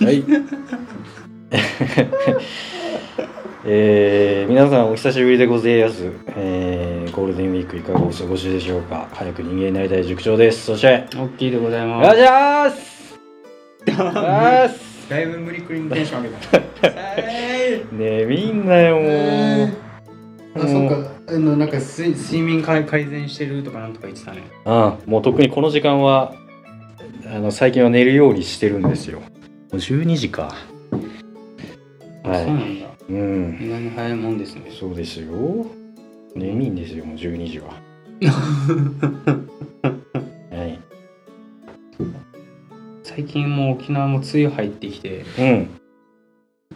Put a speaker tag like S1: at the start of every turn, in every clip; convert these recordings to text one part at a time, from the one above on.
S1: はい。
S2: えー皆さんお久しぶりでございます、えーゴールデンウィークいかがお過ごしでしょうか早く人間になりたい塾長ですそして
S1: 大きいでござい
S2: お
S1: ま
S2: 願い
S1: す。
S2: しますお願いします
S1: だいぶ無理くりにテンション上げた。はい
S2: ねえみんなよもう、
S1: えーあ、そ
S2: も
S1: っか。あのなんか睡睡眠か改善してるとかなんとか言ってたね。
S2: うん、もう特にこの時間はあの最近は寝るようにしてるんですよもう12時かは
S1: そ
S2: い
S1: うなんだ。
S2: うん
S1: 意外に早いもんですね。
S2: そうですよ眠いんですよもう12時 ははい
S1: 最近もう沖縄も梅雨入ってきて、
S2: うん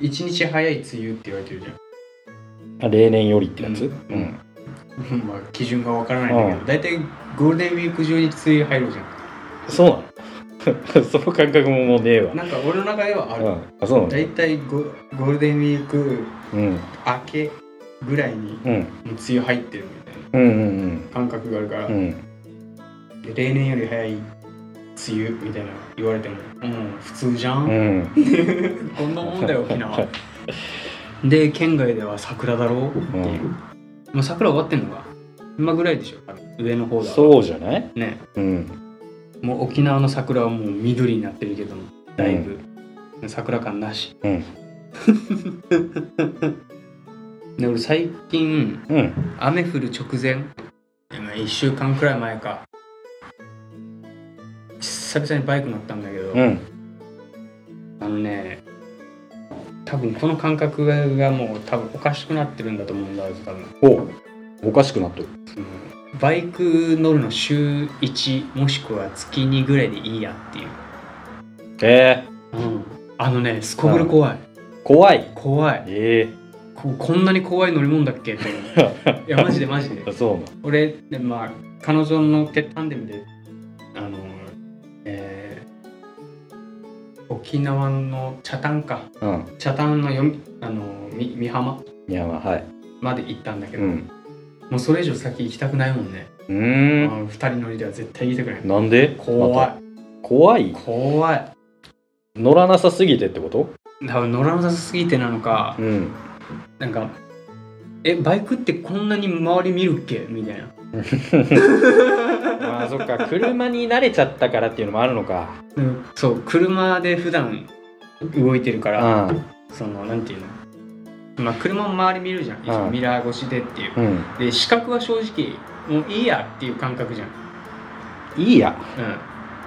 S1: 一日早い梅雨って言われてるじゃ
S2: あ例年よりってやつう
S1: うん
S2: ん
S1: ん。 まあ基準がわからないんだけ
S2: う
S1: ど、だいたいゴールデンウィーク中に梅雨入るじ
S2: そうなの その感覚ももうねえ
S1: ゃ
S2: わ
S1: ん。。なんか俺の中ではあ
S2: う
S1: る。
S2: ん、あ、そうなの
S1: だいたいゴゴールデンウィーク
S2: うん。
S1: 明けぐらいにもう
S2: うん。
S1: 梅雨入ってるみたい
S2: うんうん
S1: な感覚があるから
S2: うん。う、ん。
S1: で例年より早い梅雨みたいな言われても、うん、普通じゃん、
S2: うん。
S1: こんなもんだよ 沖縄で県外では桜だろうってい
S2: う
S1: う、もう桜終わってんのか今ぐらいでしょ多分上の方だ
S2: そうじゃない
S1: ね
S2: うん。
S1: もう沖縄の桜はもう緑になってるけどもだいぶ、桜感なし
S2: うん。
S1: で俺最近
S2: うん。
S1: 雨降る直前1週間くらい前か久々にバイク乗ったんだけど、
S2: うん。
S1: あのね多分この感覚がもう多分おかしくなってるんだと思うんだよ多分
S2: おおかしくなっとる。
S1: そのバイク乗るの週1もしくは月2ぐらいでいいやっていう、
S2: え
S1: あのねすこぶる怖い
S2: ー、怖い。
S1: 怖い
S2: え
S1: ここんなに怖い乗り物だっけって思ういやマジでマジで
S2: えー。そう
S1: 俺でまあ彼女のてタンデムであのえー沖縄の北谷か
S2: なの。うん。
S1: 北谷のよみあのみ美浜
S2: いや、まあ、はい。
S1: まで行ったんだけ
S2: う
S1: ど、
S2: ん。
S1: もうそれ以上先行きたくないもんね、
S2: う
S1: あ
S2: ーん。
S1: の二人乗りでは絶対行きたくない
S2: なんで
S1: 怖
S2: ま
S1: い
S2: た怖い
S1: 怖い
S2: 乗らなさすぎてってこと
S1: 多分乗らなさすぎてなのか
S2: うん。
S1: なんかえバイクってこんなに周り見るっけみたいな
S2: まあ、そっか。車に慣れちゃったからっていうのもあるのか。
S1: うんそう車で普段動いてるか
S2: う
S1: ら、
S2: ん。
S1: そのなんていうのまあ車も周り見るじゃんいつも
S2: うん
S1: ミラー越しでっていう
S2: うん。
S1: で視覚は正直もういいやっていう感覚じゃんうん
S2: いいや。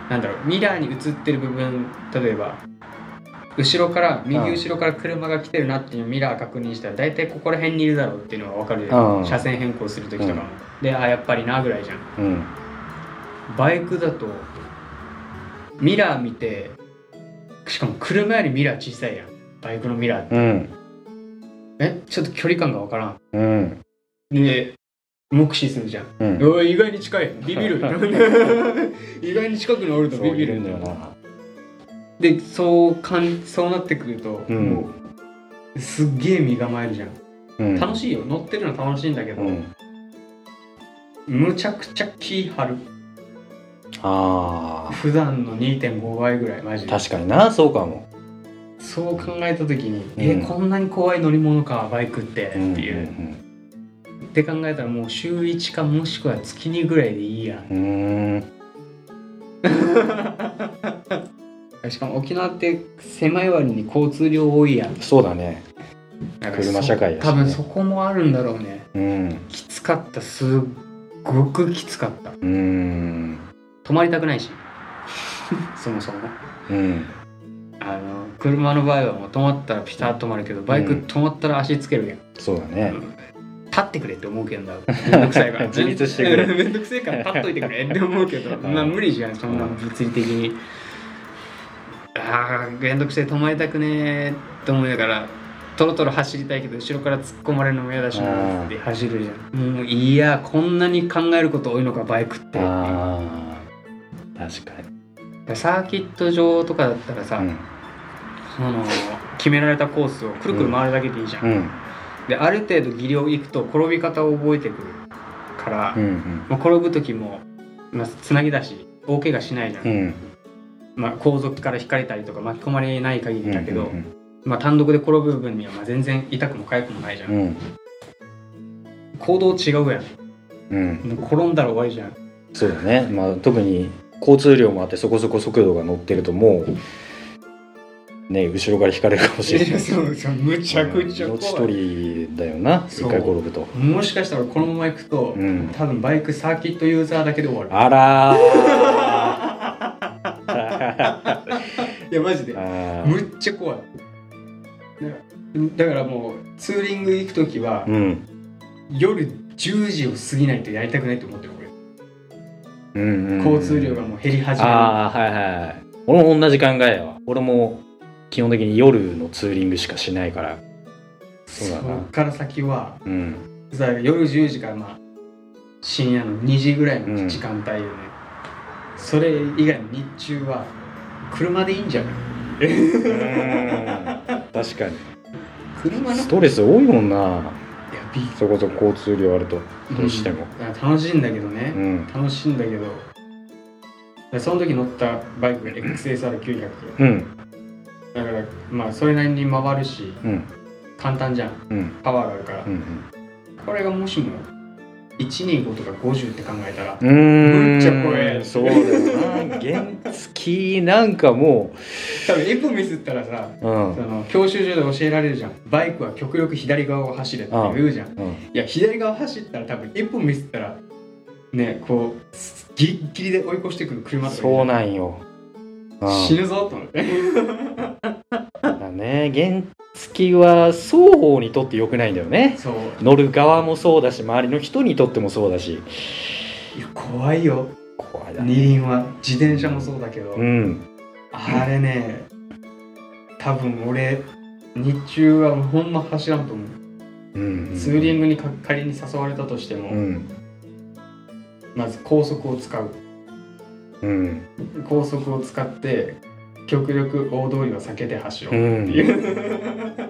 S1: なんだろうミラーに映ってる部分例えば後ろから右後ろから車が来てるなっていうミラー確認したら大体ここら辺にいるだろうっていうのが分かるじゃん
S2: うん
S1: 車線変更する時とかも、であやっぱりなぐらいじゃん
S2: うん。
S1: バイクだとミラー見てしかも車よりミラー小さいやんバイクのミラーって
S2: うん。
S1: えちょっと距離感が分からん
S2: うん。
S1: で目視するじゃん、
S2: うん。
S1: おい意外に近いビ ビる意外に近くにおると
S2: そう
S1: ビビ
S2: い
S1: る
S2: るんだよな。
S1: でそうかんそうなってくると、
S2: うん
S1: もうすっげえ身構えるじゃん、
S2: うん。
S1: 楽しいよ乗ってるの楽しいんだけど、
S2: うん、
S1: むちゃくちゃ気張る
S2: あ
S1: 普段の2.5倍ぐらいマジ
S2: ー
S1: で
S2: 確かになそうかも、
S1: そう考えた時に、
S2: うん
S1: えこんなに怖い乗り物かバイクってって
S2: うんうん
S1: いう、って考えたらもう週1かもしくは月2ぐらいでいいやん
S2: うんうーん
S1: しかも沖縄って狭い割に交通量多いやん
S2: そうだね
S1: なんか
S2: 車社会やしね
S1: そう多分そこもあるんだろうね
S2: うん
S1: きつかったすっごくきつかった
S2: うん
S1: 泊まりたくないしそもそも
S2: うん
S1: あの車の場合はもう止まったらピタッと止まるけどバイク
S2: うん
S1: 止まったら足つけるやん、
S2: そうだね
S1: 立ってくれって思う けどなめんどくさいから
S2: 自立してくれ
S1: めんどくせえから立っといてくれって思うけどまあ無理じゃんそんな物理的にああめんどくせえ止まりたくねえって思いながらとろとろ走りたいけど後ろから突っ込まれるのも嫌だしなって走るじゃんもういやこんなに考えること多いのかバイクって
S2: あー確かに
S1: サーキット場とかだったらさ、その決められたコースをくるくる回るだけでいいじゃん、
S2: うんうん
S1: である程度技量いくと転び方を覚えてくるから、
S2: うん
S1: まあ、転ぶ時も、まあ、つなぎだし大怪我しないじゃん、
S2: うん
S1: まあ、後続から引かれたりとか巻き込まれない限りだけど、
S2: うん
S1: まあ、単独で転ぶ部分にはまあ全然痛くも痒くもないじゃん、
S2: うん
S1: 行動違うや
S2: うんうん
S1: んもう転んだら終わり じゃん
S2: そうだね、まあ、特に交通量もあってそこそこ速度が乗ってるともうね後ろから引かれるかもしれない
S1: いやそうそうむちゃくちゃ
S2: うん命
S1: 怖い
S2: 取りだよな一
S1: そう
S2: 回転ぶと
S1: もしかしたらこのまま行くと、
S2: うん
S1: 多分バイクサーキットユーザーだけで終わる
S2: あらー あ
S1: いやマジで
S2: ー
S1: むっちゃ怖いだからだからもうツーリング行く時は、
S2: うん
S1: 夜10時を過ぎないとやりたくないと思ってる俺、
S2: うんうんうん
S1: 交通量がもう減り始める
S2: ああはいはい俺も同じ考えやわ俺も基本的に夜のツーリングしかしないからそうだな
S1: こっから先は
S2: うん
S1: だから夜10時からまあ深夜の2時ぐらいの時間帯よね、それ以外の日中は車でいいんじゃない
S2: 確かに
S1: 車のい
S2: ストレス多いもんな
S1: やび
S2: そこそこ交通量あるとどうしても
S1: んだから楽しいんだけど
S2: う
S1: ね、
S2: ん
S1: 楽しいんだけどだからその時乗ったバイクが XSR900
S2: うん
S1: だからまあそれなりに回るし
S2: うん
S1: 簡単じゃん
S2: うん
S1: パワーがあるから
S2: う、ん
S1: これがもしも125とか50って考えたら
S2: うーん
S1: むっちゃ怖え
S2: そうだよな原付なんかも
S1: 多分一歩ミスったらさ
S2: ううん
S1: その教習所で教えられるじゃんバイクは極力左側を走れって言うじゃん
S2: うん
S1: いや左側走ったら多分一歩ミスったらねこうギリギリで追い越してくる車とかいるじ
S2: そ
S1: ゃ
S2: うんなんようん
S1: 死ぬぞと思って
S2: だね原付は双方にとって良くないんだよね
S1: そう
S2: 乗る側もそうだし周りの人にとってもそうだし
S1: いや怖いよ
S2: 怖いだ
S1: 二
S2: ね
S1: 輪は自転車もそうだけど、
S2: うん
S1: あれね多分俺日中はほんま走らんと思う、
S2: うん
S1: ツーリン
S2: グ
S1: グにか仮に誘われたとしても、
S2: うん
S1: まず高速を使う
S2: うん
S1: 高速を使って極力大通りは避けて走ろ
S2: う
S1: うっ
S2: ん
S1: ていう、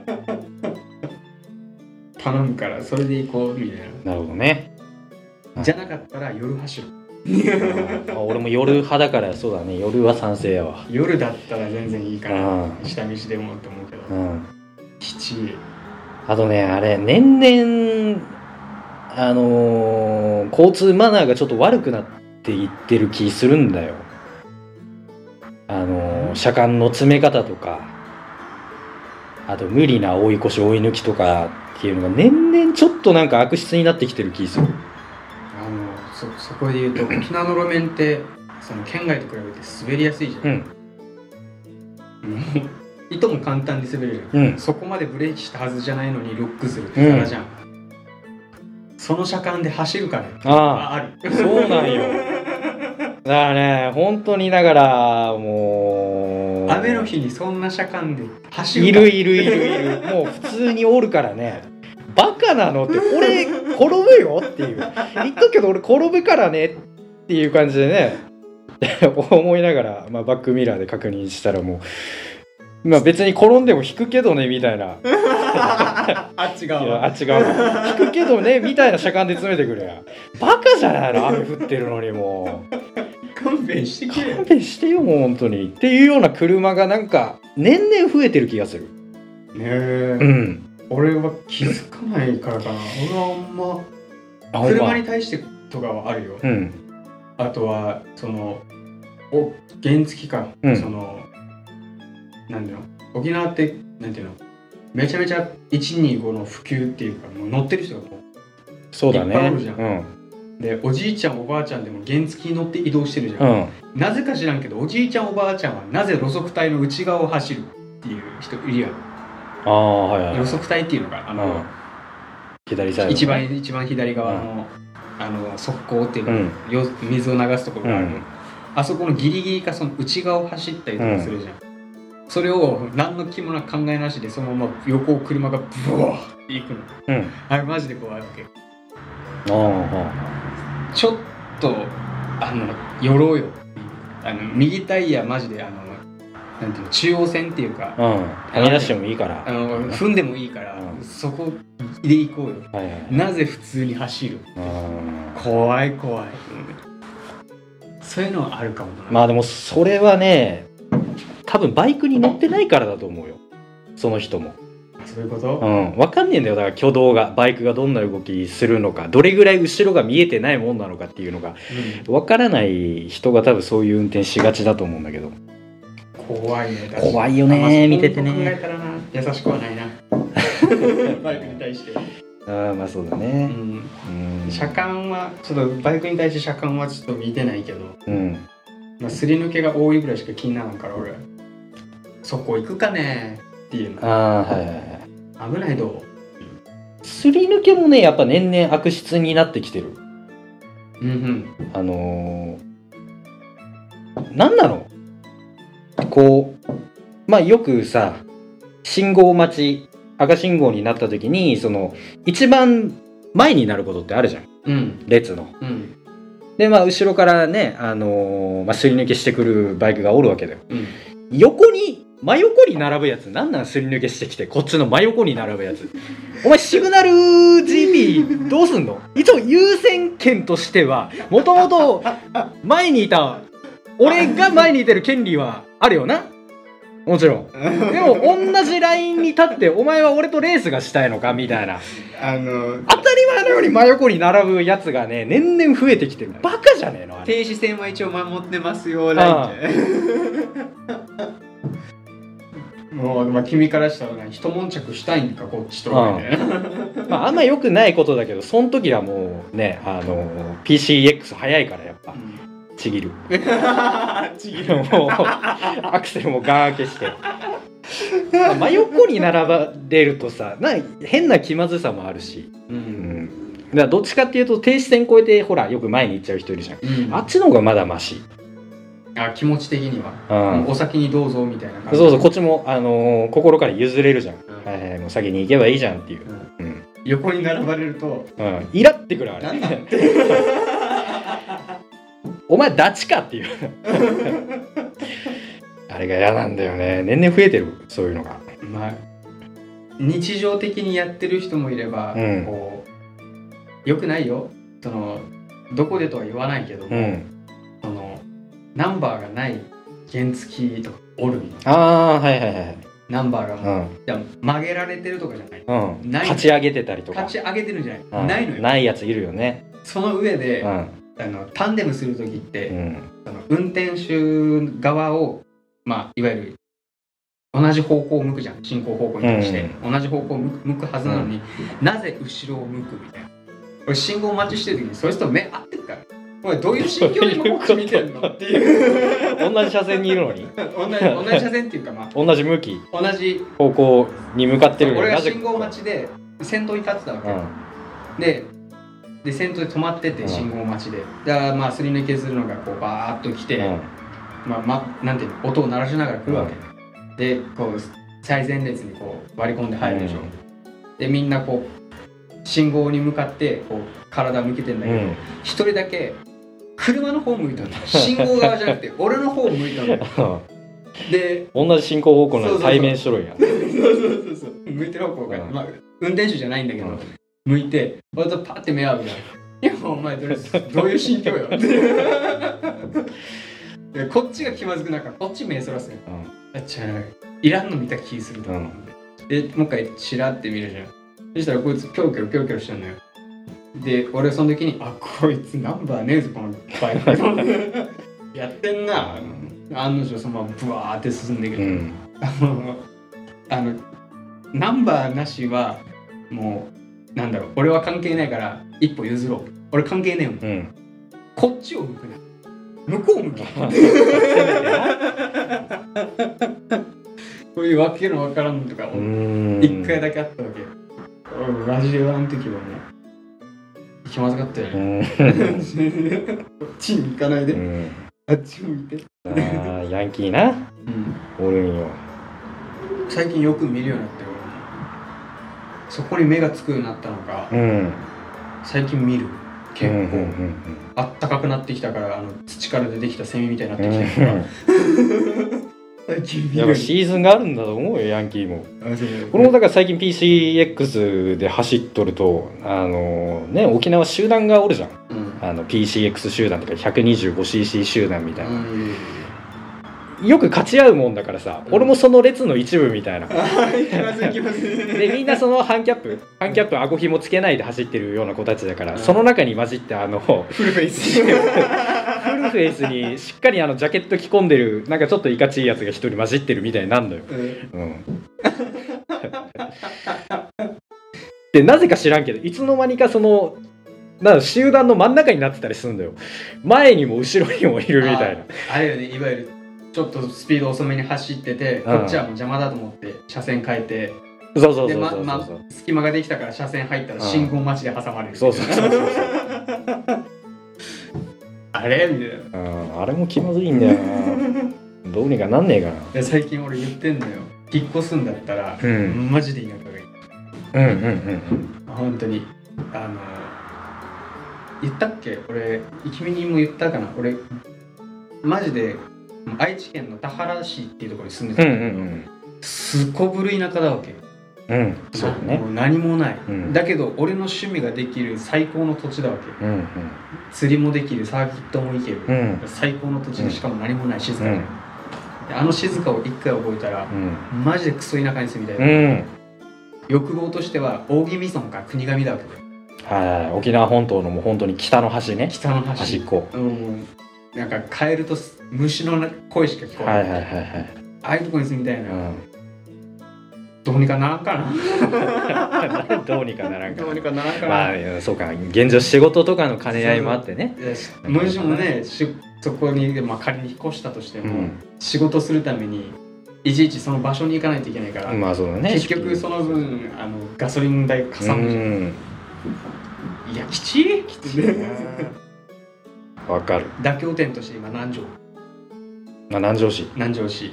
S1: 頼むからそれで行こうみたい
S2: なるほどね
S1: なじゃなかったら夜走る
S2: あ俺も夜派だからそうだね夜は賛成やわ
S1: 夜だったら全然いいか
S2: う
S1: ら
S2: ん
S1: 下道でもって思うけど
S2: うん
S1: 7
S2: あとね、あれ、年々、あのー交通マナーがちょっと悪くなっていってる気するんだよ。あのー車間の詰め方とか、あと無理な追い越し追い抜きとかっていうのが年々ちょっとなんか悪質になってきてる気する。
S1: あのそそこで言うと沖縄の路面ってその県外と比べて滑りやすいじゃん、
S2: うん、
S1: も ういとも簡単に滑れるじゃん
S2: うん、
S1: そこまでブレーキしたはずじゃないのにロックするってザラじゃん、その車間で走るから
S2: ああ、
S1: あある
S2: そうなんよ。 だからね、本当にだから、もう。
S1: 雨の日にそんな車間で走る
S2: い
S1: か
S2: るいるいるいるもう普通におるからねバカなのって俺転ぶよっていう言っとくけど俺転ぶからねっていう感じでね思いながら、まあ、バックミラーで確認したらもう、まあ、別に転んでも引くけどねみたいな
S1: あ違う
S2: いや
S1: わ
S2: あ違う引くけどねみたいな車間で詰めてくれやバカじゃないの雨降ってるのにもう
S1: 勘弁してくれよ
S2: 勘弁してよもう本当にっていうような車がなんか年々増えてる気がする
S1: ねえ、
S2: うん
S1: 俺は気づかないからかな俺はあんま
S2: あほんま
S1: 車に対してとかはあるよ
S2: うん
S1: あとはそのお原付か、
S2: うん
S1: そのなんだろう沖縄ってなんていうのめちゃめちゃ125の普及っていうかもう乗ってる人がも
S2: そうだね。
S1: いっぱいおるじゃん
S2: うん。
S1: うでおじいちゃんおばあちゃんでも原付に乗って移動してるじゃ、
S2: うんん。
S1: なぜか知らんけどおじいちゃんおばあちゃんはなぜ路側帯の内側を走るっていう人いるやん
S2: ああ、はいはい。
S1: 路側帯っていうのがあ
S2: うん
S1: の、。
S2: 左サイド。
S1: 一。番一番左側の、あの側溝っていう
S2: う
S1: か、
S2: ん。
S1: よ水を流すところがある、
S2: うん
S1: あそこのギリギリかその内側を走ったりとかするじゃん、それを何の気もなく考えなしでそのまま横を車がブワーって行くの
S2: うん。
S1: あれマジで怖いわけ
S2: ああ、
S1: ちょっとあの寄ろうよあの右タイヤマジであのなんていうの中央線っていうか
S2: うん。はみ出してもいいから。
S1: あの踏んでもいいから、
S2: うん
S1: そこで行こうよ
S2: はいはい。
S1: なぜ普通に走る
S2: うん
S1: 怖い怖い、そういうのはあるかもな
S2: まあでも、それはね、多分バイクに乗ってないからだと思うよその人も
S1: そういうこと、
S2: うん、分かんねえんだよだから挙動がバイクがどんな動きするのかどれぐらい後ろが見えてないもんなのかっていうのが分からない人が多分そういう運転しがちだと思うんだけど
S1: うん怖いね
S2: 怖いよね
S1: まあそこ
S2: 見ててね
S1: 考えたらな優しくはない なバイクに対して、
S2: ああまあそうだ
S1: う
S2: ね
S1: ん、
S2: うん
S1: 車間はちょっとバイクに対して車間はちょっと見てないけど、
S2: うん
S1: まあ、すり抜けが多いぐらいしか気にならんから俺そこ行くかねっていう
S2: あ
S1: な
S2: あはいはいはい
S1: 危ないど
S2: すり抜けもねやっぱ年々悪質になってきてる
S1: ううんうん
S2: あのー、なんなのこうまあよくさ信号待ち赤信号になった時にその一番前になることってあるじゃん
S1: うん
S2: 列の。
S1: うん
S2: でまあ後ろからね、あのーまあ、すり抜けしてくるバイクがおるわけだよ。
S1: うん
S2: 横に真横に並ぶやつなんなんすり抜けしてきてこっちの真横に並ぶやつお前シグナル GP どうすんの一応優先権としてはもともと前にいた俺が前にいてる権利はあるよなもちろんでも同じラインに立ってお前は俺とレースがしたいのかみたいな
S1: あの
S2: 当たり前のように真横に並ぶやつがね年々増えてきてるバカじゃねえのあれ
S1: 停止線は一応守ってますよラインで もう、まあ、君からしたらね一悶着したいんかこっちとかね
S2: まあ、あんま良くないことだけど、その時はもうね、あの、PCX 早いからやっぱ、ちぎる。
S1: ちぎる
S2: もう、アクセルもガーン開けして。まあ真横に並ばれるとさ、なんか変な気まずさもあるし。
S1: う
S2: うんん。だからどっちかっていうと、停止線越えて、ほら、よく前に行っちゃう人いるじゃん。
S1: うん
S2: あっちの方がまだマシ。
S1: あ気持ち的には、
S2: う
S1: も
S2: ん
S1: う。お先にどうぞみたいな感じ
S2: そうそう、こっちも、あのー心から譲れるじゃん。
S1: うん
S2: はいはい、もう先に行けばいいじゃんっていう。
S1: 横に並ばれると
S2: うん。イラってくる、あれ。
S1: なん なん
S2: お前ダチかっていうあれが嫌なんだよね年々増えてるそういうのが
S1: まあ日常的にやってる人もいれば、
S2: うん
S1: こうよくないよそのどこでとは言わないけども、
S2: うん
S1: そのナンバーがない原付きとかおるんよ
S2: ああはいはいはい
S1: ナンバーが
S2: う
S1: もう、
S2: ん
S1: いや曲げられてるとかじゃない
S2: うん
S1: ない
S2: 立ち上げてたりとか
S1: 立ち上げてるんじゃない、
S2: うん
S1: ないのよ
S2: ないやついるよね
S1: その上で、
S2: うん
S1: あのタンデムする時って、
S2: うん
S1: その運転手側をまあいわゆる同じ方向を向くじゃん進行方向に対して、同じ方向を向く向くはずなのに、なぜ後ろを向くみたいな俺信号待ちしてる時にそいつと目合ってるからおいどういう心境で今こっち見てるのっていう
S2: 同じ車線にいるのに
S1: 同じ同じ車線っていうかま
S2: 同じ向き
S1: あ同じ
S2: 方向に向かってるのに
S1: 俺が
S2: なぜ
S1: 信号待ちで先頭に立ってたわけ
S2: う
S1: よ、
S2: ん
S1: でで先頭で止まってて信号待ちで、だからまあすり抜けするのがこうバーッと来て、
S2: うん
S1: まあま、なんていうの音を鳴らしながら来るわけ、でこう最前列にこう割り込んで入るでしょ、
S2: うん
S1: でみんなこう信号に向かってこう体向けてんだけ
S2: う
S1: ど
S2: ん
S1: 一、人だけ車の方向いたんだ信号側じゃな くて俺の方向いたんだよで
S2: 同じ進行方向なのに対面しとるんや
S1: そうそうそうそう向いてる方向から、
S2: うん
S1: まあ、運転手じゃないんだけど、
S2: うん
S1: 向いて俺とパッて目合うじゃん「いやお前どれどういう心 境よ」ってでこっちが気まずくなんからこっち目そらすよ
S2: うん
S1: あ違ういらんの見た気すると思うんで、でもう一回チラって見るじゃんそしたらこいつキョロキョロキョロキョロしてんのよで俺その時にあこいつナンバーねえぞこのバイクやってんな案の定そのままブワーって進んでいく
S2: う、ん
S1: あの あのナンバーなしはもうなんだろう俺は関係ないから一歩譲ろう俺関係ねえもん
S2: うん
S1: こっちを向くな向こう向けこういうわけのわからんのとか
S2: うん
S1: 一回だけあったわけよ俺もラジオあの時はね気まずかったよ
S2: う
S1: ね、
S2: ん
S1: こっちに行かないうで、
S2: ん
S1: あっち向いて、
S2: あーヤンキーなおるんよ
S1: 最近よく見るようになったよ俺もそこに目がつくようになったのか
S2: うん
S1: 最近見る結構、
S2: うんうん
S1: あったかくなってきたからあの土から出てきたセミみたいに
S2: う
S1: なってきた
S2: ん
S1: か
S2: う
S1: ら
S2: ん
S1: 最近見
S2: や
S1: る
S2: っぱシーズンがあるんだと思うよヤンキーも
S1: あそうそう
S2: 俺もだから最近 PCX で走っとるとあのね沖縄集団がおるじゃん
S1: うん
S2: あの PCX 集団とか 125cc 集団みたいな、
S1: うん
S2: よく勝ち合うもんだからさ俺もその列の一部みたいな
S1: 行きます行きます
S2: でみんなそのハンキャップハンキャップ顎ひもつけないで走ってるような子たちだから、その中に混じってあのフ
S1: フルフェ イス
S2: ルフェイスにしっかりあのジャケット着込んでるなんかちょっといかちいやつが一人混じってるみたいになんのよ、
S1: うん
S2: うん、でなぜか知らんけどいつの間にかそのなんか集団の真ん中になってたりするんだよ前にも後ろにもいるみたいな
S1: ああれよねいわゆるちょっとスピード遅めに走ってて、こっちはもう邪魔だと思って車線変えて
S2: そうそうそう
S1: で
S2: そう
S1: ま
S2: そう、
S1: ま隙間ができたから車線入ったら
S2: うん
S1: 信号待ちで挟まれる
S2: そうそうそうそう
S1: あれみたいな
S2: うんあれも気まずいんだよなどうにかなんねえかない
S1: や最近俺言ってんのよ引っ越すんだったら、
S2: うん
S1: マジで田舎がいい
S2: うんうんうん
S1: 本当にあの言ったっけ俺君にも言ったかな俺マジで愛知県の田原市っていうところに住んで
S2: う
S1: た
S2: んうん
S1: だけ
S2: ん
S1: ど、すこぶる田舎だわけ
S2: うんうんそうだね
S1: もう何もない、
S2: うん
S1: だけど俺の趣味ができる最高の土地だわけ
S2: うんうん
S1: 釣りもできるサーキットも行ける、
S2: うん
S1: 最高の土地
S2: うん
S1: でしかも何もない静
S2: う
S1: かで、
S2: ん
S1: であの静かを一回覚えたら、
S2: うん
S1: マジでクソ田舎に住みたい、
S2: うん
S1: 欲望としては大宜味村か国神だわけ
S2: はい沖縄本島のもう本当に北の端ね
S1: 北の端
S2: 端っこ
S1: うん、なんかカエルとす虫のな声しか聞こえな
S2: はい
S1: い、
S2: はいはいはい
S1: ああいうとこに住みたいな、
S2: う
S1: どうにかならんかな
S2: ん どうにかならんか
S1: ど
S2: な
S1: うにかならんかな、
S2: まあうんそうか現状仕事とかの兼ね合いもあってね
S1: いやしもしもねしそこに、まあ、仮に引っ越したとして
S2: う
S1: も、
S2: ん
S1: 仕事するためにいちいちその場所に行かないといけないから、
S2: まあそうだね
S1: 結局その分あのガソリン代か
S2: う
S1: さむじゃん
S2: ん
S1: いやきちいきちい
S2: わかる
S1: 妥協点として今南城
S2: まあ南城市
S1: 南城市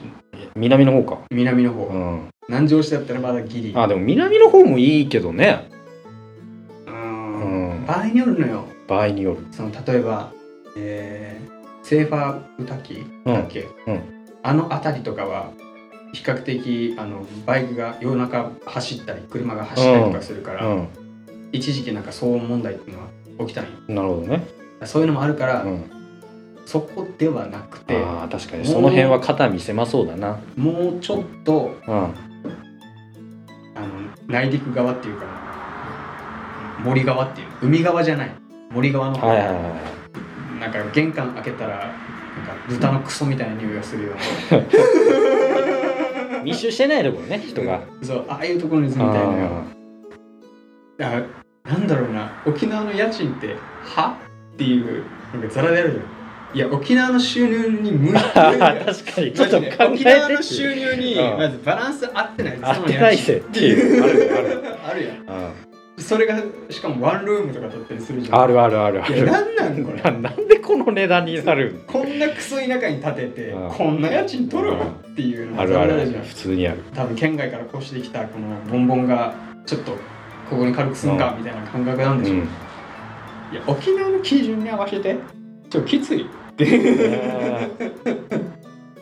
S2: 南の方か
S1: 南の方、
S2: うん
S1: 南城市だったらまだギリ
S2: あでも南の方もいいけどね
S1: う
S2: うんん
S1: 場合によるのよ
S2: 場合による
S1: その例えば、えーセーファー歌機だっけ、
S2: うんう
S1: あの辺りとかは比較的あのバイクが夜中走ったり車が走ったりとかするから、
S2: うん
S1: 一時期なんか騒音問題っていうのは起きたんよ
S2: なるほどね
S1: そういうのもあるから、
S2: うん
S1: そこではなくて
S2: ああ確かにその辺は肩見せまそうだな
S1: もうちょっと
S2: うん
S1: あの内陸側っていうか森側っていう海側じゃない森側の方、
S2: はいはいはいはい
S1: なんか玄関開けたらなんか豚のクソみたいな匂いがするような
S2: 密集してないところね人が
S1: そうああいうところに住みたいのよあなんだろうな沖縄の家賃ってはっていうなんかザラであるよいや沖縄の収入に無理
S2: あー確か にちょっと考えて
S1: 沖縄の収入に
S2: うん
S1: まずバランス合ってない
S2: 合ってないぜっていうあるある
S1: うあるやん
S2: うん
S1: それがしかもワンルームとかだったりするじゃん
S2: あるあるあるあ
S1: いや
S2: る
S1: なんなんこ
S2: な
S1: れ
S2: なんでこの値段になる
S1: こんなクソ田舎に建てて、
S2: うん
S1: こんな家賃取るわっていうの
S2: あ
S1: が
S2: る
S1: ザ
S2: あ
S1: ラ
S2: るあ
S1: であ
S2: る
S1: るじゃん
S2: 普通にある
S1: 多分県外から越してきたこのボンボンがちょっとここに軽くすんかみたいな感覚なんでしょ、
S2: うん
S1: いや沖縄の基準に合わせてちょっときつい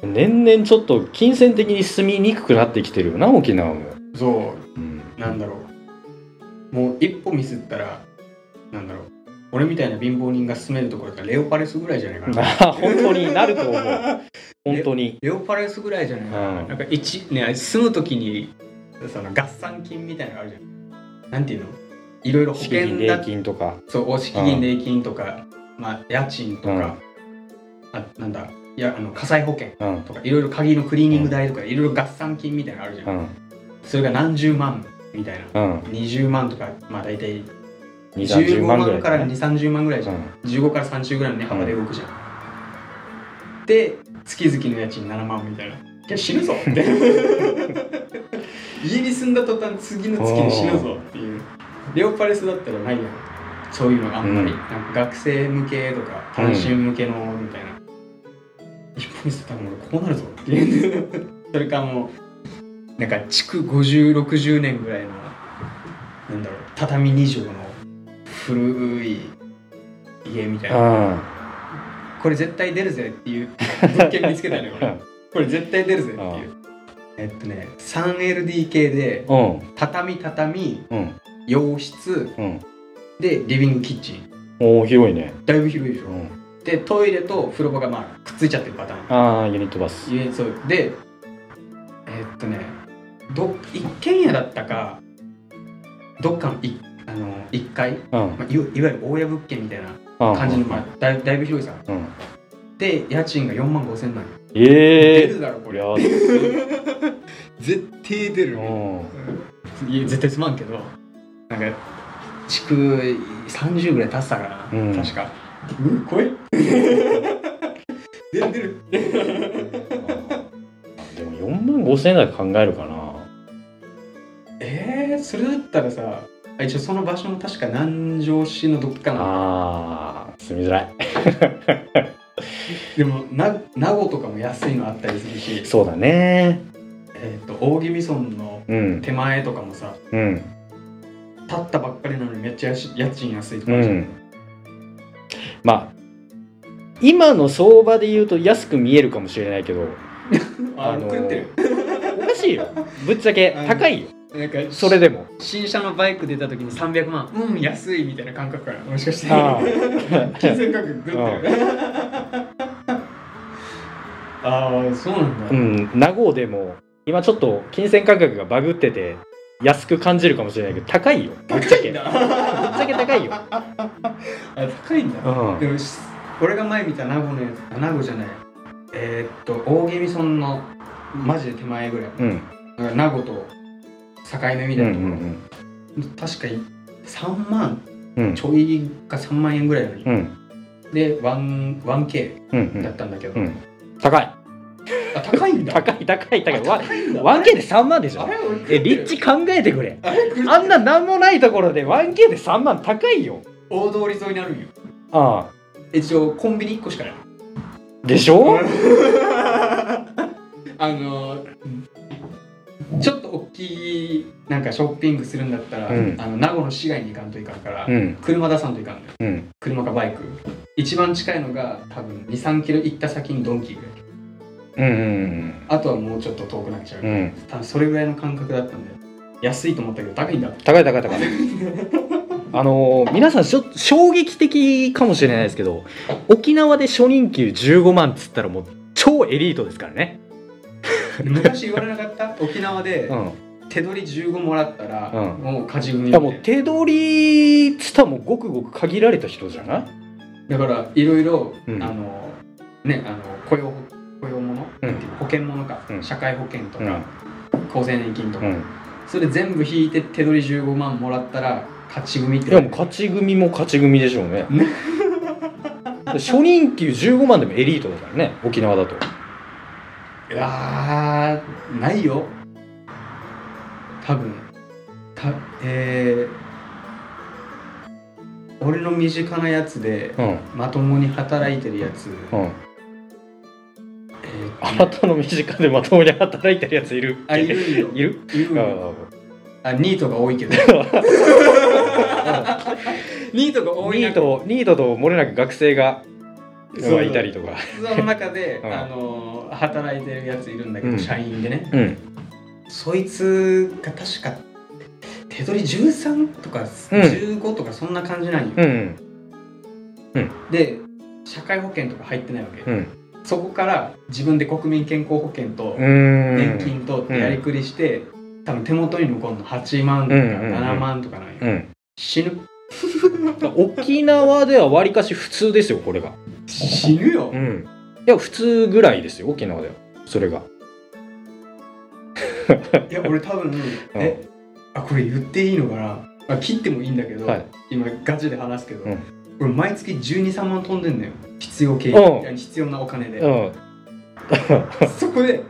S2: 年々ちょっと金銭的に住みにくくなってきてるよな沖縄も、
S1: そ
S2: うん
S1: うなんだろうもう一歩ミスったらなんだろう俺みたいな貧乏人が住めるところがレオパレスぐらいじゃないかな
S2: あ本当になると思う本当に
S1: レオパレスぐらいじゃないかな,、
S2: うん
S1: なんか一ね住む時にその合算金みたいなのがあるじゃんなんていうのいろいろ保
S2: 資
S1: 険
S2: 金
S1: だ
S2: 礼金とか
S1: そう、お敷金、礼金とか、まあ、家賃とか、あなんだ、いや、あの火災保険
S2: うん
S1: とか、いろいろ鍵のクリーニング代とか、いろいろ合算金みたいなのあるじゃん。
S2: うん
S1: それが何十万みたいな。
S2: うん
S1: 20万とか、まあ大体
S2: 2 3 0
S1: 15
S2: 万ぐら
S1: 万
S2: い
S1: から
S2: だ
S1: 2、
S2: ね
S1: 30万ぐらいじ
S2: う
S1: ゃん。
S2: ん
S1: 15から30ぐらいの値幅で動くじゃん。で、月々の家賃7万みたいな。いや、死 ぬぞって家に住んだ途端、次の月に死ぬぞっていう。レオパレスだったらないやん。そういうのがあんまり、
S2: うん
S1: なんか学生向けとか、単身向けのみたいな。一歩見せたら俺こうなるぞっていう。それかもう、なんか築50、60年ぐらいの、なんだろう、畳2畳の古い家みたいな。
S2: う
S1: これ絶対出るぜっていう物件見つけたのよ 俺これ絶対出るぜっていうえっとね 3LDK で
S2: んうん
S1: 畳畳
S2: うん
S1: 洋室
S2: うん
S1: でリビングキッチン
S2: おお広いね
S1: だいぶ広いでし
S2: う
S1: ょ
S2: ん
S1: でトイレと風呂場がまあくっついちゃってるパターン
S2: ああユニットバス
S1: いえそうでえーっとねど一軒家だったかどっかのいあの1
S2: う
S1: 階、
S2: ん
S1: まあ、いわいわゆる大家物件みたいな感じの、まあ、だいだいぶ広いさ
S2: うん
S1: で家賃が4万5千なんよ出
S2: ええ
S1: るだろこ
S2: こ
S1: れ
S2: りゃう
S1: 絶対出るね
S2: ん
S1: いや絶対すまんけどなんか築30ぐらい経ってたからな、
S2: うん
S1: 確かうん怖い 出る出る
S2: でも4万5千円だけ考えるかな
S1: えー、それだったらさあ一応その場所も確か南城市のどっかな
S2: あー住みづらい
S1: でもな名護とかも安いのあったりするし、
S2: そうだね
S1: えー、と大宜味村の
S2: うん
S1: 手前とかもさ
S2: うん
S1: 立ったばっかりなのにめっちゃやし家賃安いと
S2: う
S1: かじゃん、
S2: んまあ今の相場で言うと安く見えるかもしれないけど
S1: あ
S2: あのー
S1: 食ってる
S2: おかしいよぶっちゃけ
S1: うん
S2: 高いよ
S1: なんか
S2: それでも
S1: 新車のバイク出た時に300万うん安いみたいな感覚からもしかして
S2: あ
S1: 金銭感覚グッてる ああそうなんだ、
S2: うん名護でも今ちょっと金銭感覚がバグってて安く感じるかもしれないけど高いよぶっちゃけぶっちゃけ高いよ
S1: あ高いんだ、
S2: うん
S1: でもし俺が前見た名護のやつあ名護じゃないえーっと大宜味村のマジで手前ぐらい
S2: うん
S1: なんか名護と境目み
S2: う
S1: たい
S2: ん
S1: なところ、確かに3万
S2: うんうん
S1: ちょいか3万円ぐらいのに、
S2: うん
S1: で 1- 1K
S2: うんう
S1: だっ
S2: ん
S1: たんだけど、
S2: うん高い
S1: あ高いんだ
S2: 高い高い高い
S1: あ
S2: わ
S1: 高いんだ
S2: 1K で3万でしょ
S1: あれ俺食って
S2: え
S1: る
S2: リッチ考えてくれ
S1: あれ食ってる
S2: あんな何もないところで 1K で3万高いよ
S1: 大通り沿いにあるんよ
S2: あ
S1: 一応コンビニ1個しかない
S2: あでしょ
S1: あのちょっと大きいなんかショッピングするんだったら、
S2: うん
S1: あの名護の市街に行かんといかんから、
S2: うん
S1: 車出さんといかんのよ
S2: うん
S1: 車かバイク一番近いのが多分23キロ行った先にドンキーぐらい
S2: うんうん
S1: あとはもうちょっと遠くなっちゃう、
S2: うん
S1: 多分それぐらいの感覚だったんだよ安いと思ったけど高いんだ
S2: 高い高い高いあのー皆さんちょっと衝撃的かもしれないですけど沖縄で初任給15万っつったらもう超エリートですからね
S1: 昔言われなか った沖縄で
S2: うん
S1: 手取り15もらったら、
S2: うん
S1: もう勝ち組
S2: い
S1: みた
S2: や
S1: い
S2: も
S1: な
S2: う手取りっつったらもうごくごく限られた人じゃない
S1: だからいろいろ、
S2: うん
S1: あのねあの雇用雇用もの、
S2: うん
S1: 保険ものか、
S2: うん
S1: 社会保険と
S2: う
S1: か、厚生年金とか、
S2: ん
S1: それ全部引いて手取り15万もらったら勝ち組って
S2: いやもう勝ち組も勝ち組でしょうね 初任給15万でもエリートだからね沖縄だと
S1: いやーないよ多分たえー、俺の身近なやつで
S2: うん
S1: まともに働いてるやつ、
S2: うん
S1: えー
S2: あなたの身近でまともに働いてるやついる
S1: あいるよ
S2: いる
S1: いるよあニートが多いけど ニートが多い
S2: ニートニートと漏れなく学生が
S1: そう
S2: いたりとか
S1: その中で、
S2: うん
S1: あのー働いてるやついるんだけど、
S2: うん
S1: 社員でね
S2: うん
S1: そいつが確か手取り13とか15とかそんな感じなんよ、
S2: うん
S1: で社会保険とか入ってないわけ、
S2: うん
S1: そこから自分で国民健康保険と
S2: うん
S1: 年金とってやりくりして、多分手元に残るの8万とか
S2: うんうんうん
S1: 7万とかなんよ、
S2: うん
S1: 死ぬ
S2: 沖縄ではわりかし普通ですよこれが
S1: 死ぬよ、
S2: うんいや普通ぐらいですよ沖縄ではそれが
S1: いや俺多分、えあこれ言っていいのかなあ切ってもいいんだけど、
S2: はい
S1: 今ガチで話すけど、
S2: うん
S1: 俺毎月123万飛んでんだよ必要経
S2: うん
S1: 費必要なお金
S2: う
S1: で、
S2: んうん
S1: そこで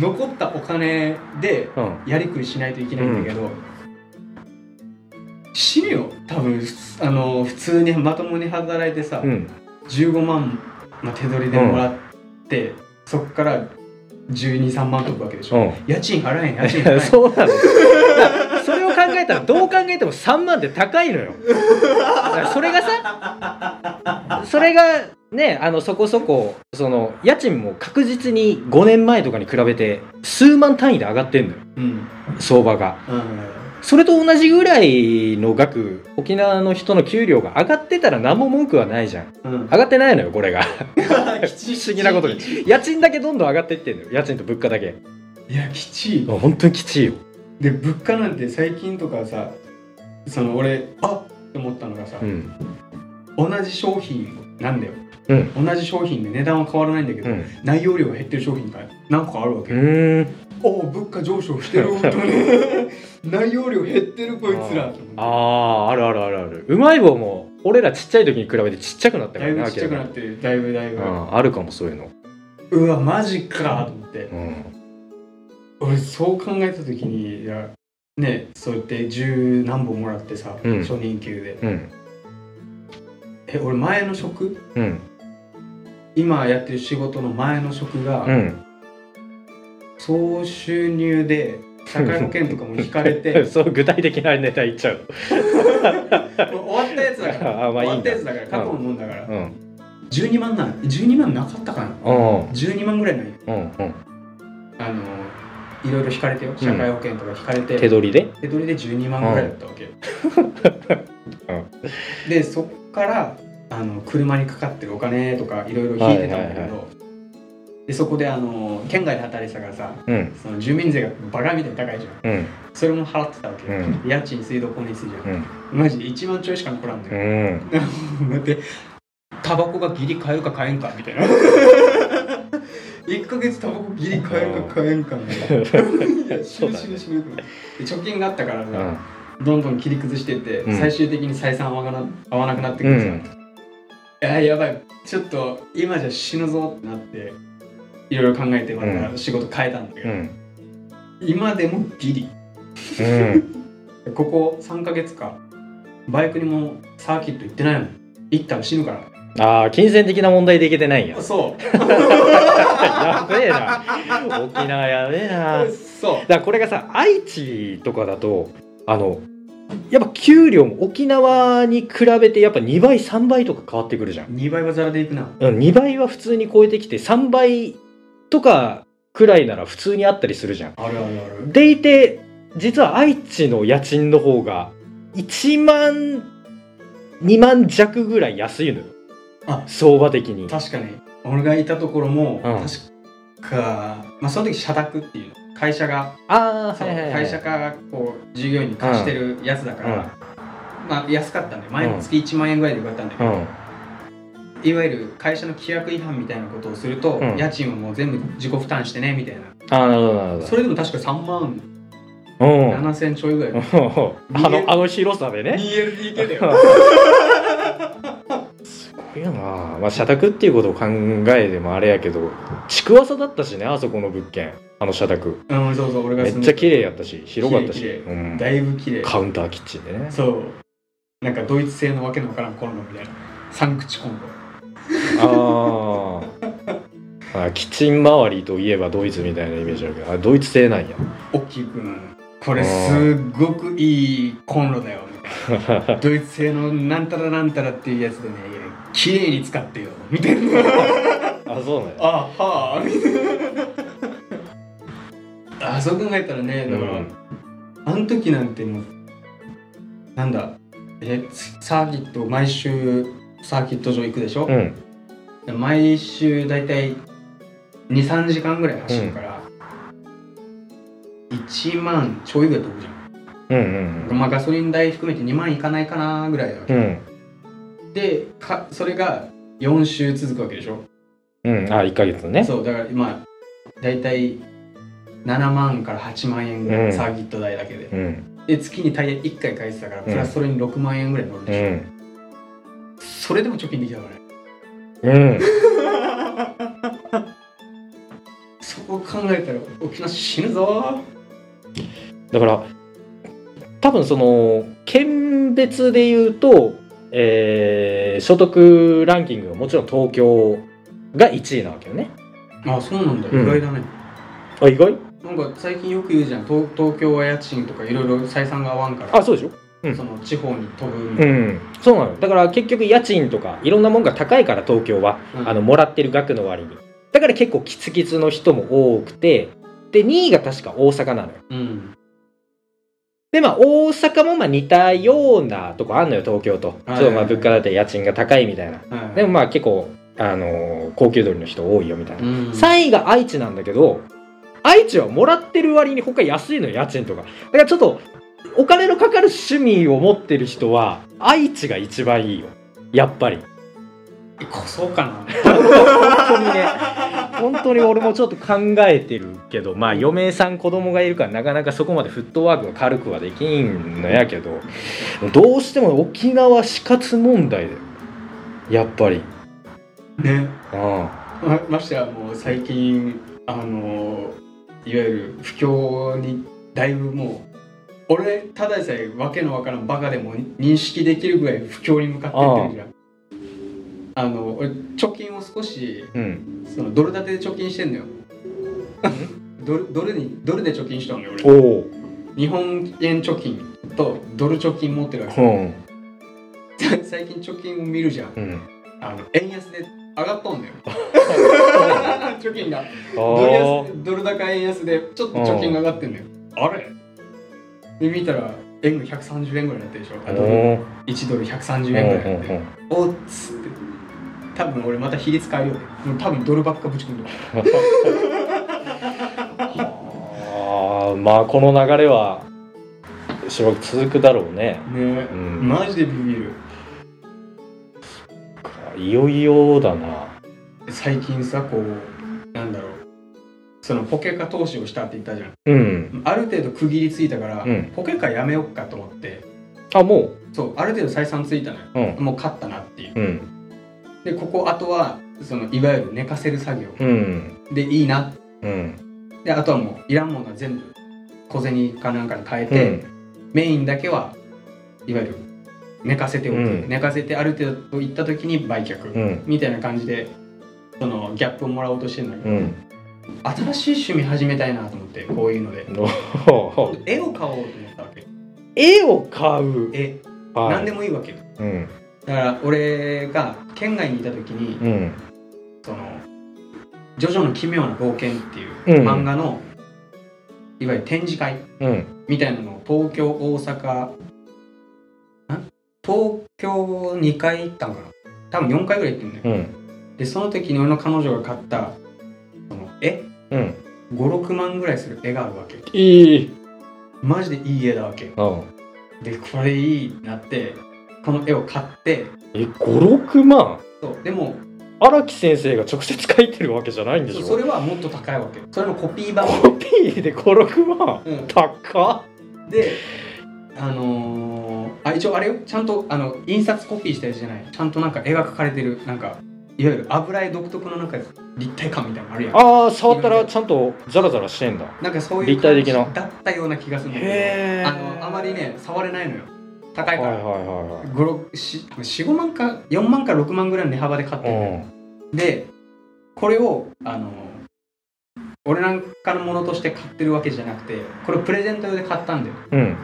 S1: 残ったお金でやりくりしないといけないんだけど、死ぬよ多分ふつあの普通にまともに働いてさ、
S2: うん
S1: 15万、まあ手取りでもらって、そっから123万飛ぶわけでしょ、
S2: うん
S1: 家賃払えん家賃
S2: い
S1: 払えん
S2: やそうなのだからそれを考えたらどう考えても3万って高いのよだからそれがさそれがねあのそこそこその家賃も確実に5年前とかに比べて数万単位で上がってんのよ
S1: うん
S2: 相場が
S1: うん
S2: それと同じぐらいの額沖縄の人の給料が上がってたら何も文句はないじゃん
S1: うん
S2: 上がってないのよこれが
S1: きちい
S2: 不思議なことに家賃だけどんどん上がっていってんのよ家賃と物価だけ
S1: いやきちい
S2: 本当にきちいよ
S1: で物価なんて最近とかさその俺あっって思ったのがさ、
S2: うん
S1: 同じ商品なんだよ、
S2: う
S1: 同じ商品で値段は変わらないんだけど、
S2: うん
S1: 内容量が減ってる商品が何個かあるわけ、
S2: うーん
S1: おお物価上昇し てる本当に内容量減ってるこいつらと思って
S2: あああるあるあるあるうまい棒も俺らちっちゃい時に比べてちっちゃくなったか
S1: だ
S2: ら
S1: い
S2: な
S1: ぶちっちゃくなってるだいぶだいぶ、
S2: うん、あるかもそういうの、
S1: うわマジかと思って
S2: うん、
S1: 俺そう考えた時にいやねそうやって十何本もらってさ、
S2: うん
S1: 初任給で
S2: うん
S1: え俺前の職
S2: うん
S1: 今やってる仕事の前の職が、
S2: うん
S1: 総収 入で社会保険とかも引かれて
S2: そう具体的なネタ言っちゃう
S1: 終わったやつだから
S2: あまあいい
S1: 終わ
S2: ん
S1: った
S2: だ
S1: やつだから過去のもんだから
S2: うん
S1: 12万なん12万なかったかな
S2: うん
S1: 12万ぐらいない
S2: うんうん
S1: あのいろいろ引かれてよ社会保険とか引かれて、
S2: 手取りで
S1: 手取りで12万ぐらいだったわけよ、でそっからあの車にかかってるお金とかいろいろ引いてたんだけど、
S2: はいはい
S1: でそこであの県外で働いてたからさ
S2: うん
S1: その住民税がバカみたいに高いじゃん
S2: うん
S1: それも払ってたわけよ、
S2: う
S1: 家賃水道光熱費じゃん
S2: うん
S1: マジ1万ちょいしか残らんの
S2: う
S1: よ、
S2: ん
S1: だってタバコがギリ買えるか買えんかみたいな1ヶ月タバコギリ買えるか買えんかみたいないや死ぬ死ぬ死ぬと思ってで貯金があったから
S2: う
S1: さ
S2: ん
S1: どんどん切り崩してって、
S2: うん
S1: 最終的に採算合わな合わなくなってく
S2: う
S1: るさ、
S2: ん
S1: あやばいちょっと今じゃ死ぬぞってなっていろいろ考えてまた仕事変えたんだけ
S2: う
S1: ど、
S2: ん
S1: 今でもギリ
S2: うん
S1: ここ3ヶ月かバイクにもサーキット行ってないもん行ったら死ぬから
S2: ああ金銭的な問題でいけてないんや
S1: そ
S2: やべえな沖縄やべえな
S1: う。 そ
S2: だからこれがさ愛知とかだとあのやっぱ給料も沖縄に比べてやっぱ2倍3倍とか変わってくるじゃん
S1: う。2倍はザラでいくな。
S2: うん2倍は普通に超えてきて3倍とかくらいなら普通にあったりするじゃん
S1: あるあるある。
S2: でいて実は愛知の家賃の方が1万2万弱ぐらい安いのよ
S1: あ
S2: 相場的に
S1: 確かに。俺がいたところも、
S2: うん
S1: 確か、まあその時社宅っていうの。会社が、
S2: ああ
S1: そ
S2: は
S1: う
S2: いはい、はい、
S1: 会社がこう従業員に貸してるやつだから、まあ安かったんで、前の月1万円ぐらいでよかったんだけ
S2: う
S1: ど、
S2: ん
S1: いわゆる会社の規約違反みたいなことをすると、
S2: うん
S1: 家賃はもう全部自己負担してねみたいな。
S2: ああなるほどなるほ
S1: それでも確か3万
S2: どうん
S1: 7千ちょいぐらい。
S2: あのあの広さでね
S1: 2LDK だよ。
S2: すごいよな、まあ、社宅っていうことを考えてもあれやけどちくわさだったしねあそこの物件あの社宅
S1: うん、そうそう、俺が
S2: め
S1: 住ん
S2: っち
S1: でた
S2: ゃ綺麗やったし広かったし
S1: 綺麗綺
S2: うん
S1: だいぶ綺麗
S2: カウンターキッチンでね
S1: そうなんかドイツ製のわけのわからんコンロみたいな三口コンロ
S2: あーあキッチン周りといえばドイツみたいなイメージあるけどあドイツ製なんや
S1: 大きくなるこれすっごくいいコンロ だよみたいなドイツ製のなんたらなんたらっていうやつでね綺麗に使ってよみたいな
S2: あそうなんや
S1: あはあみたい なあそう考えたらねだから、
S2: うん
S1: あの時なんてもうなんだえサーキット毎週サーキット場行くでしょ、
S2: うん
S1: 毎週大体23時間ぐらい走るから、1万ちょいぐらい飛ぶじゃ
S2: うん
S1: ん、まあ、ガソリン代含めて2万いかないかなぐらいだわ
S2: う
S1: け、
S2: んうん
S1: でかそれが4週続くわけでしょ
S2: うんあ一1か月ね
S1: そうだからまあ大体7万から8万円ぐらい、
S2: うん
S1: サーキット代だけで
S2: うん
S1: で月にタイヤ1回返してたからプラスそれに6万円ぐらい乗る
S2: う
S1: でしょ、
S2: ん
S1: それでも貯金できたからね
S2: うん
S1: そう考えたら沖縄死ぬぞ
S2: だから多分その県別で言うと、えー所得ランキングはもちろん東京が1位なわけよね。
S1: あそうなんだ意
S2: うん
S1: 外だね、
S2: あ意外
S1: なんか最近よく言うじゃん東東京は家賃とかいろいろ採算が合わんから
S2: あそうでしょうん
S1: その地方に飛ぶみた
S2: う
S1: い
S2: んそうなのだから結局家賃とかいろんなもんが高いから東京は、
S1: な、うん
S2: あのもらってる額の割にだから結構キツキツの人も多くてで2位が確か大阪なのよ
S1: うん
S2: で、まあ、大阪もまあ似たようなとこあんのよ、東京と。ちょ
S1: は
S2: っ
S1: い
S2: とまあ物価だって家賃が高いみたいな。
S1: はい
S2: でもまあ結構、あのー高級鳥の人多いよみたいな。
S1: うん
S2: 3位が愛知なんだけど、愛知はもらってる割に他安いのよ、家賃とか。だからちょっと、お金のかかる趣味を持ってる人は、愛知が一番いいよ。やっぱり。
S1: えこそうかな
S2: 本当にね本当に俺もちょっと考えてるけどまあ嫁さん子供がいるからなかなかそこまでフットワークが軽くはできんのやけどどうしても沖縄死活問題だよやっぱり
S1: ね
S2: うん
S1: まましてはもう最近あのいわゆる不況にだいぶもう俺ただでさえわけのわからんバカでも認識できるぐらい不況に向かってってるじゃんあの俺貯金を少し
S2: うん
S1: そのドル建てで貯金してんのよドルドルにドルで貯金したのよ
S2: お
S1: 俺
S2: お
S1: 日本円貯金とドル貯金持ってるわ
S2: う
S1: け
S2: ん
S1: 最近貯金を見るじゃん
S2: うん
S1: あの円安で上がっとんのよ 貯金が
S2: あ
S1: ドル
S2: ー
S1: 安ドル高円安でちょっと貯金が上がってんのよあれで見たら円が130円ぐらいになってるでしょ
S2: お
S1: あドル
S2: ー
S1: 1ドル130
S2: うん
S1: 円ぐらいになって
S2: う
S1: る
S2: ん
S1: おっつって多分俺また比率変えようもう多分ドルばっかぶち込んでる
S2: あーまあこの流れはしばらく続くだろうね
S1: ね
S2: うん
S1: マジでビビる
S2: いよいよだな
S1: 最近さこうなんだろうそのポケカ投資をしたって言ったじゃん
S2: うん
S1: ある程度区切りついたから、
S2: うん
S1: ポケカやめよっかと思って
S2: あもう
S1: そうある程度採算ついたのよ
S2: うん
S1: もう勝ったなっていう
S2: うん
S1: でここあとはそのいわゆる寝かせる作業
S2: うん
S1: でいいな
S2: うん
S1: であとはもういらんものは全部小銭かなんかに変え
S2: う
S1: て、
S2: ん
S1: メインだけはいわゆる寝かせておく、
S2: うん
S1: 寝かせてある程度いった時に売却、
S2: うん
S1: みたいな感じでそのギャップをもらおうとしてるんだけ
S2: う
S1: ど、
S2: ん
S1: 新しい趣味始めたいなと思ってこういうので
S2: お
S1: 絵を買おうと思ったわけ
S2: 絵を買う
S1: 絵
S2: はい
S1: 何でもいいわけよ
S2: うん
S1: だから俺が県外にいた時に、
S2: うん
S1: その「ジョジョの奇妙な冒険」っていう
S2: うん
S1: 漫画の、いわゆる展示会
S2: うん
S1: みたいなのを東京大阪ん東京2回行ったんかな多分4回ぐらい行ってんだよ、
S2: うん
S1: でその時に俺の彼女が買ったその絵
S2: うん
S1: 56万ぐらいする絵があるわけ
S2: いい
S1: マジでいい絵だわけ
S2: うん
S1: でこれいいってなってこの絵を買って
S2: え五56万
S1: そうでも
S2: 荒木先生が直接描いてるわけじゃないんでし
S1: そ
S2: ょ
S1: それはもっと高いわけそれのコピ ー版
S2: コピーで56万
S1: うん
S2: 高っ
S1: であのーあ一応あれよちゃんとあの印刷コピーしたやつじゃないちゃんとなんか絵が描かれてるなんかいわゆる油絵独特のなんか立体感みたいなのあるやん
S2: ああ触ったらちゃんとザラザラしてんだ
S1: なんかそういう
S2: 立体的な
S1: 感じだったような気がするんだけ
S2: へえ
S1: どあのあまりね触れないのよ高
S2: はいい
S1: か
S2: はい
S1: ら
S2: は
S1: 45万か4万か6万ぐらいの値幅で買っ
S2: い
S1: てるのよ
S2: は
S1: でこれをあの俺なんかのものとして買ってるわけじゃなくてこれプレゼント用で買ったんだよ
S2: いうんうん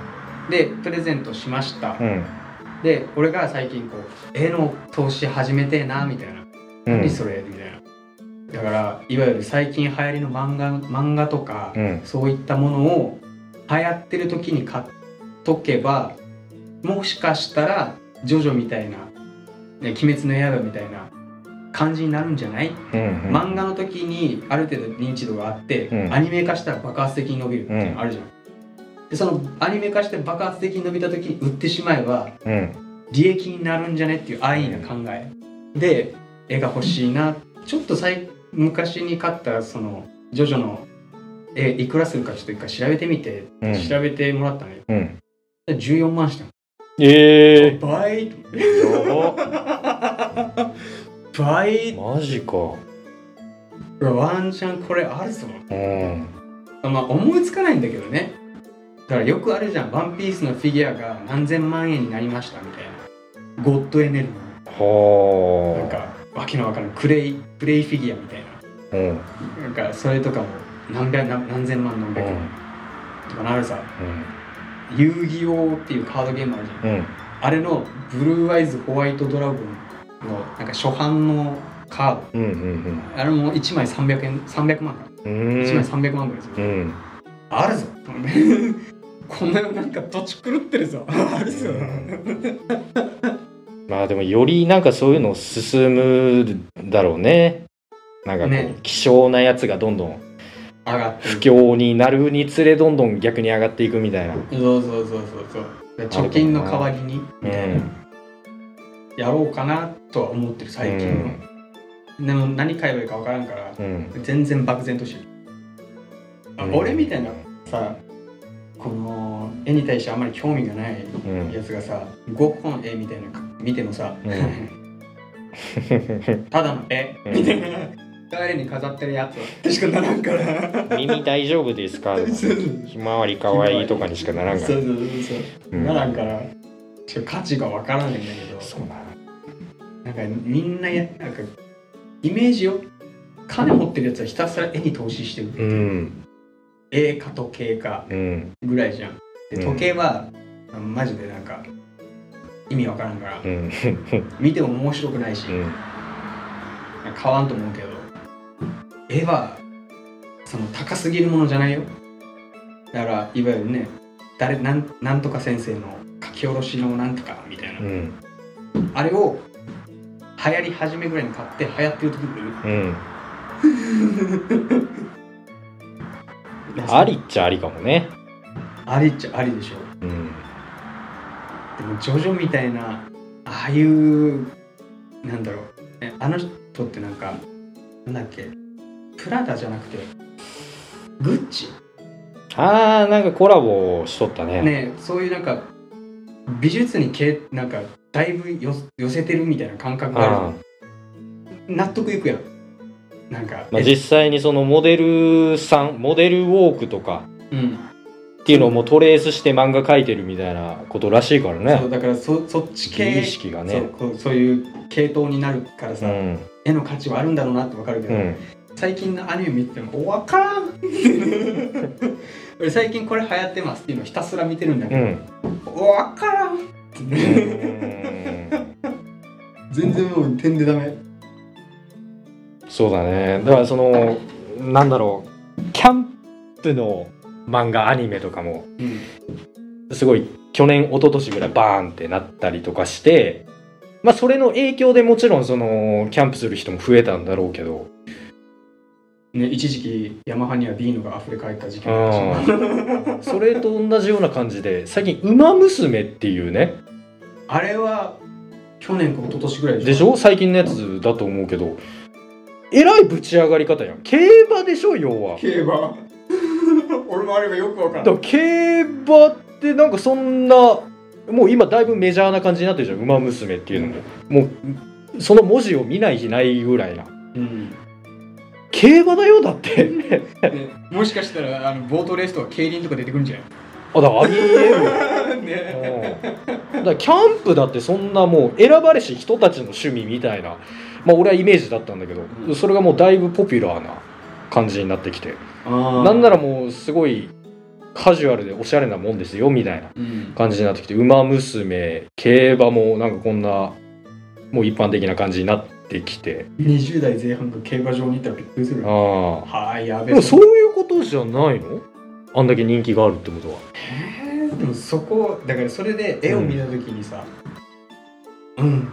S1: でプレゼントしました、
S2: うん
S1: で俺が最近こう絵の投資始めてえなみたいな、
S2: うん
S1: 何それみたいなだからいわゆる最近流行りの漫画漫画とか、
S2: うん
S1: そういったものを流行ってる時に買っとけばもしかしたらジョジョみたいな「ね鬼滅の刃」みたいな感じになるんじゃない、
S2: うんうん
S1: 漫画の時にある程度認知度があって、
S2: うん
S1: アニメ化したら爆発的に伸びるっていうのあるじゃん、でそのアニメ化して爆発的に伸びた時に売ってしまえば
S2: うん
S1: 利益になるんじゃねっていう安易な考えで絵が欲しいなちょっと最昔に買ったそのジョジョの絵いくらするかちょっと一回調べてみて、
S2: うん
S1: 調べてもらったのよ
S2: うん
S1: 14万したの
S2: ええ
S1: 倍
S2: やば
S1: 倍
S2: マジか
S1: ワンチャンこれあるぞ
S2: うん
S1: まあ思いつかないんだけどねだからよくあるじゃん「ワンピースのフィギュアが何千万円になりましたみたいなゴッドエネルギーなん
S2: は
S1: かわけのわからんクレイクレイフィギュアみたいな
S2: あうん
S1: なんかそれとかも何百何何千万何
S2: う
S1: 百
S2: ん
S1: 万とかなるさ
S2: うん
S1: 遊戯王っていうカードゲームあるじゃん
S2: うん
S1: あれのブルーアイズホワイトドラゴンのなんか初版のカード
S2: うんうん
S1: あれも1枚300円300万か
S2: うんう
S1: 1
S2: ん
S1: 枚300万ぐらいする、
S2: うん
S1: あるぞ この世なんか土地狂ってるぞ あれっすよ、
S2: まあでもよりなんかそういうの進むだろうねなんかこう、
S1: ね
S2: 希少なやつがどんどん
S1: 上がって
S2: 不
S1: る
S2: 況になるにつれどんどん逆に上がっていくみたいな、う、
S1: そうそうそうそうそう貯金の代わりにみたいなんやろうかなとは思ってる最近は、でも何買えばいいか分からんから
S2: うん
S1: 全然漠然としてる、あ
S2: うん
S1: 俺みたいなさこの絵に対してあんまり興味がない
S2: うん
S1: やつがさ5本絵みたいなの見てもさ、
S2: う
S1: ただの絵
S2: うん
S1: みたいな誰に飾ってるやつしかならんから
S2: 耳大丈夫ですか
S1: そうそう
S2: ひまわりかわいいとかにしかならんか
S1: そ
S2: ら
S1: うそうそう
S2: う
S1: そうなら
S2: ん
S1: んからちょっと価値が分からないんだけど
S2: そうな
S1: なんかみんなやなんかイメージよ金持ってるやつはひたすら絵に投資してる
S2: うん
S1: 絵か時計か
S2: うん
S1: ぐらいじゃんで
S2: うん
S1: 時計は、マジでなんか意味わからんから、
S2: うん
S1: 見ても面白くないし、
S2: うん
S1: 買わんと思うけど絵はその高すぎるものじゃないよだからいわゆるね誰なんなんとか先生の書き下ろしのなんとかみたいな、
S2: うん
S1: あれを流行り始めぐらいに買って流行ってる時に
S2: うんありっちゃありかもね
S1: ありっちゃありでしょ
S2: うん
S1: でもジョジョみたいなああいうなんだろうねあの人ってなんかなんだっけプラダじゃなくてグッチ
S2: あーなんかコラボしとったね
S1: ねそういうなんか美術にけなんかだいぶよ寄せてるみたいな感覚があ
S2: あ
S1: る納得いくやんなんか、
S2: まあ、
S1: え
S2: 実際にそのモデルさんモデルウォークとか
S1: うん
S2: っていうのをもうトレースして漫画描いてるみたいなことらしいから
S1: そう
S2: ね
S1: だからそそっち
S2: 自
S1: 系
S2: 意識が
S1: そう
S2: ね
S1: こうそういう系統になるから
S2: う
S1: さ、
S2: ん
S1: 絵の価値はあるんだろうなってわかるけ
S2: う
S1: ど、
S2: ん
S1: 最近のアニメ見てても「わからん! 」 俺最近これ流行ってますっていうのをひたすら見てるんだ
S2: う
S1: け
S2: ん
S1: ど「わからん!」
S2: うん
S1: 全然もう点でダメ
S2: そうだねだからそのなんだろうキャンプの漫画アニメとかも
S1: うん
S2: すごい去年一昨年ぐらいバーンってなったりとかしてまあそれの影響でもちろんそのキャンプする人も増えたんだろうけど
S1: ね、一時期ヤマハにはビーノが溢れ返った時期もあるし
S2: うんそれと同じような感じで最近「ウマ娘」っていうね
S1: あれは去年か一昨年ぐらい
S2: でしょ最近のやつだと思うけどえらいぶち上がり方やん競馬でしょ要は
S1: 競馬 俺もあれがよくわか
S2: だ
S1: ら
S2: か
S1: な
S2: ら
S1: い
S2: 競馬ってなんかそんなもう今だいぶメジャーな感じになってるじゃん「ウマ娘」っていうのももうその文字を見ない日ないぐらいな
S1: うん
S2: 競馬だよだって
S1: ねもしかしたらあのボートレースとか競輪とか出てくるんじゃ
S2: あだからありえる
S1: ない ね
S2: うんだからキャンプだってそんなもう選ばれし人たちの趣味みたいなまあ俺はイメージだったんだけど、
S1: うん
S2: それがもうだいぶポピュラーな感じになってきて、なんならもうすごいカジュアルでおしゃれなもんですよみたいな
S1: うん
S2: 感じになってきて馬娘競馬もなんかこんなもう一般的な感じになってきて
S1: 20代前半が競馬場にいたらびっくりするよ
S2: ああ
S1: はーいやべ
S2: で
S1: え
S2: もそういうことじゃないのあんだけ人気があるってことは
S1: えーでもそこだからそれで絵を見た時にさうん、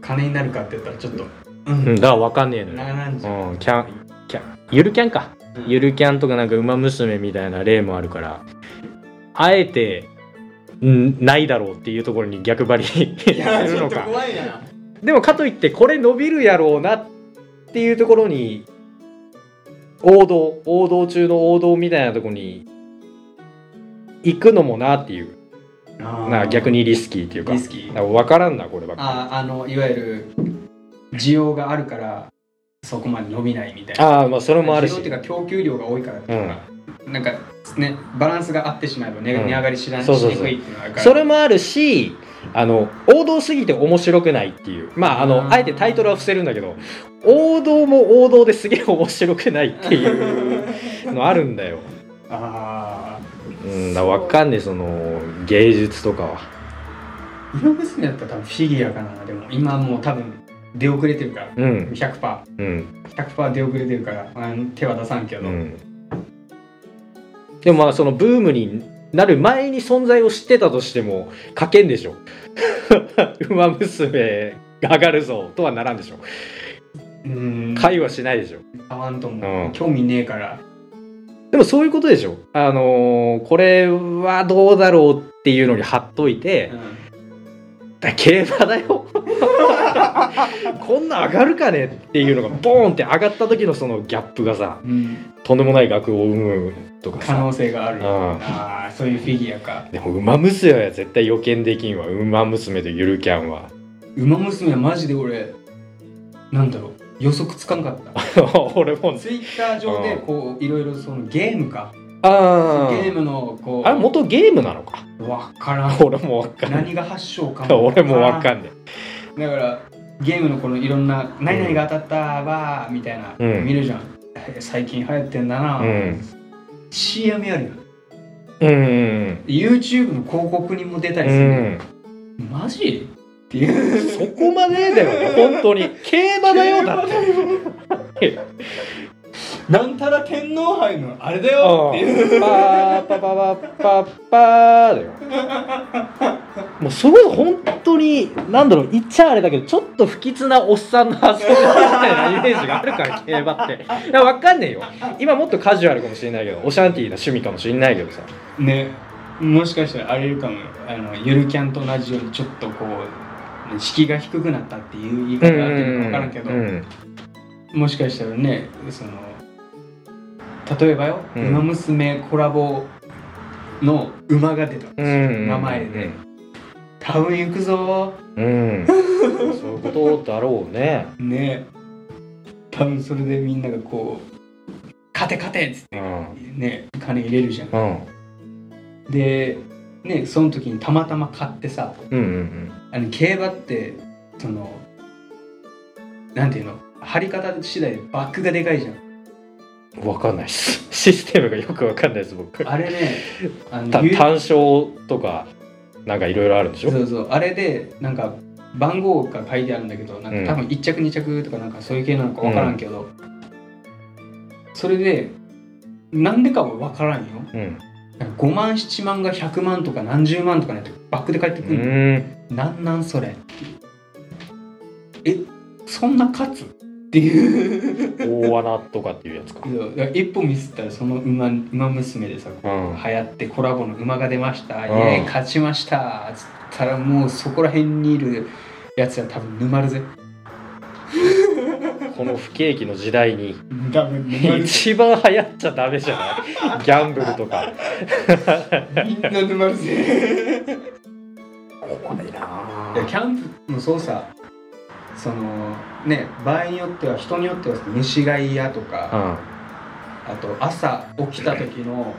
S1: 金になるかって言ったらちょっとうん、
S2: うんだからわかんねえのよ
S1: ならんじゃん、
S2: うん、キャン、キャン、ゆるキャンか。
S1: うん
S2: ゆるキャンとかなんか馬娘みたいな例もあるから、あえて、んないだろうっていうところに逆張り す
S1: いや
S2: る
S1: ちょ
S2: の
S1: っと
S2: か。
S1: 怖いな
S2: でもかといって、これ伸びるやろうなっていうところに、王道、王道中の王道みたいなところに、行くのもなっていう。な
S1: なん
S2: か逆にリスキーっていうか。
S1: リスキー
S2: なんか分からんな、こればっか
S1: ああのいわゆる需要があるからそこまで伸びないみたい
S2: り。
S1: な
S2: ああー、まあそれもある
S1: 需
S2: し
S1: 要って。いうか供給量が多いからとか、なんかねバランスが合ってしまえば値、
S2: うん
S1: 値上がりしなし
S2: そう
S1: に
S2: そう
S1: く
S2: そう
S1: いっていうのがあるから
S2: それもあるしあの王道すぎて面白くないっていうまああ
S1: あ
S2: の
S1: ー
S2: あえてタイトルは伏せるんだけど王道も王道ですげえ面白くないっていう のあるんだよ。
S1: あ
S2: うん、だからわかんねえその芸術とかは。
S1: あウマ娘だったら多分フィギュアかなでも今もう多分出遅れてるから
S2: うん
S1: 100パ
S2: うん
S1: ー100パー出遅れてるからあの手は出さんけど、
S2: うん。でもまあそのブームになる前に存在を知ってたとしても書けんでしょ 馬娘が上がるぞとはならんでしょ
S1: うん
S2: 会話しないでしょ
S1: 買わんと
S2: う
S1: 思
S2: ん
S1: う興味ねえから
S2: でもそういうことでしょあのーこれはどうだろうっていうのに貼っといて、競馬だよ こんな上がるかねっていうのがボーンって上がった時のそのギャップがさ
S1: うん
S2: とんでもない額を生むとか
S1: 可
S2: さ
S1: 能性がある
S2: うん
S1: ああそういうフィギュアか
S2: でも馬娘は絶対予見できんわ馬娘とゆるキャンは
S1: ウマ娘はマジで俺なんだろう予測つかんかった
S2: 俺も
S1: ツイッター上でこういろいろそのゲームかゲ
S2: あ
S1: ームのこう
S2: あれ元ゲームなのか
S1: わからん
S2: 俺もわかんない
S1: 何が発祥か
S2: 俺もわ
S1: ん
S2: かんね
S1: だからゲームのこのいろんな「何々が当たったわ」みたいな、
S2: うん
S1: 見るじゃん最近流行ってんだな、
S2: うん
S1: CM やるよ
S2: えうん、
S1: YouTube の広告にも出たり
S2: う
S1: する、
S2: ん、
S1: マジっていう
S2: そこまでだよ本当に競馬だよだって
S1: なんたら天皇杯のあれだ
S2: あ
S1: よっ
S2: あ
S1: ていう
S2: パーパパパパパーだよもうすごい本当になんだろう言っちゃあれだけどちょっと不吉なおっさんの発想みたいなイメージがあるから競馬っていやわかんねえよ今もっとカジュアルかもしれないけどオシャンティーな趣味かもしれないけどさ
S1: ねもしかしたらあれいるかもよあのゆるキャンと同じようにちょっとこう敷居が低くなったっていう言い方があってるのか分からんけど、
S2: うん
S1: もしかしたらねその例えばよ「
S2: うん
S1: 馬娘」コラボの馬が出た
S2: うん
S1: 名前で「多分行くぞ
S2: うん、そういうことだろうね、
S1: ー」ね多分それでみんながこう「勝て勝て!」っつっ
S2: うん
S1: てね金入れるじゃん
S2: う。ん
S1: でねその時にたまたま買ってさ
S2: うんうん
S1: あの競馬ってそのなんていうの張り方次第でバックがでかいじゃん。
S2: うんわかんないっす システムがよくわかんないです僕
S1: あれねあ の
S2: た
S1: ゆ
S2: 単勝とかなんかいろいろあるんでしょ
S1: そうそうあれでなんか番号が書いてあるんだけどなん
S2: うん
S1: か多分1着2着とかなんかそういう系なのか分からんけど、それでなんでかは分からんよ
S2: うん
S1: なんか5万7万が100万とか何十万とかねってバックで返って
S2: う
S1: くるの、
S2: ーん
S1: なんなんそれえそんな勝つっていう
S2: 大穴とかっていうやつか
S1: そうだから一歩ミスったらその馬馬娘でさこう
S2: うん
S1: 流行ってコラボの馬が出ました、
S2: うん
S1: イエーイ勝ちましたつったらもうそこら辺にいるやつは多分沼るぜ
S2: この不景気の時代に
S1: 多分沼るぜ
S2: 一番流行っちゃダメじゃ ないギャンブルとか
S1: みんな沼るぜ
S2: 怖いない
S1: やキャンプもそうさそのね場合によっては人によっては虫が嫌と
S2: う
S1: か、
S2: ん、あ
S1: あと朝起きた時の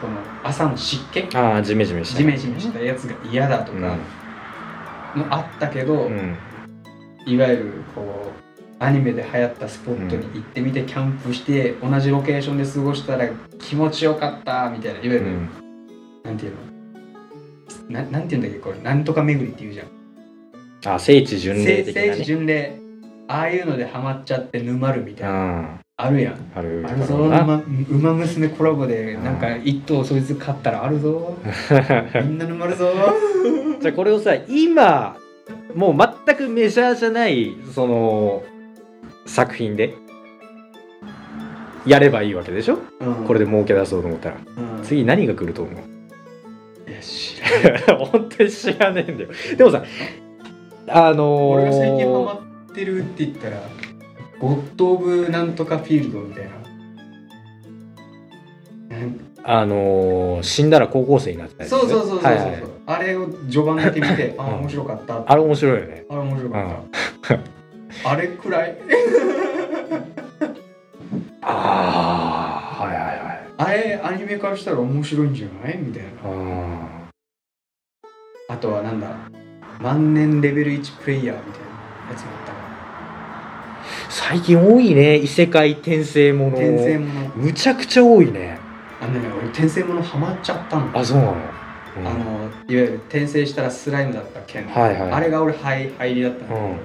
S1: この朝の湿気
S2: あジメジメした
S1: ジメジメしたやつが嫌だと
S2: う
S1: か
S2: ん
S1: のあったけど、
S2: うん
S1: いわゆるこうアニメで流行ったスポットに行ってみて、キャンプして同じロケーションで過ごしたら気持ちよかったみたいないわゆ
S2: う
S1: る、
S2: ん
S1: なんていうのななんていうんだっけこれなんとか巡りっていうじゃん
S2: あ聖地巡礼
S1: 聖
S2: 的
S1: 聖
S2: な
S1: 地
S2: ね
S1: 巡礼ああいうのでハマっちゃって沼るみたいな、
S2: うん
S1: あるやん
S2: ある
S1: あ
S2: だ
S1: る
S2: ろ
S1: ぞ
S2: う
S1: 馬
S2: な
S1: 馬娘コラボで
S2: うん
S1: なんか一頭そいつ勝ったらある ぞみんな沼るぞ
S2: じゃあこれをさ今もう全くメジャーじゃないその作品でやればいいわけでしょこれ
S1: で、
S2: で儲け出そうと思ったら
S1: うん、
S2: 次何が来ると思う
S1: いや知らん
S2: 本当に知らねえんだよでもさあのー
S1: 俺が最近ハマってるって言ったらゴッド・オブ・なんとかフィールドみたいななん
S2: あのー死んだら高校生になってたりね
S1: そうそうそうそうそ
S2: は
S1: う、
S2: いはい
S1: あれを序盤だけ見てあ
S2: うん
S1: 面白かったあ
S2: あれ面白いよね
S1: れ面白かった あれくらい
S2: ああはいはいはい
S1: あれアニメ化したら面白いんじゃないみたいな
S2: あ
S1: あとはなんだ万年レベル1プレイヤーみたいなやつもあったか
S2: ー最近多いね異世界転生もの
S1: ら転生もの
S2: むちゃくちゃ多いね
S1: あのね俺転生ものハマっちゃったの
S2: あそうなの、うん
S1: あのいわゆる転生したらスライムだったけん、
S2: はいはい
S1: あれが俺入入りだったの、
S2: うん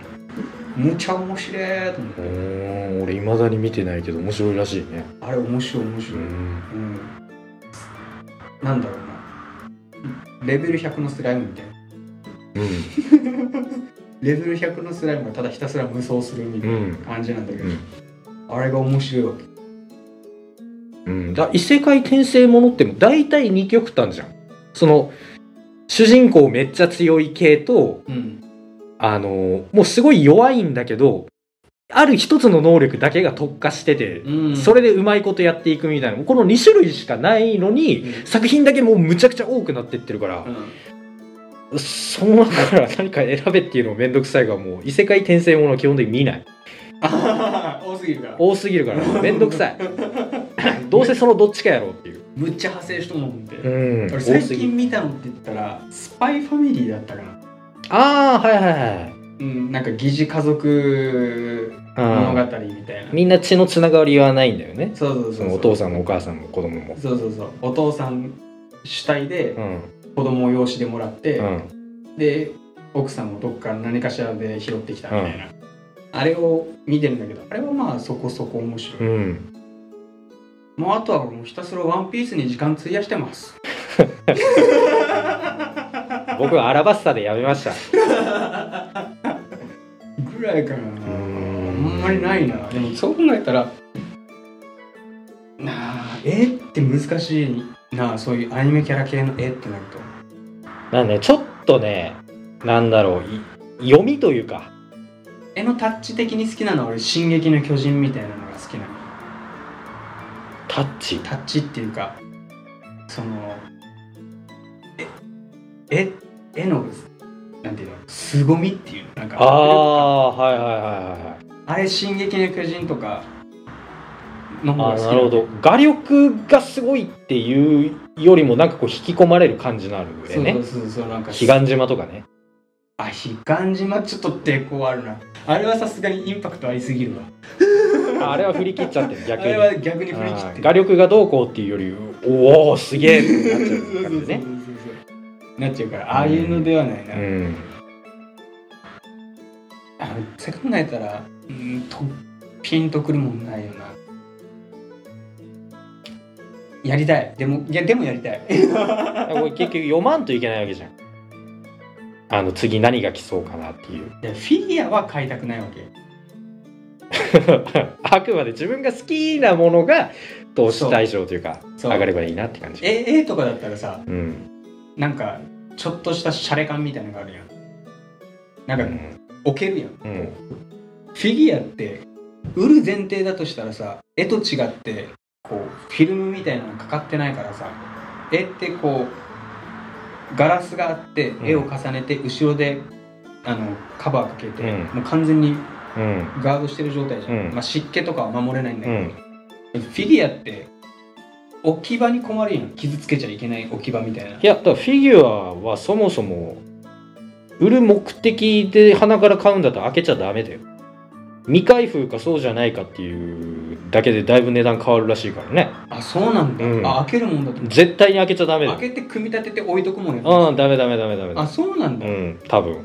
S1: むちゃ面白いと思っ
S2: う
S1: て、
S2: ーん俺未だに見てないけど面白いらしいね
S1: あれ面白い面白い、うんなんだろうなレベル100のスライムみたいな
S2: う
S1: レベル100のスライムがただひたすら無双するみたい
S2: ん。う。
S1: なん感じなんだけど、
S2: うん
S1: あれが面白いわけ
S2: うん。だ異世界転生ものっても大体二極端じゃん。その、主人公めっちゃ強い系と、
S1: うん
S2: あの、もうすごい弱いんだけど、ある一つの能力だけが特化してて、
S1: うん
S2: それでうまいことやっていくみたいな、この2種類しかないのに、
S1: うん
S2: 作品だけもうむちゃくちゃ多くなってってるから、その中から何か選べっていうのめんどくさいがもう異世界転生ものは基本的に見ない
S1: あははは多すぎるから
S2: 多すぎる からめんどくさいどうせそのどっちかやろうっていう
S1: むっちゃ派生しとんもんって、
S2: うん
S1: 俺
S2: 多
S1: 最
S2: すぎる
S1: 近見たのって言ったらスパイファミリーだったかな、
S2: ああはいはい
S1: うん、なんか疑似家族物
S2: はい、
S1: 語みたいな、
S2: うん、みんな血のつながりはないんだよね
S1: そうそ
S2: そ
S1: うそう
S2: の
S1: そう
S2: お父さんもお母さんも子供も
S1: そうそうそうお父さん主体で
S2: うん
S1: 子供を養子でもらって、
S2: うん
S1: で奥さんもどっか何かしらで拾ってきたみたいな、あれを見てるんだけどあれはまあそこそこ面白い、
S2: うん
S1: もうあとはもうひたすら「ワンピースに時間費やしてます
S2: 僕はアラバスタでやめました
S1: ぐらいかなあ
S2: ん
S1: んまりないなでもそう考えたらなあ絵って難しいなあそういうアニメキャラ系の絵ってなると
S2: なんでちょっとねなんだろうい読みというか
S1: 絵のタッチ的に好きなのは俺「進撃の巨人」みたいなのが好きなの
S2: タッチ
S1: タッチっていうかそのえ絵絵のなんていうの凄みっていうのなんか
S2: ああはいはいはいはい
S1: あれ「進撃の巨人」とかの方
S2: あ
S1: が好き
S2: なるほど画力がすごいっていうよりもなんかこう引き込まれる感じのある絵
S1: そうそ
S2: ね
S1: うそうそうなんか
S2: 彼岸島とかね
S1: あ彼岸島ちょっと抵抗あるなあれはさすがにインパクトありすぎるわ
S2: ああれは振り切っちゃってる
S1: あ
S2: 逆に
S1: れは逆に振り切
S2: あ
S1: って
S2: ー画力がどうこうっていうよりおおすげえってなっちゃう感じね
S1: そうそうそうそうなっちゃうからああいうのではないな、
S2: うん
S1: あのそう考えたらうんとピンとくるもんないよなやりたいでもいやでもやりたい
S2: だからこれ結局読まんといけないわけじゃんあの次何が来そうかなっていう
S1: でフィギュアは買いたくないわけ
S2: あくまで自分が好きなものが投資対象というか
S1: そう
S2: 上がればいいなって感じ
S1: 絵絵とかだったらさ
S2: うん
S1: なんかちょっとしたシャレ感みたいなのがあるやんな
S2: うん
S1: か
S2: ん
S1: 置けるやん、
S2: うん
S1: フィギュアって売る前提だとしたらさ絵と違ってこうフィルムみたいなのかかってないからさ絵ってこうガラスがあって
S2: ん
S1: 絵を重ねて後ろで、あのカバーかけて、
S2: うん
S1: もう完全に
S2: うん
S1: ガードしてる状態じゃん、
S2: うん
S1: まあ、湿気とかは守れないんだ
S2: う
S1: けど、
S2: ん
S1: フィギュアって置き場に困るやん傷つけちゃいけない置き場みたいない
S2: やだからフィギュアはそもそも売る目的で鼻から買うんだったら開けちゃダメだよ未開封かそうじゃないかっていうだけでだいぶ値段変わるらしいからね
S1: あそうなんだ、
S2: うん
S1: あ開けるもんだと思っ
S2: 絶対に開けちゃダメ
S1: て
S2: だ
S1: 開
S2: よ
S1: けて組み立てて置いとくもんや
S2: うんダメダメダメダメ
S1: あ
S2: だ
S1: そうなんだ
S2: う、ん多分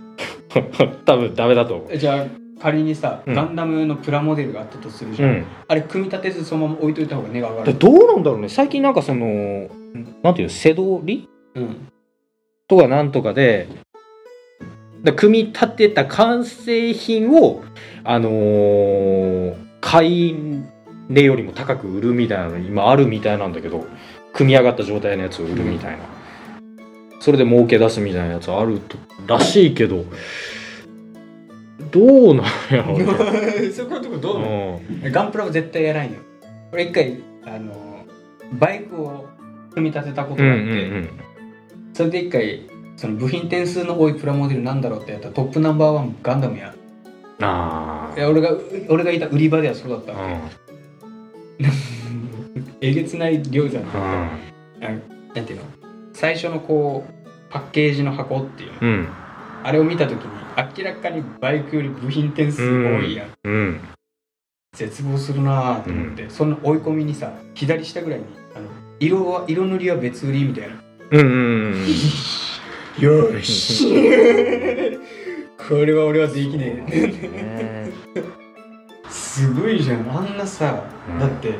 S2: 多分ダメだと思う
S1: えじゃあ仮にさ、
S2: うん
S1: ガンダムのプラモデルがあったとするじ
S2: う
S1: ゃん、
S2: ん
S1: あれ組み立てずそのまま置いといた方が値が上が
S2: で
S1: る、
S2: どうなんだろうね最近なんかそのなんていうの背取り
S1: うん、
S2: とかなんとかでだ組み立てた完成品を、あのー買い値よりも高く売るみたいなの今あるみたいなんだけど組み上がった状態のやつを売るみたいな、それで儲け出すみたいなやつあるとらしいけどどうなんやろう ね
S1: そこのとこど
S2: う
S1: うなの、
S2: ん
S1: ガンプラは絶対やらんよ俺一回あのバイクを組み立てたこと
S2: う
S1: が
S2: ん
S1: あって、
S2: うん
S1: それで一回その部品点数の多いプラモデルなんだろうってやったらトップナンバーワンガンダムや
S2: うんあ
S1: いや俺が俺がいた売り場ではそうだった
S2: あ、う
S1: わ
S2: ん
S1: け、えげつない量じゃん
S2: う
S1: なんていうの最初のこうパッケージの箱っていうの
S2: んうん
S1: あれを見た時に明らかにバイクより部品点数多いやん、
S2: うん
S1: 絶望するなぁと思って、その追い込みにさ左下ぐらいにあの色は色塗りは別売りみたいな
S2: うんうんうん
S1: よし これは俺はできねえ
S2: ね
S1: すごいじゃんあんなさ
S2: うん
S1: だっていわ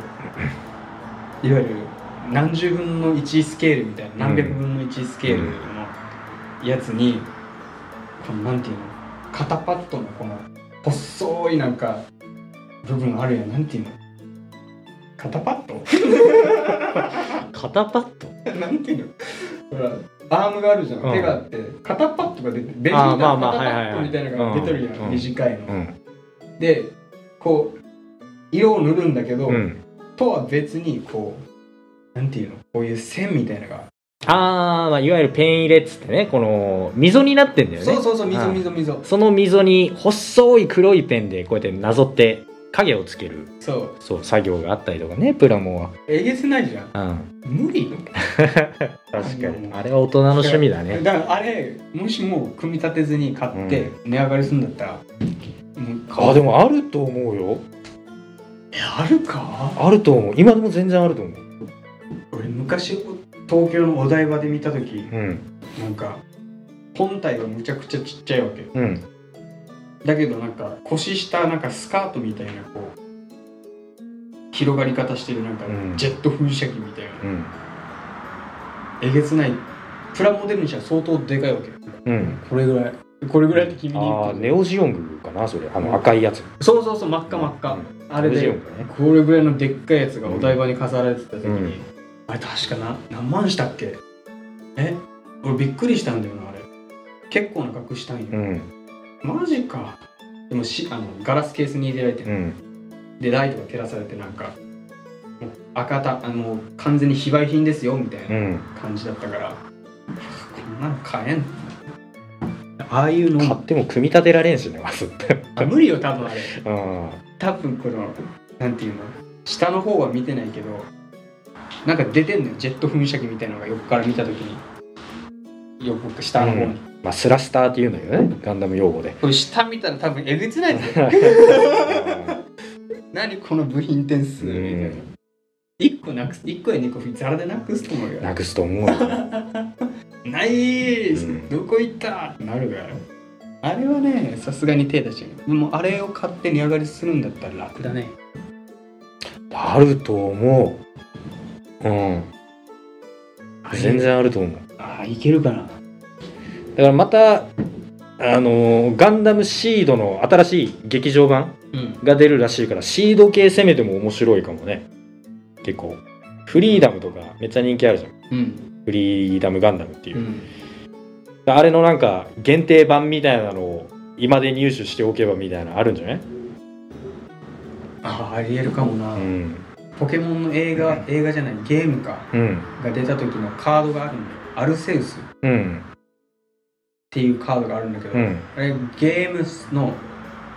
S1: ゆる何十分の1スケールみたいな何百分の1スケールのやつにこのなんていうの肩パッドのこの細いなんか部分あるやんなんていうの肩パッド
S2: 肩パッド
S1: なんていうのほらアームがあるじゃん、
S2: うん
S1: 手があって肩パッドが出てベリー
S2: あー
S1: ダ
S2: まあ
S1: ー
S2: まあ
S1: 肩パ
S2: はいはい
S1: ッド
S2: はい
S1: みたいなのが出てるやん、
S2: うん
S1: 短いの、
S2: うん
S1: でこう色を塗るんだけど、
S2: うん
S1: とは別にこうなんていうのこういう線みたいなのが、
S2: あー、まあいわゆるペン入れっつってねこの溝になってんだよね
S1: そうそうそう溝
S2: はい
S1: 溝溝
S2: その溝に細い黒いペンでこうやってなぞって影をつける
S1: そう
S2: そう作業があったりとかねプラモ
S1: えげつないじゃん
S2: は、うん、
S1: 無理よ
S2: 確かに
S1: うん
S2: あれは大人の趣味だね
S1: だからあれもしもう組み立てずに買って値上がりするんだったら、もう買おう
S2: あでもあると思うよ
S1: えあるか
S2: あると思う今でも全然あると思う
S1: 俺昔東京のお台場で見た時
S2: うん
S1: なんか本体がむちゃくちゃちっちゃいわけ
S2: うん
S1: だけどなんか腰下なんかスカートみたいなこう広がり方してるなんか
S2: うん
S1: ジェット噴射機みたいな、
S2: うん
S1: えげつないプラモデルにしたら相当でかいわけ
S2: うん
S1: これぐらいこれぐらいって君に言
S2: あ
S1: う
S2: ー
S1: けど
S2: ネオジオングかなそれあの赤いやつ
S1: そうそうそう真っ赤真っ赤、
S2: うん
S1: あれ
S2: ネオジオ
S1: で
S2: ングね
S1: これぐらいのでっかいやつがお台場に飾られてた時に、
S2: うん
S1: あれ確かな何万したっけえ俺びっくりしたんだよなあれ結構な額したんよ、
S2: うん
S1: マジかでもしあのガラスケースに入れられて
S2: う
S1: る
S2: ん
S1: でライトが照らされてなんかもう赤たあの完全に非売品ですよみたいうなん感じだったから、こんなの買えんああいう
S2: 買
S1: の
S2: っても組み立てられんしねまずって
S1: あ無理よ多分あれ
S2: うん
S1: 多分このなんていうの下の方は見てないけどなんか出てんのよジェット噴射機みたいなのが横から見た時に横下の方に、
S2: うんまあスラスターっていうのよねガンダム用語で
S1: これ下見たら多分えぐつないぜ何この部品点数みたいな、
S2: うん
S1: 1個なくす1個や2個ザラでなくすと思うよ
S2: なくすと思うよ
S1: ないーす、
S2: うん
S1: どこ行ったってなるからあれはねさすがに手出しちゃうでもあれを買って値上がりするんだったら楽だね
S2: あると思ううん全然あると思う
S1: ああいけるかな
S2: だからまたあのーガンダムシードの新しい劇場版
S1: うん
S2: が出るらしいからシード系攻めても面白いかもね結構フリーダムとかめっちゃ人気あるじゃん
S1: うん
S2: フリーダムガンダムっていうう、
S1: ん
S2: あれのなんか限定版みたいなのを今で入手しておけばみたいなのあるんじゃない、
S1: ああありえるかもな、
S2: うん
S1: ポケモンの映画映画じゃないゲームか
S2: うん
S1: が出た時のカードがあるんだよアルセウスっ
S2: うん
S1: ていうカードがあるんだけど、
S2: うん
S1: あれゲームの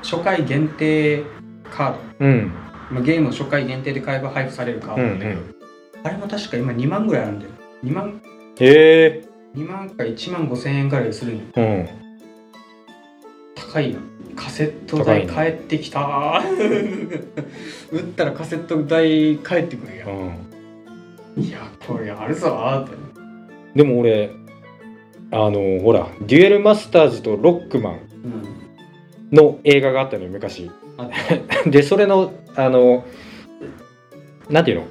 S1: 初回限定カード
S2: うん
S1: まあゲームを初回限定で買えば配布されるカードなんだけど、
S2: うん
S1: あれも確か今2万ぐらいあるんだよ2万
S2: へえ
S1: 2万か1万5千円ぐらいするのよ
S2: うん
S1: 高いよカセット代
S2: 高
S1: 返ってきた ー打ったらカセット代返ってくるやん、
S2: うん
S1: いやこれあるぞーって
S2: でも俺あのーほらデュエルマスターズとロックマン
S1: うん
S2: の映画があったのよ昔
S1: あっ
S2: でそれのあのなんていうの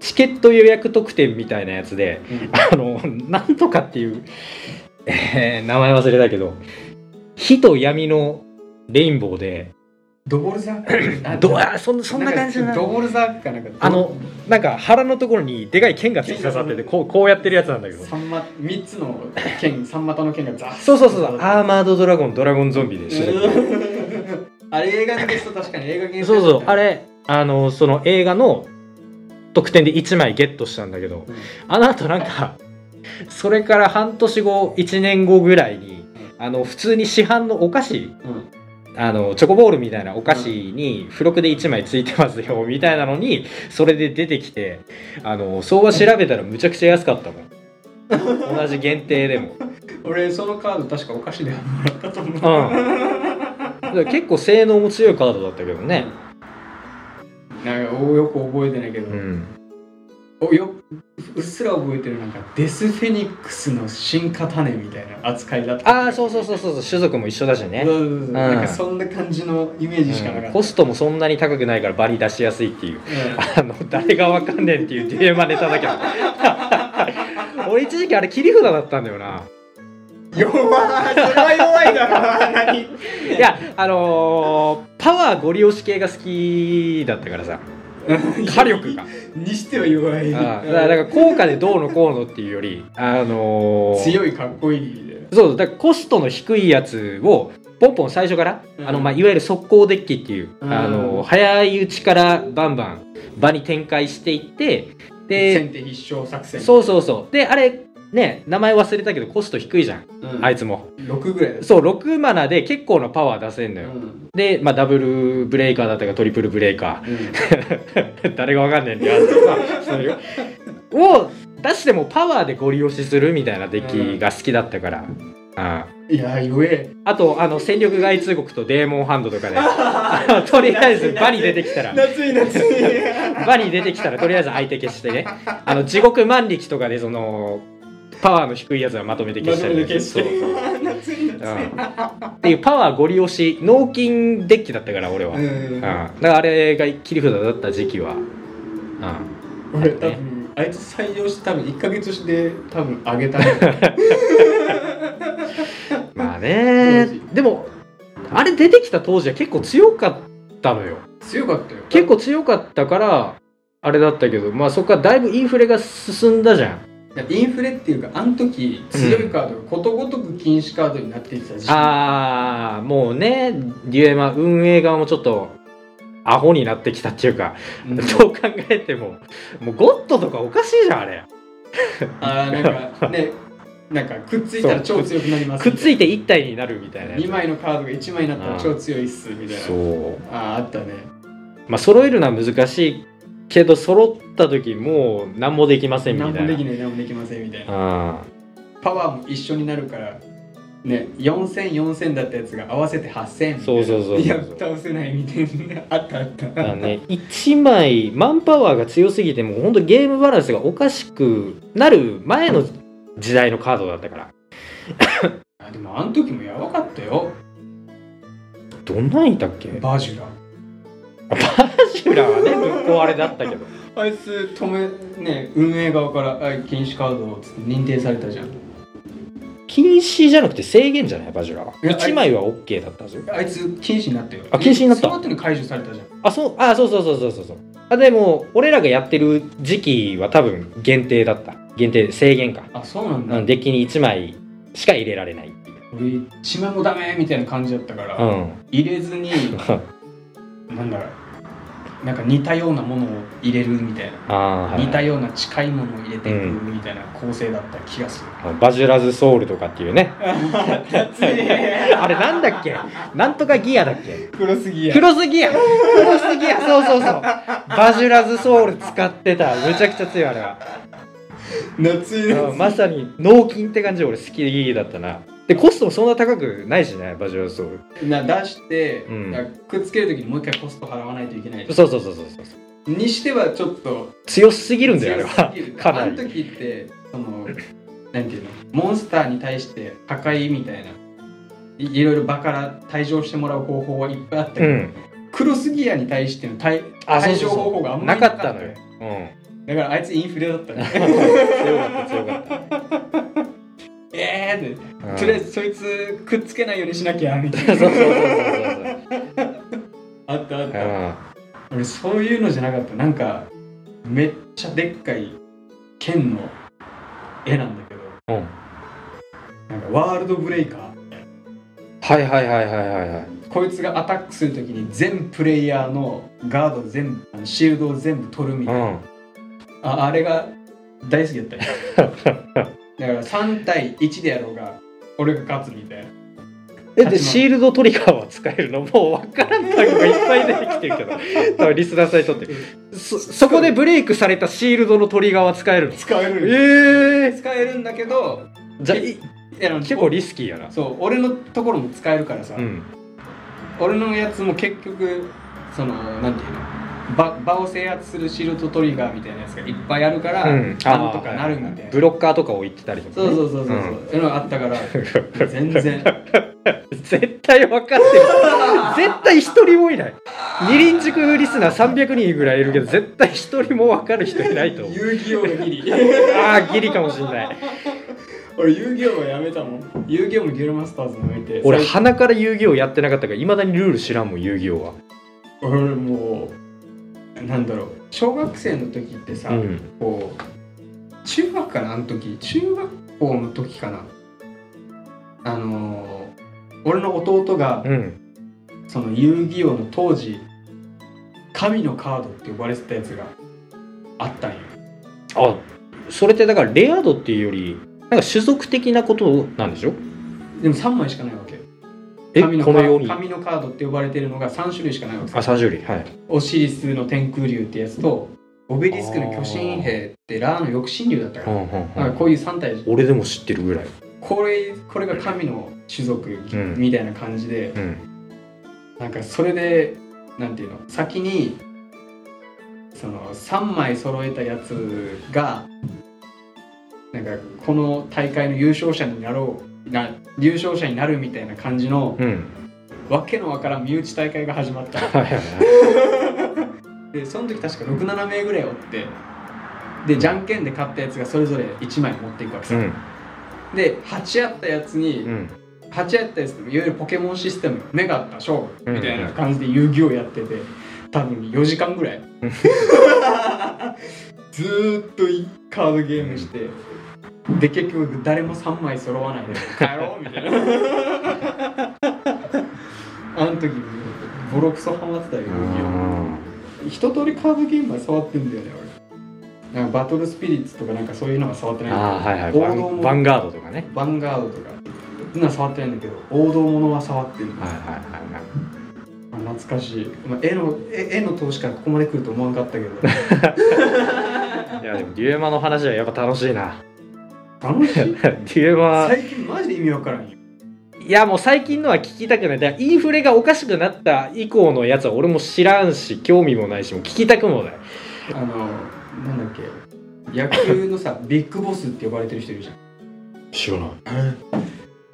S2: チケット予約特典みたいなやつであのなんとかっていう、えー名前忘れたけど火と闇のレインボーで
S1: ドボルザーあ
S2: どあそんそんな感じだ
S1: ん
S2: な
S1: かドボルザーかなんか
S2: あのなんか腹のところにでかい剣が突き刺さっててこうこうやってるやつなんだけど
S1: 三ま3つの剣 三股の剣がザーッ
S2: そうそうそうそうアーマードドラゴンドラゴンゾンビで主題歌
S1: うん あれ映画のゲスト確かに映画ゲスト
S2: そうそうあれあのその映画の特典で1枚ゲットしたんだけど
S1: うん
S2: あの後なんかそれから半年後1年後ぐらいにあの普通に市販のお菓子
S1: うん
S2: あのチョコボールみたいなお菓子に付録で1枚ついてますよみたいなのにそれで出てきてあの相場調べたらむちゃくちゃ安かったもん同じ限定でも、
S1: 俺そのカード確かお菓子でもらったと思
S2: う
S1: う
S2: ん、だから結構性能も強いカードだったけどね
S1: なんかおよく覚えてないけど、
S2: うん
S1: おようっすら覚えてるなんかデス・フェニックスの進化種みたいな扱いだった
S2: ああそうそうそうそうそう種族も一緒だしね
S1: そうそうそう
S2: うん
S1: なんかそんな感じのイメージしかなか
S2: うん
S1: った、
S2: コストもそんなに高くないからバリ出しやすいっていう
S1: うん
S2: あの誰がわかんねんっていうテーマネタだけど 俺一時期あれ切り札だったんだよな
S1: 弱いそれは弱いだろ何
S2: いやあのーパワーゴリ押し系が好きだったからさ火力が
S1: にしては弱い
S2: あーだからだから効果でどうのこうのっていうよりあのー
S1: 強いかっこいいみたいな
S2: そうだからコストの低いやつをポンポン最初から、
S1: うん
S2: あのまあ、いわゆる速攻デッキっていう、
S1: うん
S2: あの早いうちからバンバン場に展開していってで
S1: 先手必勝作戦
S2: そうそうそうであれね名前忘れたけどコスト低いじゃん、
S1: うん
S2: あいつも
S1: 6ぐらいだ
S2: そう6マナで結構なパワー出せんのよ、
S1: うん
S2: で、まあ、ダブルブレイカーだったかトリプルブレイカー誰がわかんねえんだよあんたさそういうを出してもパワーでゴリ押しするみたいなデッキが好きだったから、ああ
S1: いや弱え
S2: あと、あの、戦力外通告とデーモンハンドとかで、あの とりあえず場に出てきたら、
S1: 夏い夏 い
S2: 場に出てきたら、とりあえず相手消してね、あの、地獄万力とかで、その、パワーの低いやつはまとめて消したりねそうそう
S1: 夏い夏い
S2: っていうパワーゴリ押し、脳筋デッキだったから、俺は。うん。
S1: うん
S2: だから、あれが切り札だった時期は、うん。
S1: 俺多分あいつ採用して多分1か月して多分上げ たね
S2: まあね
S1: 当時、
S2: でも、あれ出てきた当時は結構強かったのよ。
S1: 強かったよ
S2: 結構強かったからあれだったけどまあそこからだいぶインフレが進んだじゃん
S1: いやインフレっていうかあの時強いカードがことごとく禁止カードになっていってた時期
S2: ああもうねデュエマ運営側もちょっとアホになってきたっていうか、
S1: うん
S2: どう考えてももうゴッドとかおかしいじゃんあれ
S1: あーなんか ねなんかくっついたら超強くなります
S2: くっつい
S1: て
S2: て1体になるみたいなやつ
S1: 2枚のカードが1枚になったら超強いっすみたいな
S2: そう
S1: あーあったね
S2: まあ揃えるのは難しいけど揃った時もう何もできませんみた
S1: 何
S2: いな
S1: もできない何もできませんみたいな
S2: あ
S1: パワーも一緒になるからね40004000だったやつが合わせて8000みたい
S2: そう
S1: な
S2: そうそうそう
S1: いや倒せないみたいなあったあった
S2: だからね、1枚マンパワーが強すぎてもうほんとゲームバランスがおかしくなる前の時代のカードだったから
S1: あでもあの時もやばかったよ
S2: どんなんいたっけバ
S1: バージュラ
S2: ジュラはねぶっ壊れだったけど
S1: あいつ止めね運営側からあ禁止カードをつって認定されたじゃん
S2: 禁止じゃなくて制限じゃないバジュラはい
S1: や
S2: 1枚は OK だったんですよ
S1: あいつ禁止になったよ
S2: あ禁止になった
S1: その後に解除されたじゃん
S2: あそうあそうそうそうそうそうそうあでも俺らがやってる時期は多分限定だった限定制限か
S1: あそうなんだ、
S2: うんデッキに1枚しか入れられないっていう
S1: 俺一枚もダメみたいな感じだったから、
S2: うん
S1: 入れずになんだろうなんか似たようなものを入れるみたいな、
S2: ああはい
S1: 似たような近いものを入れていくみたいな構成だった気がする、
S2: バジュラズソウルとかっていうねあれなんだっけなんとかギアだっけ
S1: 黒すぎ
S2: クロスギアクロスギアそうそうそうバジュラズソウル使ってためちゃくちゃ強いあれは
S1: 夏い
S2: うんまさに脳筋って感じで俺好きだったなでコストもそんな高くないしねバジュラズソウ
S1: な出して、
S2: うん
S1: だからくっつける時にもう一回コスト払わないといけない
S2: ルそうそうそうそうそう
S1: にしてはちょっと
S2: 強すぎるんだよあれ
S1: 強
S2: は
S1: すぎる
S2: かなり
S1: あの時ってそのなんていうのモンスターに対して破壊みたいないいろいろ場から退場してもらう方法はいっぱいあったけ
S2: う
S1: ど、
S2: ん
S1: クロスギアに対しての対
S2: あそう
S1: 対
S2: そう
S1: 処
S2: そう
S1: 方法があんま
S2: な
S1: り
S2: かったのよ、うん、
S1: だからあいつインフレだったね
S2: 強かった強かっ
S1: ええって
S2: た、うん
S1: とりあえずそいつくっつけないようにしなきゃみたい
S2: そう
S1: な
S2: そうそうそうそう
S1: あったあっ
S2: そう、
S1: た、俺そういうのじゃなかったなんかめっちゃでっかい剣の絵なんだけど
S2: うんうん、
S1: なんかワールドブレイカー
S2: はいはいはいはいはいはい
S1: こいつがアタックするときに全プレイヤーのガード全部あのシールドを全部取るみたいな、
S2: うん
S1: ああれが大好きだったよ だから3対1でやろうが俺が勝つみたいな
S2: えでシールドトリガーは使えるの もう分からん単語がいっぱい出てきてる けど多分リスナーさんにとってそそこでブレイクされたシールドのトリガーは使えるの
S1: 使える
S2: ええ
S1: 使えるんだけど
S2: じゃあ
S1: え
S2: い
S1: いやあの
S2: 結構リスキーやな
S1: そう俺のところも使えるからさ、
S2: うん
S1: 俺のやつも結局そのなんていうの場場を制圧するシールドトリガーみたいなやつがいっぱいあるから、
S2: うん
S1: なんとかなるんで、
S2: ブロッカーとか置いてたりとか
S1: そう
S2: ね、
S1: そうそうそうそうう、そういうのがあったか ら全然
S2: 絶対分か ってる絶対一人もいない二輪塾リスナー300人ぐらいいるけど絶対一人も分かる人いないと 思う
S1: 遊戯王のギリ
S2: ああギリかもしんない
S1: 俺遊戯王はやめたもん遊戯王もゲルマスターズ抜いて
S2: 俺
S1: 最近
S2: 鼻から遊戯王やってなかったからいまだにルール知らんもん遊戯王は
S1: 俺もうなんだろう小学生の時ってさ、
S2: うん
S1: こう中学かなあの時中学校の時かなあのー俺の弟が
S2: うん
S1: その遊戯王の当時神のカードって呼ばれてたやつがあったんよ
S2: あそれってだからレア度っていうよりなんか種族的なことなんでしょ
S1: でも3枚しかないわけ
S2: えこ
S1: 神のカ
S2: のようにあ
S1: 神のカードって呼ばれてるのが3種類しかないわ
S2: 三
S1: け
S2: 種類はい
S1: オシリスの天空竜ってやつとオベリスクの巨神兵ってラーの翼神竜だったか
S2: う
S1: ら、
S2: んうん
S1: なんかこ
S2: うん
S1: ういう3体
S2: 俺でも知ってるぐらい
S1: これこれが神の種族
S2: ん
S1: みたいな感じで、
S2: うん
S1: なんかそれでなんていうの先にその3枚揃えたやつがなんかこの大会の優勝者になろうな優勝者になるみたいな感じの
S2: うん
S1: わけのわからん身内大会が始まった
S2: はいはいはい
S1: でその時確か67名ぐらいおってでじゃんけんで勝ったやつがそれぞれ1枚持っていくわけ
S2: う
S1: さ、
S2: ん
S1: で8あったやつに、
S2: うん
S1: 立ち会ったやつでもいわゆるポケモンシステム目が合った勝負みたい
S2: うんう
S1: なん感じで遊戯をやってて多分4時間 ぐらいずーっといカードゲームしてで結局誰も3枚揃わないで帰ろうみた いなあの時ボロクソハマってたよ遊戯王一通りカードゲームは触ってんだよね俺なんかバトルスピリッツとかなんかそういうのは触ってないんだけど
S2: ああはいはい
S1: 王
S2: バ
S1: 道
S2: ン
S1: も
S2: バンガードとかね
S1: ヴァンガードとかそんなの触ってないんだけど王道物は触ってる
S2: はいはいはいはい
S1: 懐かしい、まあ、絵の絵絵の投資からここまで来ると思わなか ったけど
S2: いやでもデュエマの話はやっぱ楽しいな
S1: 楽しい
S2: デュエマ
S1: 最近マジで意味わからんよ
S2: いやもう最近のは聞きたくないだからインフレがおかしくなった以降のやつは俺も知らんし興味もないしもう聞きたくもない
S1: あのなんだっけ野球 のさビッグボスって呼ばれてる人いるじゃん
S2: 知らない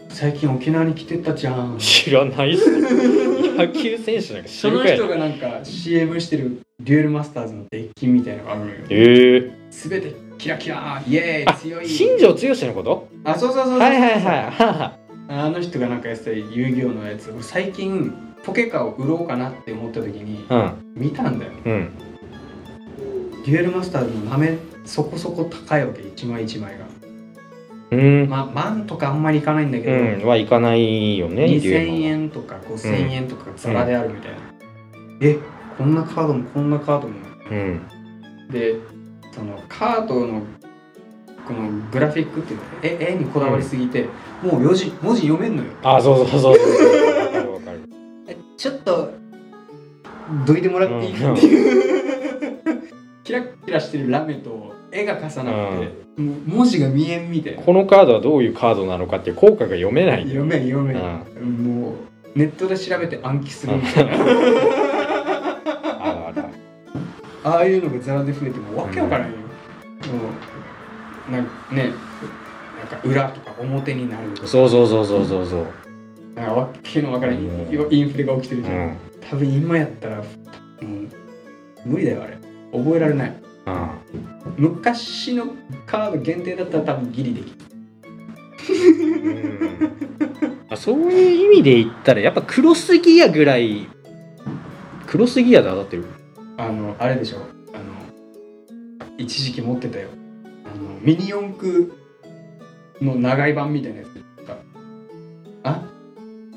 S1: 最近沖縄に来てたじゃん
S2: 知らないっすね野球選手なんか知
S1: そ
S2: る
S1: の
S2: か
S1: 人
S2: や
S1: がなんか CM してるデュエルマスターズのデッキみたいなのがあるのよ
S2: ええ
S1: 全てキラキライエーイ強い
S2: 新庄剛志のこと
S1: あそうそうそうそう
S2: はいはいは
S1: あの人がなんかやってた遊戯王のやつ俺最近ポケカを売ろうかなって思った時に
S2: いうん
S1: 見たんだよ
S2: うん
S1: デュエルマスターズのなめそこそこ高いわけ一枚一枚が
S2: うん
S1: まあ万とかあんまりいかないんだけ
S2: う
S1: ど、
S2: んはいかないよね
S1: 2000
S2: デュエマは
S1: 円とか5000円とかザラであるみたいな、えこんなカードもこんなカードも
S2: うん
S1: でそのカードのこのグラフィックっていうか絵絵にこだわりすぎて、もう文字文字読めんのよ
S2: あそうそうそうそうわかるわかる
S1: えちょっとどいてもらっていいかっていう、 キラッキラしてるラメと絵が重なって、もう文字が見えんみたいな
S2: このカードはどういうカードなのかっていう効果が読めない
S1: 読めん読めん、
S2: うん
S1: もうネットで調べて暗記するみたいな
S2: あるあるある
S1: ああいうのがザラで増えてもわけわからんよ、もうなんかねなんか裏とか表になるとか
S2: そうそうそうそうそうそう
S1: なんかわけのわからん、
S2: うん
S1: インフレが起きてる
S2: う
S1: じゃん、
S2: ん
S1: 多分今やったらもう無理だよあれ覚えられない
S2: うん
S1: 昔のカード限定だったら多分ギリできる
S2: あそういう意味で言ったらやっぱクロスギアぐらいクロスギアで当たってる
S1: あのあれでしょあの一時期持ってたよあのミニ四駆の長い版みたいなやつかあ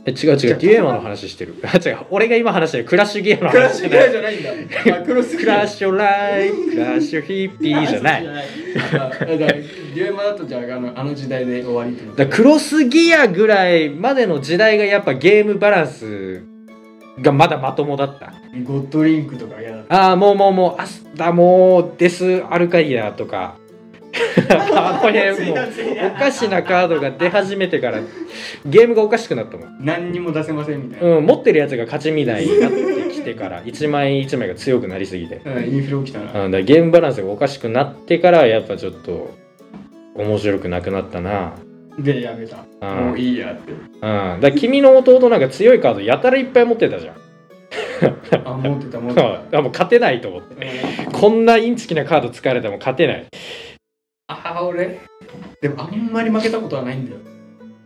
S2: え違う
S1: じ
S2: 違
S1: ゃ
S2: う
S1: あ
S2: デュエマの話してる あ違う俺が今話してるクラッシュギアの
S1: クラッ
S2: 話
S1: シュ
S2: じ
S1: ギ
S2: ゃな
S1: ア
S2: い
S1: じゃないんだあ クロス
S2: ク
S1: ギア
S2: ラッシュライフクラッシュヒッピーじゃないだか
S1: あじゃあデュエマだとじゃああのあの時代で終わりってこと
S2: らクロスギアぐらいまでの時代がやっぱゲームバランスがまだまともだった
S1: ゴッドリンクとか嫌だった
S2: ああもうもうもうアスだもうデスアルカイアと かあの辺もうおかしなカードが出始めてからゲームがおかしくなったもん、
S1: 何にも出せませんみたいな、
S2: うん、持ってるやつが勝ちみたいになってきてから一枚一枚が強くなりすぎて
S1: うんインフレ起きたな
S2: あのだからゲームバランスがおかしくなってからやっぱちょっと面白くなくなったな
S1: でやめた
S2: うん
S1: もういいやって
S2: うん、だから君の弟なんか強いカードやたらいっぱい持ってたじゃん。
S1: あ持ってた持ってた
S2: あもう勝てないと思って。
S1: うん
S2: こんなインチキなカード使われても勝てない。
S1: あ俺でもあんまり負けたことはないんだよ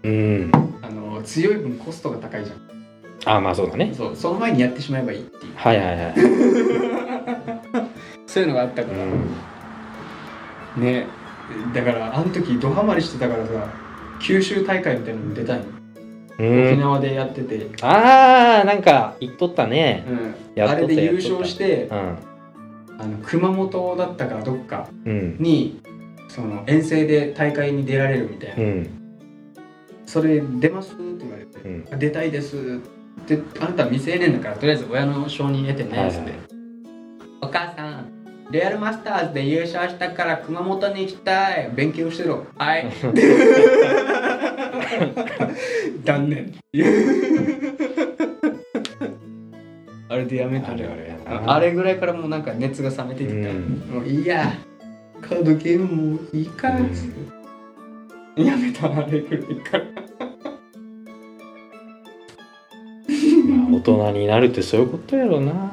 S2: うん。
S1: あの強い分コストが高いじゃん
S2: あまあそうだね。
S1: そうその前にやってしまえばいいっていう
S2: はいはいはい。
S1: そういうのがあったか
S2: う
S1: ら、
S2: ん、
S1: ねだからあの時ドハマりしてたからさ九州大会みたいなのに出たいの、
S2: う
S1: 沖
S2: ん、
S1: 縄でやってて、
S2: あーなんか言っとったね。
S1: うん
S2: やっと
S1: あ
S2: った
S1: れで優勝し。
S2: やってとった
S1: あの熊本だったかどっか
S2: うん。うん。
S1: にその遠征で大会に出られるみたいな、
S2: うん。
S1: それ出ますって言われて、
S2: うん
S1: 出たいですってあなたは未成年だからとりあえず親の承認得てねっつっ
S2: は
S1: て、
S2: い
S1: お母さんレアルマスターズで優勝したから熊本に行きたい勉強してろはい断念あれでやめ
S2: あ
S1: たん
S2: れ
S1: だよ
S2: あれやな
S1: あれぐらいからもうなんか熱が冷めてき
S2: う
S1: て、
S2: ん。
S1: もういいやカードゲームもういいかっつって、やめたあれぐらいから
S2: まあ大人になるってそういうことやろうな。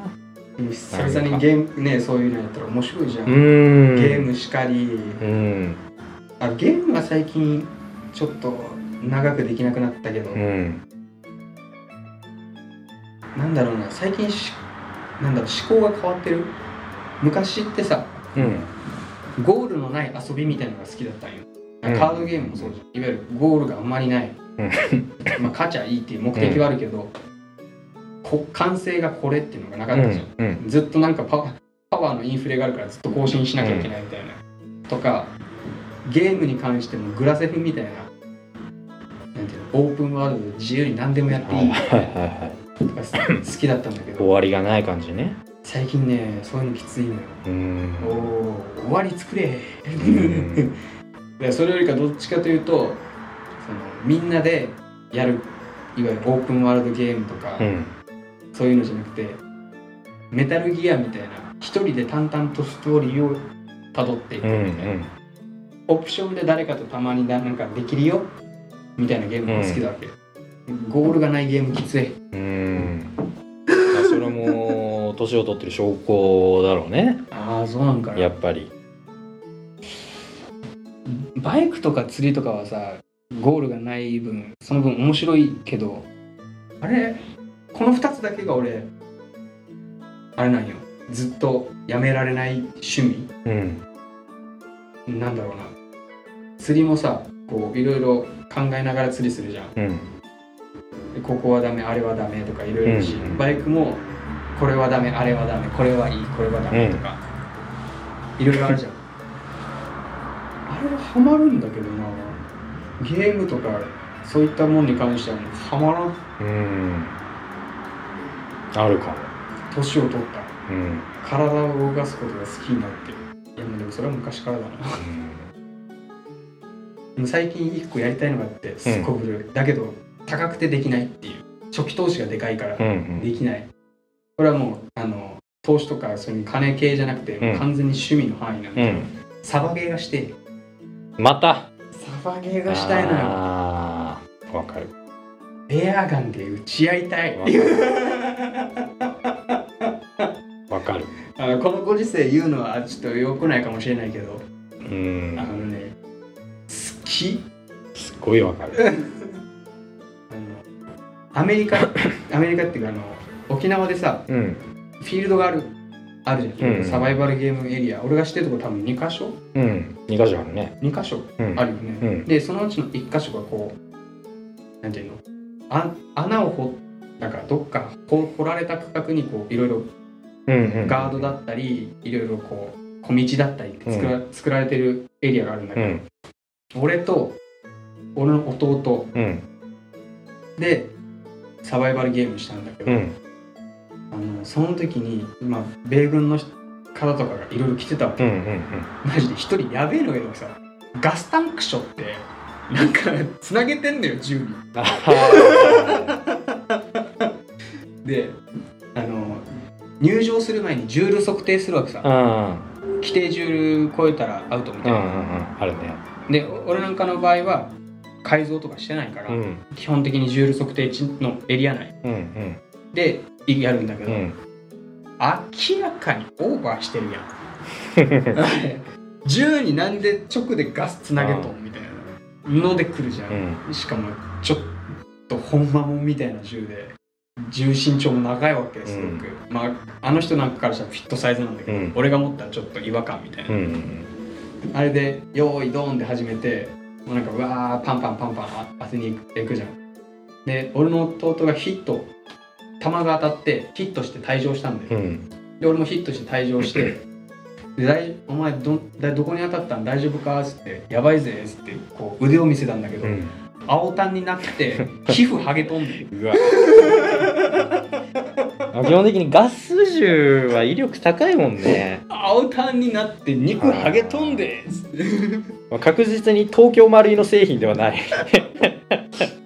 S1: 久々にゲームねそういうのやったら面白いじゃん、
S2: う
S1: ゲ
S2: ん。
S1: ー。ムしかり
S2: うん。
S1: あゲームは最近ちょっと長くできなくなったけど、
S2: うん。
S1: なんだろうな最近しなんだろう思考が変わってる昔ってさ
S2: うん。
S1: ゴールのない遊びみたいなのが好きだったんよ
S2: うん
S1: カードゲームもそうじゃんいわゆるゴールがあんまりない、
S2: う
S1: まあ勝ちゃいいっていう目的はあるけど、こ完成がこれっていうのがなか
S2: う
S1: ったじゃん、
S2: ん。うん。
S1: ずっとなんかパワーパワーのインフレがあるからずっと更新しなきゃいけないみたいな、とかゲームに関してもグラセフみたいななんていうのオープンワールドで自由に何でもやって
S2: はいい
S1: い
S2: はいはいはい。
S1: とかさ好きだったんだけ
S2: 終
S1: ど
S2: わりがない感じね。
S1: 最近ねそういうのきついのよ
S2: うん。
S1: おおー終わり作れ
S2: うん
S1: でそれよりかどっちかというとそのみんなでやるいわゆるオープンワールドゲームとか、
S2: うん。
S1: そういうのじゃなくてメタルギアみたいな一人で淡々とストーリーをたどってい
S2: う
S1: くみたいな、
S2: ん。
S1: オプションで誰かとたまにななんかできるよみたいなゲームが好きだわけ、ゴールがないゲームきつい
S2: うん。まあそれも年を取ってる証拠だろうね。
S1: ああそうなんか
S2: やっぱり。
S1: バイクとか釣りとかはさゴールがない分その分面白いけどあれこの2つだけが俺あれなんよずっとやめられない趣味
S2: うん。
S1: なんだろうな釣りもさこういろいろ考えながら釣りするじゃん
S2: うん。
S1: でここはダメあれはダメとかいろいろし、
S2: うん
S1: バイクもこれはダメあれはダメこれはいいこれはダメとかいろいろあるじゃんあれはハマるんだけどなゲームとかそういったもんに関してはもうハマらん
S2: うん。あるかも。
S1: 年を取った
S2: うん。
S1: 体を動かすことが好きになっていやでもそれは昔からだなでも最近一個やりたいのがあってすっごく古い、だけど高くてできないっていう初期投資がでかいから
S2: うん。う
S1: で
S2: ん。
S1: きないこれはもうあの投資とかそういう金系じゃなくて、
S2: うん
S1: 完全に趣味の範囲なん
S2: う
S1: で、
S2: ん。
S1: サバゲーがして
S2: また。
S1: サバゲーがしたいのよ
S2: あーわかる。
S1: エアガンで撃ち合いたい
S2: わかる。わかる。
S1: あのこのご時世言うのはちょっと良くないかもしれないけど、
S2: う
S1: あの
S2: ん。
S1: ね好き
S2: すっごいわかる。
S1: あのアメ リカアメリカっていうかあの沖縄でさ
S2: うん。
S1: フィールドがあるあるじゃん、
S2: うん
S1: サバイバルゲームエリア俺が知ってるとこ多分2箇所
S2: うん。二箇所あるね。
S1: 2箇所
S2: うん
S1: あ。るよね、
S2: うん
S1: でそのうちの1箇所がこうなんていうのあ穴を掘なんかどっか掘掘られた区画にこういろいろ
S2: うん。うん。
S1: ガードだったりいろいろこう小道だったりって作ら,、作られてるエリアがあるんだ
S2: う
S1: けど、
S2: ん。
S1: 俺と俺の弟
S2: うん。
S1: でサバイバルゲームしたんだけど、
S2: うん。
S1: あのその時に、まあ、米軍の人方とかがいろいろ来てたわけ
S2: うん。うん。
S1: マジで一人やべえのがいるわけさガスタンクショってなんかつなげてんのよ銃に。
S2: あー
S1: であの入場する前にジュール測定するわけさ
S2: うんうん
S1: 規定ジュール超えたらアウトみ
S2: う
S1: たい
S2: ん
S1: な、
S2: うんあるね
S1: でお俺なんかの場合は改造とかしてないから、
S2: うん
S1: 基本的にジュール測定値のエリア内
S2: うん
S1: でやるんだけ
S2: う
S1: ど、
S2: んうん
S1: 明らかにオーバーしてる やん 10になんで直でガスつなげとんみたいなので来るじゃ、
S2: うんん
S1: しかもちょっと本間もんみたいな銃で重身長も長いわけすごく、まああの人なんかからしたらフィットサイズなんだけど、
S2: うん
S1: 俺が持ったらちょっと違和感みたいな
S2: う、ん
S1: あれで「用意ドーン」で始めてもうなんかうわーパンパンパンパンあ当てに行くじゃんで俺の弟がヒット弾が当たってヒットして退場したんだよ、
S2: うん
S1: で俺もヒットして退場して「で大お前どだどこに当たったん大丈夫か?」っつって「やばいぜ」っつってこう腕を見せたんだけど、
S2: うん
S1: 青タンになって皮膚剥げ飛んでる
S2: うわ基本的にガス銃は威力高いもんね、
S1: 青タンになって肉剥げ飛んでっつって
S2: まあ、確実に東京丸井の製品ではない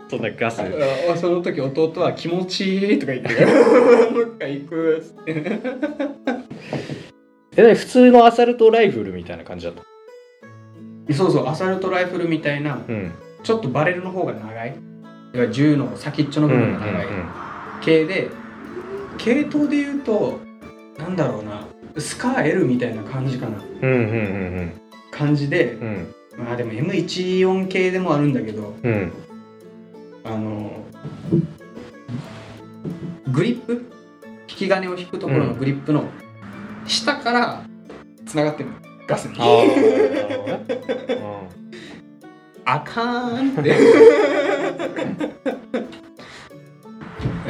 S2: そんなガス
S1: あ あその時弟は「気持ちいい」とか言って もう一回行く」っつって
S2: え何普通のアサルトライフルみたいな感じだった
S1: そうそうアサルトライフルみたいな
S2: うん
S1: ちょっとバレルの方が長いいわゆる銃の先っちょの
S2: うんう
S1: 部
S2: ん
S1: 分が長い系で系統で言うとなんだろうなスカー L みたいな感じかな
S2: うんうんうん
S1: 感じで
S2: うんうん
S1: まあでも M14 系でもあるんだけど
S2: うん
S1: あのグリップ引き金を引くところのグリップの下からつながってるのガスに
S2: あーなるほどねうん
S1: あかーんって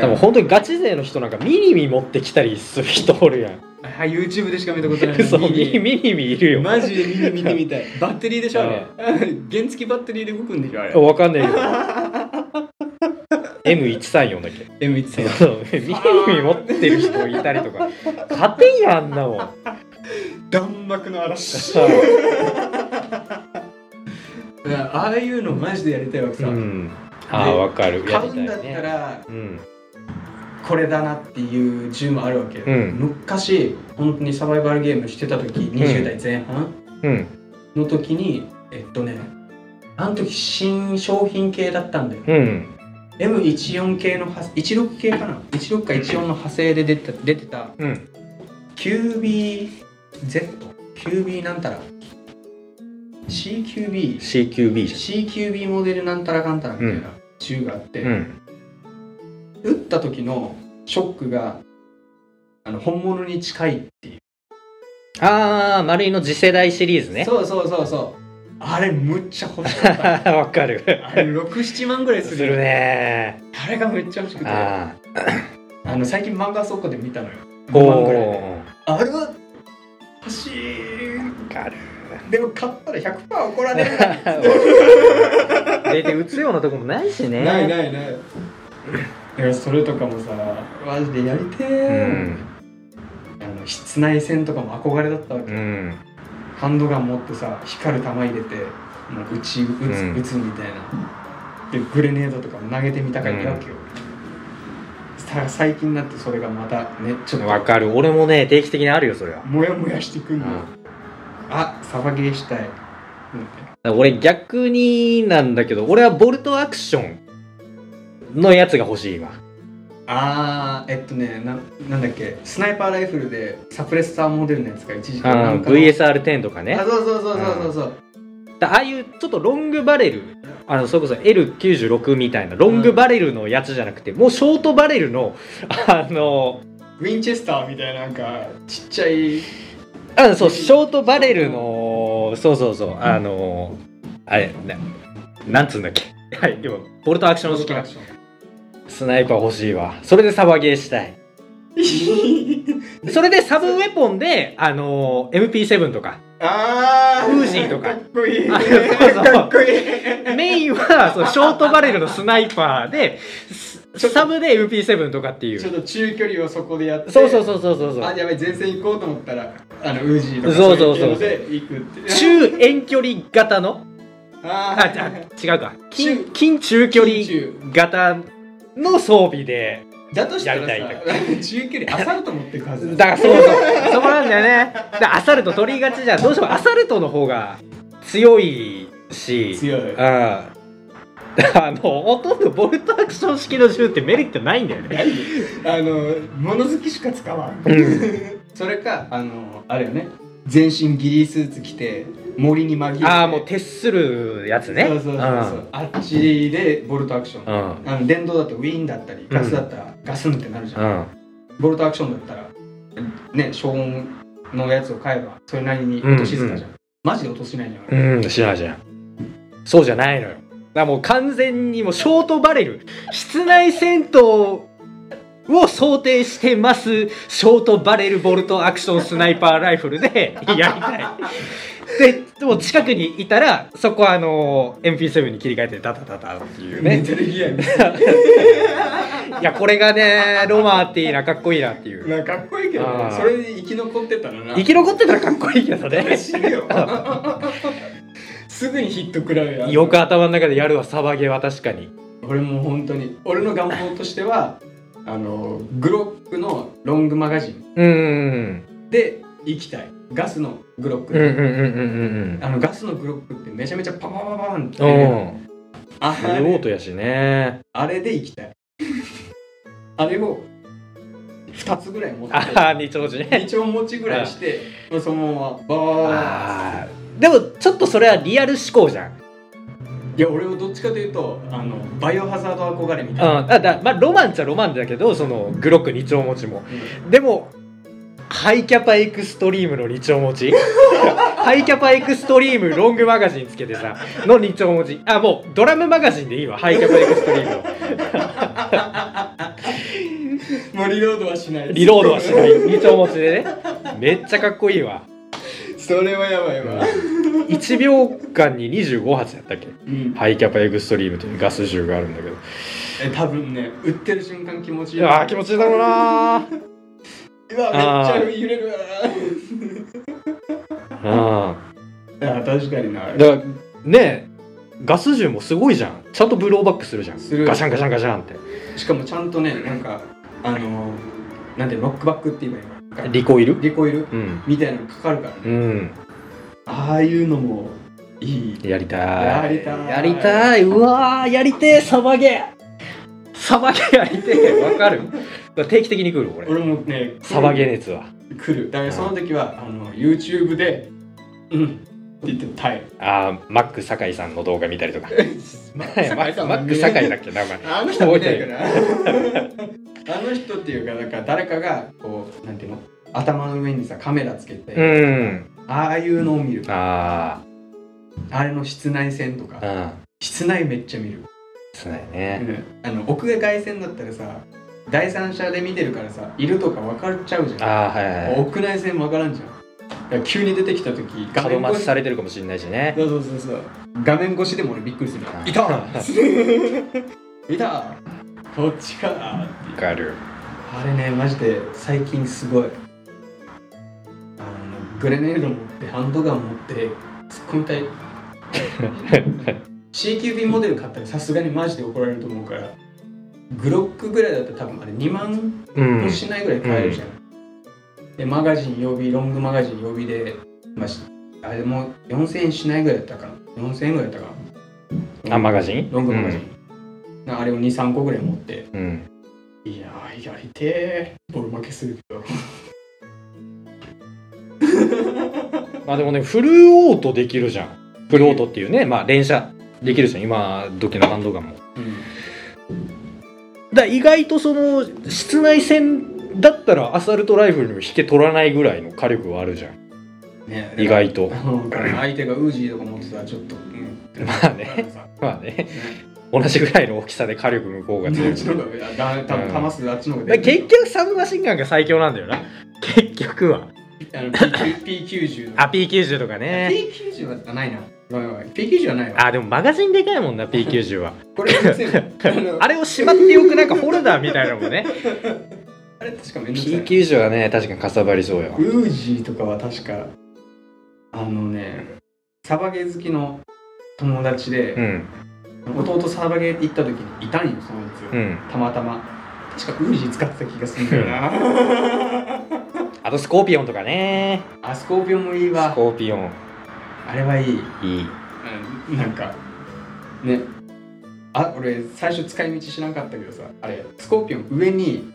S2: でも本当にガチ勢の人なんかミニミ持ってきたりする人おるやん。
S1: あ YouTube でしか見たことな い
S2: そう、
S1: ミ
S2: ミニ
S1: ニ
S2: ミニミいるよ。
S1: マジで見て見て みたいバッテリーでしょあれ 原付バッテリーで動くんでしょあれ
S2: わかんねえよ。M134 だっけ
S1: M13
S2: そうミニミ持ってる人いたりとか。勝てんやん、あんなもん。
S1: 弾幕の 嵐
S2: そう
S1: ああいうのマジでやりたいわけさ、
S2: うん。ああ、わかる。や
S1: 買
S2: り
S1: うんだ
S2: た
S1: っ
S2: いね。
S1: たら
S2: うん。
S1: これだなっていう銃もあるわけ、
S2: うん
S1: 昔本当にサバイバルゲームしてた時20代前半
S2: うん。
S1: の時に、えっとねあの時新商品系だったんだよ
S2: うん。
S1: M14 系の派16系かな16か14の派生で出てた出てた
S2: うん。
S1: QBZ?QB なんたら ?CQB?CQB
S2: CQB じ
S1: じゃんモデルなんたらかんたらみたいな銃があって、
S2: ゃん。うん。
S1: 撃った時のショックがあの本物に近いっていう、
S2: ああ、丸いの次世代シリーズね。
S1: そうそうそうそうあれむっちゃ欲しかっ た
S2: わかる。
S1: あれ67万ぐらいす
S2: す
S1: る
S2: るね。
S1: あれがめっちゃ欲しくてあ
S2: あ
S1: の最近漫画倉庫で見たのよ
S2: あ。
S1: 5万
S2: お
S1: ぐらいで
S2: お。
S1: あれは欲しい
S2: わかる。
S1: でも買ったら100%怒ら れる
S2: 大体打つようなとこもないしね
S1: ないないない。いやそれとかもさマジでやりて
S2: う
S1: ー、
S2: ん
S1: あの室内戦とかも憧れだったわけ、
S2: うん
S1: ハンドガン持ってさ光る球入れてもう打ち
S2: う
S1: 打つ,、
S2: ん
S1: 打つみたいなでグレネードとかも投げてみたかったわけよ、さ最近になってそれがまたねちょっ
S2: わ
S1: と
S2: かる俺もね定期的にあるよそれは、
S1: モヤモヤしてくんの、
S2: う
S1: あサバゲーしたい、うん
S2: ん、俺逆になんだけど俺はボルトアクションのやつが欲しい今
S1: あーえっとねななんだっけスナイパーライフルでサプレッサーモデルのやつが一時期
S2: あ
S1: な
S2: の
S1: んかの
S2: VSR10 とかね
S1: あそうそうそうそうそうそう
S2: だああいうちょっとロングバレルあのそれこそ L96 みたいなロングバレルのやつじゃなくて、もうショートバレルのあの
S1: ウィンチェスターみたいななんかちっちゃい
S2: あそうショートバレルのそうそうそうあのあれななんつうんだっけはいでもボルトアクション好きなスナイパー欲しいわそれでサバゲーした いそれでサブウェポンであの MP7 とか
S1: ああ
S2: フージーとか
S1: かっこいい
S2: あそうそう
S1: かっこいい
S2: メインはそうショートバレルのスナイパーでスサブで MP7 とかってい
S1: ちょっ
S2: う
S1: と中距離をそこでやって
S2: そうそうそうそうそうそう
S1: あやばい前線行こうと思ったらあのウージーとか
S2: そうそうそう
S1: いので行くっていう
S2: 中遠距離型の
S1: あ
S2: ああ違うか近近中距離型の装備で
S1: だとしたら
S2: やり
S1: さ中距離アサルト持ってるはず
S2: だからそうそうそこなんだよねだからアサルト取りがちじゃんどうしてもアサルトの方が強いし
S1: 強い
S2: うんあのほとんどボルトアクション式の銃ってメリットないんだよね
S1: あの物好きしか使わん
S2: うん
S1: それかあのあれよね全身ギリースーツ着て森に紛れて
S2: ああもう徹するやつね
S1: そうそうそうそう、あっちでボルトアクション、
S2: うんうん
S1: あの電動だとウィーンだったりガスだったらガスンってなるじゃん、
S2: うん
S1: ボルトアクションだったらね消音のやつを買えばそれなりに音静かじゃん、マジで音しないじゃん、
S2: うん、知らないじゃん。そうじゃないのよ。だからもう完全にもうショートバレル。室内戦闘を想定してます、ショートバレルボルトアクションスナイパーライフルで やりたい。で、でも近くにいたら、そこはあの、MP7 に切り替えてダダダダっていう
S1: メ
S2: ね。
S1: タルギア みたい
S2: いや、これがね、ロマンっていいな、かっこいいなっていう。
S1: ななかっこいいけど
S2: あ
S1: ね
S2: ー
S1: それで生き残ってたらな
S2: 生き残ってたらかっこいいけどね。
S1: 知るよすぐにヒット食らうやん
S2: よく頭の中でやるわ、サバゲーは確かに。
S1: 俺も本当に俺の願望としてはあのグロックのロングマガジン
S2: うんうん
S1: で行きたいガスのグロック
S2: うん。うんうんうんうんうん
S1: あのガスのグロックってめちゃめちゃパパパパン
S2: うん。
S1: っ
S2: う
S1: て
S2: ん。
S1: あ
S2: フルオートやしね。
S1: あれで行きたいあれを2つぐらい持って
S2: ああ、二丁時ね。
S1: 2丁持ちぐらいしてもうそのままバー
S2: あーでも、ちょっとそれはリアル思考じゃん。うん、
S1: いや俺もどっちかというとあのバイオハザード憧れみたいな、
S2: あだまあ、ロマンっちゃロマンだけど、その、グロック二丁持ちも。でも、ハイキャパエクストリームの二丁持 ちハイキャパエクストリームロングマガジンつけてさ、の二丁持ち。あ、もう、ドラムマガジンでいいわ、ハイキャパエクストリームの。
S1: もうリロードはしない
S2: リロードはしない、二丁持ちでね。めっちゃかっこいいわ。
S1: それはやばいわ、
S2: 1秒間に25発やったっけ
S1: うん、
S2: ハイキャパエクストリームというガス銃があるんだけど。
S1: え多分ね売ってる瞬間気持ちいい
S2: ああ気持ちいいだろうなー
S1: うわめっ
S2: あー
S1: ちゃ揺れるわ
S2: あ
S1: あー確かにな
S2: だからねえガス銃もすごいじゃんちゃんとブローバックするじゃん
S1: する
S2: ガシャンガシャンガシャンって
S1: しかもちゃんとねなんかあのー、なんてロックバックって言えばいいのなんか
S2: リコイル
S1: リコイル
S2: うん
S1: みたいなのかかるからね
S2: うん
S1: ああいうのもいい
S2: やり
S1: や
S2: たい
S1: りたい
S2: やりたいうわーやりてえサバゲーサバゲー やりてえわかる定期的に来る俺
S1: 俺もね
S2: サバゲー熱は
S1: 来るだからその時はあの YouTube でうんって言って耐える
S2: ああマック酒井さんの動画見たりとか
S1: マ
S2: マック酒井だっけ名前
S1: あの人見ないから あの人っていうかなんか誰かがこうなんていうの頭の上にさカメラつけて、
S2: うん
S1: ああいうのを見る
S2: あ
S1: あれの室内戦と
S2: あう
S1: か
S2: ん
S1: 室内めっちゃ見る、
S2: そうだよ
S1: う
S2: ね
S1: ん、あの屋外外戦だったらさ第三者で見てるからさいるとか分かっちゃうじゃん
S2: ああはいはいはい
S1: 屋内戦分からんじゃんだから急に出てきた時画
S2: 角
S1: 面
S2: 待
S1: 越
S2: ち
S1: し
S2: されてるかもしれないしね
S1: そうそうそうそう画面越しでも俺びっくりする
S2: あ
S1: いたいたこっちか
S2: わかる
S1: あれねマジで最近すごいあのグレネード持ってハンドガン持って突っ込みた い CQB モデル買ったらさすがにマジで怒られると思うからグロックぐらいだったら多分あれ2万
S2: うん
S1: もしないぐらい買えるじゃん、でマガジン予備ロングマガジン予備で、まあし、あれも4000円しないぐらいだったかな4000円ぐらいだったかな
S2: あマガジン
S1: ロングマガジン、なあれを23個ぐらい持って
S2: うん、うん
S1: いやーやりてーボロ負けするけど
S2: まあでもねフルオートできるじゃんフルオートっていうねまあ連射できるじゃん今時のハンドガンもだか
S1: うん
S2: ら意外とその室内戦だったらアサルトライフルにも引け取らないぐらいの火力はあるじゃん
S1: ね
S2: 意外と
S1: あの相手がウージーとか持ってたらちょっとうん
S2: まあねまあね同じぐらいの大きさで火力向こう
S1: あ
S2: が強い
S1: っちの方が上だ多分球数あっちの方
S2: だ
S1: が
S2: から結局サブマシンガンが最強なんだよな結局は
S1: あの P9- P90
S2: あ P90 とか ね
S1: P90 はないなごめんごめん P90 はないわ
S2: あでもマガジンでかいもんな P90 は
S1: これ全部あの
S2: あれをしまっておくなんかフォルダーみたいなのもね
S1: あれ確かめんどくさいな
S2: P90 はね確かにかさばりそうやわ
S1: ウージーとかは確かあのねサバゲー好きの友達
S2: う
S1: で
S2: ん
S1: 弟サバゲー行った時にいたんよそのやつ
S2: うん
S1: たまたま確かウージー使ってた気がするんだよな
S2: あとスコーピオンとかね
S1: あスコーピオンもいい
S2: ス
S1: わ
S2: コーピオン
S1: あれはいい、
S2: いい
S1: うん、なんかねあ俺最初使い道知らんかったけどさあれスコーピオン上に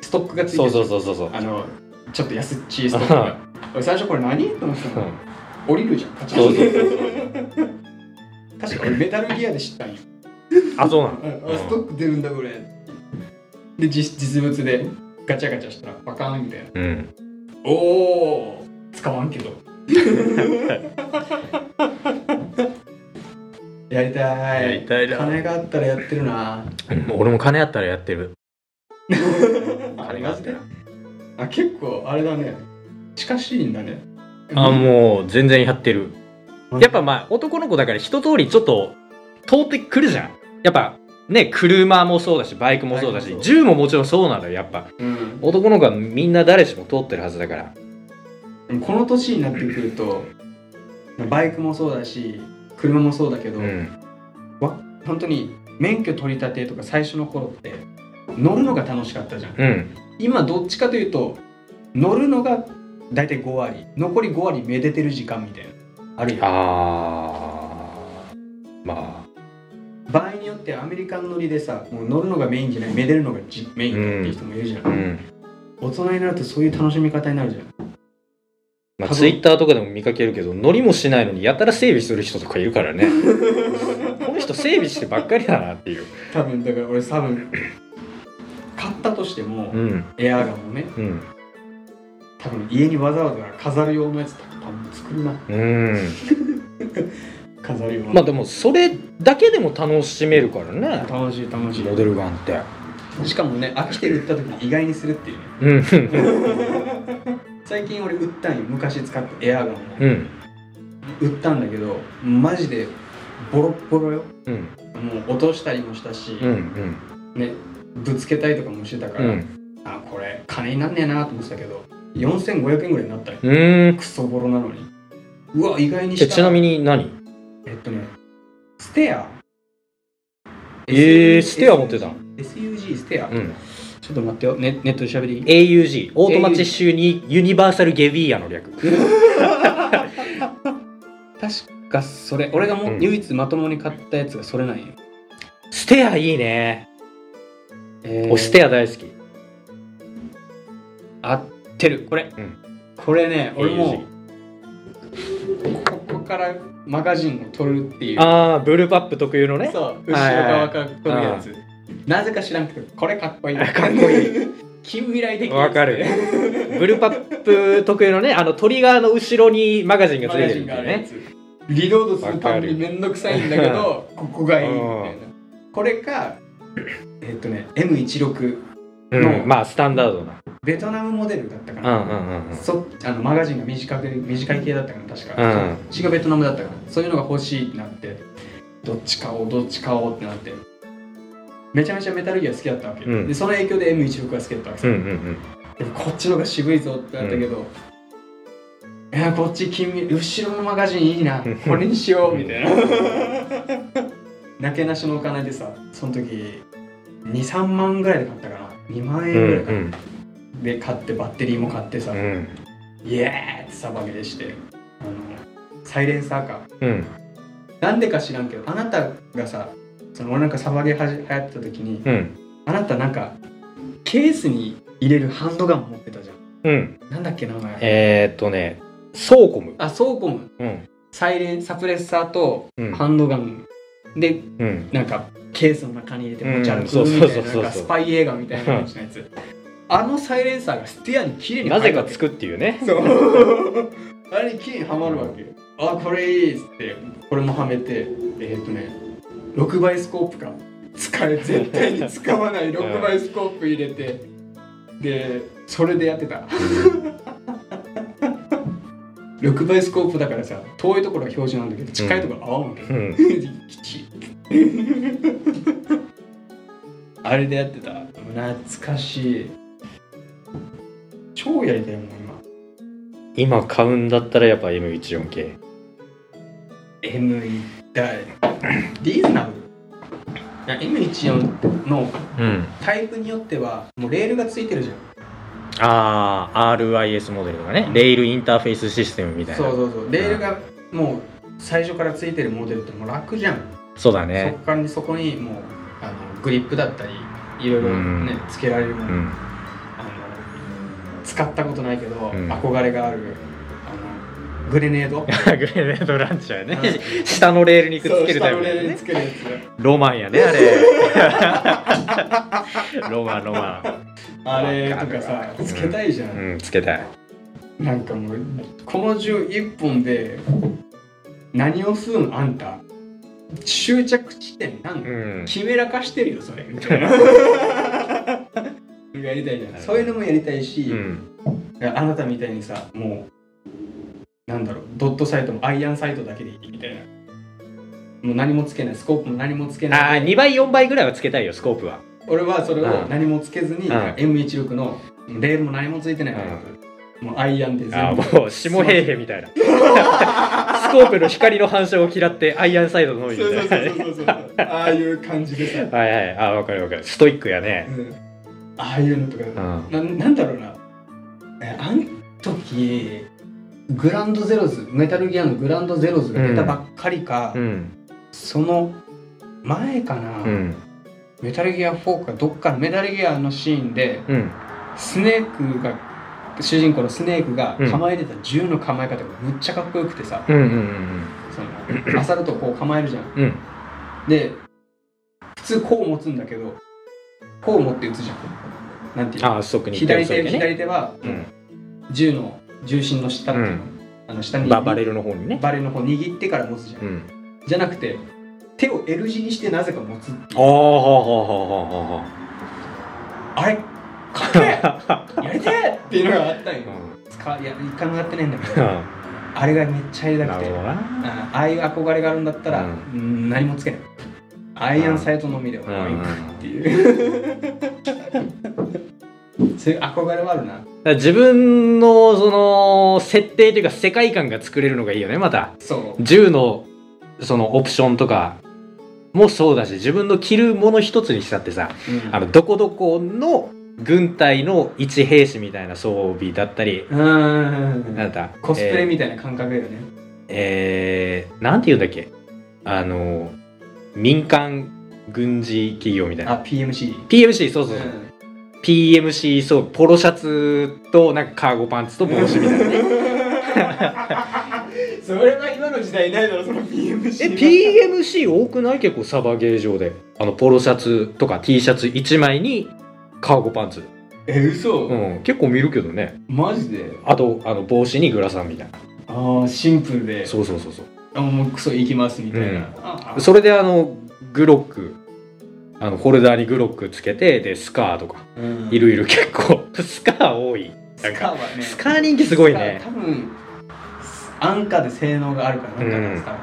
S1: ストックがついて
S2: そうそう
S1: う
S2: そうそうそう
S1: あのちょっと安っちいストック が俺最初これ何と思ってた
S2: う
S1: の
S2: ん
S1: 降りるじゃんカチャン
S2: そうそうそうそう
S1: 確か俺メタルギアで知ったんよ
S2: あそうなの
S1: あストック出るんだこれで実実物でガチャガチャしたらバカーンみたいな
S2: うん
S1: おお使わん けどやりたい
S2: たい
S1: 金があったらやってるな
S2: 俺も金あったらやってる
S1: ありますねあ結構あれだね近しいんだね
S2: あもう全然やってるやっぱまあ男の子だから一通りちょっと通ってくるじゃんやっぱね車もそうだしバイクもそうだ
S1: バイク
S2: し
S1: もそう
S2: 銃ももちろんそうなのよやっぱ
S1: うん、
S2: 男の子はみんな誰しも通ってるはずだから
S1: この年になってくるとバイクもそうだし車もそうだけど、
S2: うん
S1: 本当に免許取り立てとか最初の頃って乗るのが楽しかったじゃん
S2: うん
S1: 今どっちかというと乗るのが大体5割残り5割めでてる時間みたいなあるよ
S2: あーま
S1: 場合によってアメリカン乗りでさもう乗るのがメインじゃないめでるのがじメインだっていう人もいるじゃん、
S2: あうん
S1: 大人になるとそういう楽しみ方になるじゃん
S2: まあ
S1: 多分
S2: ツイッターとかでも見かけるけど乗りもしないのにやたら整備する人とかいるからね この人整備してばっかりだなっていう
S1: 多分だから俺多分買ったとしても、
S2: うん
S1: エアガンをね
S2: うん
S1: 多分家にわざわざ飾る用のやつ多分作るな
S2: うん
S1: 飾る用の、
S2: まあでもそれだけでも楽しめるからね
S1: 楽しい楽しい
S2: モデルガンって
S1: しかもね飽きてるって言った時に意外にするっていうね
S2: うん
S1: 最近俺売ったんよ昔使ったエアガンを、
S2: うん
S1: 売ったんだけどマジでボロッボロよ
S2: うん
S1: もう落としたりもしたし、
S2: うん
S1: ねぶつけたりとかもしてたか
S2: う
S1: ら、
S2: ん
S1: あこれ金になんねえなと思ってたけど4500円ぐらいになったよ
S2: うん
S1: クソボロなのにうわ意外にし
S2: え
S1: た
S2: ちなみに何
S1: えっとねステア
S2: えーステア持ってた
S1: SUG ステア、
S2: うん
S1: ちょっと待ってよネネットで調べていい
S2: AUG オートマチッシュにユニバーサルゲビーヤの略
S1: 確かそれ俺がもう、
S2: うん
S1: 唯一まともに買ったやつがそれなんよ、
S2: ステアいいね
S1: え
S2: 俺ステア大好き
S1: 合ってるこれ、
S2: うん
S1: これね俺も
S2: AUG
S1: ここからマガジンを取るっていう
S2: ああブルーパップ特有のね
S1: そう後ろ
S2: はいはい
S1: 側から取るやつなぜか知らんけどこれかっこいい
S2: かっこい
S1: い 近未来的ですね
S2: わかる ブルーパップ特有のねあのトリガーの後ろにマガジンがつ
S1: マ
S2: い
S1: ガ
S2: て
S1: ジ
S2: るっ
S1: ン
S2: て
S1: が
S2: い
S1: あ
S2: う
S1: るや
S2: ね
S1: つリロードするたびに
S2: わか
S1: めんどくさいんだけどここがいいみたいなこれかえっとね M16
S2: うんまあスタンダードな
S1: ベトナムモデルだったか
S2: う
S1: な、
S2: んうんうんうん
S1: そあのマガジンが短く短い系だったかな確
S2: う
S1: か、
S2: ん
S1: 違うベトナムだったかなそういうのが欲しいってなってどっち買おうどっち買おうってなってめちゃめちゃメタルギア好きだったわけ、
S2: うん
S1: でその影響で M16 が好きだったわ
S2: う
S1: けさ、
S2: んうん
S1: でもこっちの方が渋いぞってなったけど、いやこっち近未後ろのマガジンいいな
S2: うん
S1: これにしようみたいな
S2: う
S1: なけなしのお金でさその時23万ぐらいで買ったかな2万円
S2: うん
S1: ぐらいか
S2: う
S1: な、
S2: ん
S1: で買ってバッテリーも買ってさ、
S2: うん
S1: イエーって騒ぎでしてあのサイレンサーか
S2: うん
S1: なんでか知らんけどあなたがさその俺なんか騒ぎはじ流行ってた時に
S2: うん
S1: あなたなんかケースに入れるハンドガン持ってたじゃ
S2: う
S1: ん
S2: ん
S1: なんだっけ名前
S2: えー、っとね、ソーコム。
S1: あソーコム
S2: うん。
S1: サイレンサプレッサーと
S2: うん。
S1: ハンドガンで
S2: うん。
S1: なんかケースの中に入れて持ち歩
S2: う
S1: く
S2: ん
S1: みたい
S2: そうそうそう
S1: な
S2: そう
S1: なんかスパイ映画みたいな感じのやつあのサイレンサーがステアに綺麗に
S2: なぜ
S1: 入るわ
S2: か
S1: け
S2: つくっていうね。
S1: そう。あれにキーにはまるわけよ。あ、これいいっつって、これもはめて、えーっとね、6倍スコープか。使え、絶対に使わない6倍スコープ入れて、で、それでやってた。6倍スコープだからさ、遠いところは表示なんだけど、近いところは合わんわ け。
S2: うん。
S1: きちい。あれでやってた。懐かしい。超やりたいもん、今。
S2: 今買うんだったらやっぱ M14K。
S1: M いだいリーズナブルや M14 の
S2: うん
S1: タイプによってはもうレールがついてるじゃん
S2: ああ RIS モデルとかねレールインターフェースシステムみたいな
S1: そうそうそうレールがもう最初からついてるモデルってもう楽じゃん、
S2: そうだ
S1: そ
S2: ね
S1: こからそこにもうあのグリップだったりいろいろね
S2: う
S1: つけられるも
S2: う
S1: の、
S2: ん
S1: あの使ったことないけど、
S2: ん
S1: 憧れがあるあのグレネ ード
S2: グレネードランチャーね
S1: う
S2: 下のレールにくっ
S1: そう
S2: つけるタイプだよ
S1: 下のレール
S2: ね
S1: につけるや
S2: ロマンやねあ れロマンロマ
S1: つあれとかさつけたいじゃん
S2: ン、うんつけたい
S1: なんかもうこの銃一本で何をするのあんた終着地点なん
S2: うん
S1: 決めらかしてるよそれ みたいなやりたいじゃないそういうのもやりたいし、
S2: うん
S1: あなたみたいにさもうなんだろうドットサイトもアイアンサイトだけでいいみたいなもう何もつけないスコープも何もつけ
S2: ああ
S1: ない
S2: 2倍4倍ぐらいはつけたいよスコープは
S1: 俺はそれ
S2: う
S1: を
S2: ん
S1: 何もつけずに、
S2: うん
S1: M16 のレールも何もついてないから、もうアイアンで
S2: あ
S1: 全部
S2: ーもう下平平み たいなスコープの光の反射を嫌ってアイアンサイドのみみたいなね
S1: そうそうそうそうそうああいう感じでさ、
S2: はいはいあーわかるわかるストイックやね
S1: うんああいうのとか、
S2: うん
S1: ななんだろうなえあん時グランドゼロズメタルギアのグランドゼロズが出たばっかりか、
S2: うん
S1: その前かな、
S2: うん
S1: メタルギア4かどっかのメタルギアのシーンで
S2: うん
S1: スネークが主人公のスネークが
S2: うん
S1: 構えてた銃の構え方がむっちゃかっこよくてさ、
S2: うんうんうん
S1: そのアサルトをこう構えるじゃん
S2: うんうん
S1: で普通こう持つんだけどこう持って撃つじゃんなんていうの
S2: ああストックに行って
S1: 左
S2: る
S1: 手
S2: ね
S1: 左手は
S2: うん
S1: 銃の重心の下っていうの,、あの下に
S2: ババレルの方にね
S1: バレルの方握ってから持つじゃん、
S2: うん
S1: じゃなくて手を L 字にしてなぜか持つってい
S2: あ
S1: う
S2: あはあはあはあは
S1: あれか っこええやりてえっていうのがあったんよ
S2: あは
S1: 使いや一回もやってないんだけ
S2: あ
S1: どあれがめっちゃやり
S2: うん
S1: た
S2: な
S1: く
S2: る
S1: て
S2: ほどな
S1: あああいう憧れがあるんだったら、
S2: うん
S1: うん何もつけないアイアンサイトのみで
S2: う
S1: 終わり
S2: ん
S1: っ、ていう、 そういう憧れはあるな
S2: だから自分のその設定というか世界観が作れるのがいいよねまた
S1: そう
S2: 銃のそのオプションとかもそうだし自分の着るもの一つにしたってさ
S1: うん
S2: あのどこどこの軍隊の一兵士みたいな装備だったり
S1: うーん
S2: なんだ
S1: コスプレ
S2: えー
S1: みたいな感覚だよね、
S2: えーなんて言うんだっけあの民間軍事企業みたいな
S1: あ PMC
S2: PMC そうそう
S1: う
S2: そう、
S1: ん
S2: PMC そうポロシャツとなんかカーゴパンツと帽子みたいな
S1: それは今の時代ないだろその PMC
S2: え
S1: は
S2: PMC 多くない結構サバゲー場であのポロシャツとか T シャツ1枚にカーゴパンツ、
S1: え嘘、
S2: うん、結構見るけどね
S1: マジで
S2: あとあの帽子にグラサンみたいな
S1: ああシンプルで
S2: そうそうそうそう
S1: あもうクソ行きますみたいな、
S2: うん
S1: あ
S2: それであのグロックあのホルダーにグロックつけてでスカーとか
S1: うん
S2: いるいる結構 スカー多いな
S1: ス
S2: ん
S1: カー
S2: か
S1: はね
S2: スカー人気すごいね
S1: 多分安価で性能があるからなんか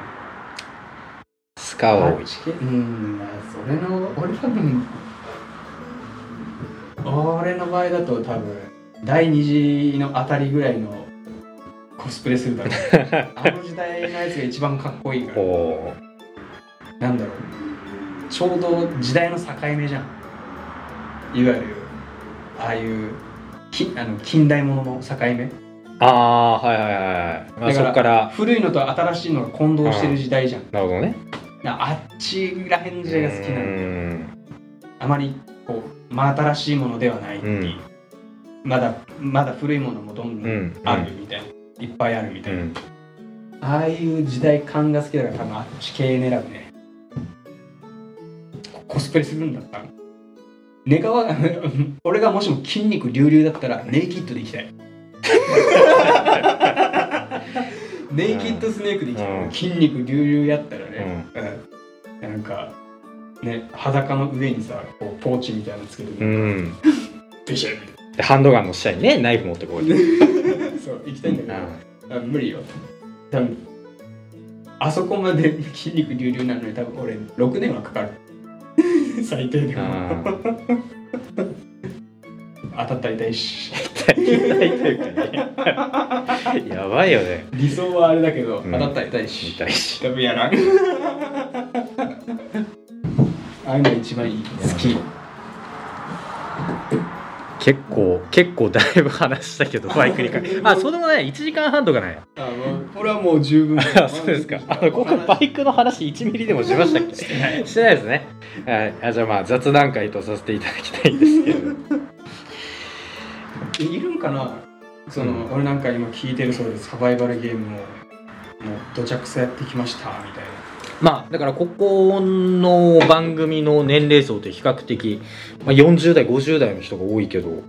S2: スカーは多い
S1: さうんまあそれの俺多分俺の場合だと多分第二次のあたりぐらいのコスプレするだろうあの時代のやつが一番かっこいいから
S2: おー
S1: なんだろうちょうど時代の境目じゃんいわゆるああいうきあの近代ものの境目
S2: ああーはいはいはいはい、まあ、
S1: だ
S2: そ
S1: から
S2: こから
S1: 古いのと新しいのが混同してる時代じゃん
S2: なるほどね
S1: なあっちらへん時代が好きな
S2: う
S1: の
S2: ん
S1: あまりこう真新しいものではない、
S2: うん
S1: まだまだ古いものもどん
S2: う
S1: どん
S2: ん
S1: あるみたいな、いっぱいあるみた
S2: う
S1: いな、
S2: ん
S1: ああいう時代感が好きだから多分あっち系狙うねコスプレするんだったらネガは 俺がもしも筋肉隆々だったらネイキッドでいき たいネイキッドスネークでいきたい、
S2: うん
S1: 筋肉隆々やったら
S2: う
S1: ね、
S2: ん
S1: うんなんかね裸の上にさこうポーチみたいなのつけて
S2: う
S1: る
S2: ん、
S1: ビシャッ
S2: でハンドガンの下にねナイフ持ってこいで、
S1: そう行きたいん
S2: う
S1: だ
S2: ん
S1: けど、あ無理よ多分あそこまで筋肉隆々なのに多分俺6年はかかる 最低で
S2: う
S1: も
S2: ん、
S1: 当たったりたいし
S2: 近代というかね やばいよね
S1: 理想はあれだけど
S2: うん
S1: 当たったりたい
S2: み
S1: した
S2: いし
S1: 多分やらん あああいうのが一番いい好き
S2: 結構結構だいぶ話した けどバイクにかけあそうでもない1時間半とかなんや
S1: あもうこれはもう十 分
S2: あそうですかあのここバイクの話1ミリでもしましたっけ
S1: してない
S2: してないですね。はい、あじゃあまあ雑談会とさせていただきたいんですけど。
S1: いるんかなその、
S2: うん
S1: 俺なんか今聞いてるそうですサバイバルゲームをもう土着さやってきましたみたいな
S2: まあだからここの番組の年齢層って比較的、まあ、40代50代の人が多いけど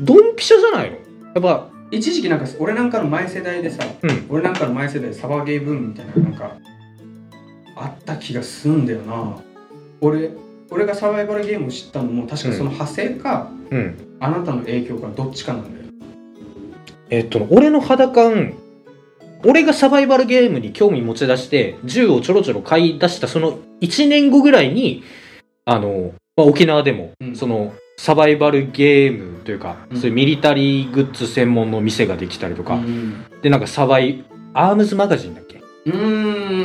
S2: ドンピシャじゃないのやっぱ
S1: 一時期なんか俺なんかの前世代でさ、
S2: うん
S1: 俺なんかの前世代でサバゲーブームみたいななんかあった気がすんだよな俺俺がサバイバルゲームを知ったのも確かその派生か、
S2: うん
S1: あなたの影響かどっちかなんだよ
S2: えっと俺の肌感俺がサバイバルゲームに興味持ち出して銃をちょろちょろ買い出したその1年後ぐらいにあの、まあ、沖縄でも、
S1: うん
S2: そのサバイバルゲームというか、
S1: うん
S2: そういうミリタリーグッズ専門の店ができたりとか、
S1: うん
S2: でなんかサバイアームズマガジンだっけ
S1: うー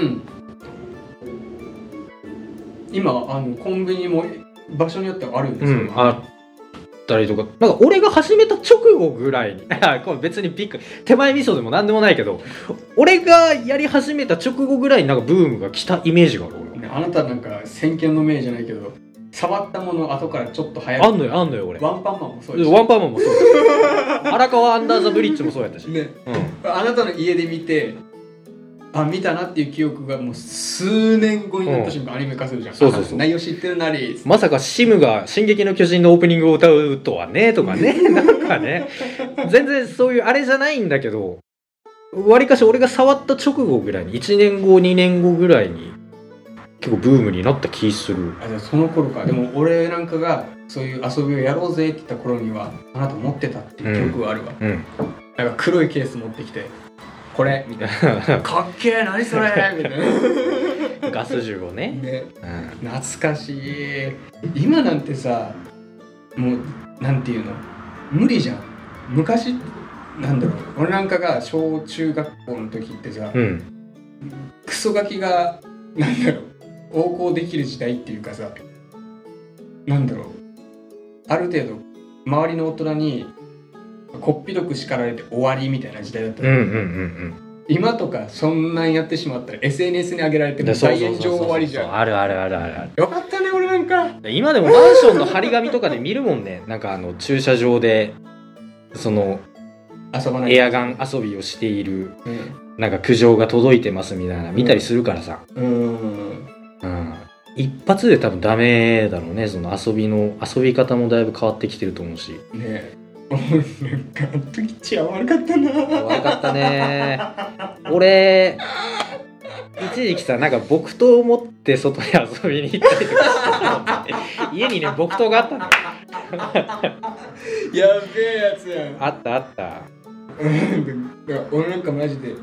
S1: ん今あのコンビニも場所によってはあるんですよ、
S2: あったりとかなんか俺が始めた直後ぐらいに あこれ別にビッグ手前味噌でも何でもないけど俺がやり始めた直後ぐらいになんかブームが来たイメージがある俺は
S1: ねあなたなんか先見の明じゃないけど触ったもの後からちょっと早い
S2: あんのよあんのよ俺
S1: ワンパンマンもそうです
S2: ワンパンマンも そうだし荒川アンダーザブリッジもそうやったし、うん、
S1: ねあなたの家で見てあ見たなっていう記憶がもう数年後になった瞬間アニメ化するじゃん、
S2: そうそうそう
S1: あ内容知ってるなり
S2: まさかシムが「進撃の巨人」のオープニングを歌うとはねとか ねなんかね全然そういうあれじゃないんだけどわりかし俺が触った直後ぐらいに1年後2年後ぐらいに結構ブームになった気する
S1: あじゃあその頃かでも俺なんかがそういう遊びをやろうぜって言った頃にはあなた持ってたっていう記憶があるわ、
S2: うん
S1: なんか黒いケース持ってきてこれみたい なかっけえ何それみたい
S2: ガス銃を
S1: な
S2: ね、
S1: ね
S2: うん、
S1: 懐かしい今なんてさもうなんていうの無理じゃん昔なんだろう俺なんかが小中学校の時ってさ、
S2: うん
S1: クソガキがなんだろう横行できる時代っていうかさなんだろうある程度周りの大人にこっぴどく叱られて終わりみたいな時代だった
S2: うんうんうん
S1: 今とかそんなんやってしまったら SNS に上げられて
S2: うんで
S1: もう
S2: そう
S1: 大
S2: そう
S1: 炎
S2: そう
S1: 上
S2: そう
S1: 終わりじゃん
S2: あるあるあるあるある
S1: よかったね俺なんか
S2: で今でもマンションの張り紙とかで見るもんねなんかあの駐車場でその
S1: 遊ばない
S2: エアガン遊びをしている
S1: う
S2: なんか苦情が届いてますみたいな見たりするからさ、
S1: ん
S2: うん、一発で多分ダメだろうねその遊びの遊び方もだいぶ変わってきてると思うし
S1: ね え俺なんかあの時治安悪かったな
S2: 悪かった ね俺一時期さなんか木刀を持って外に遊びに行ったりとかしてたの ね家にね木刀があったのよ
S1: やべえやつやん
S2: あったあった
S1: うんだから俺なんかマジで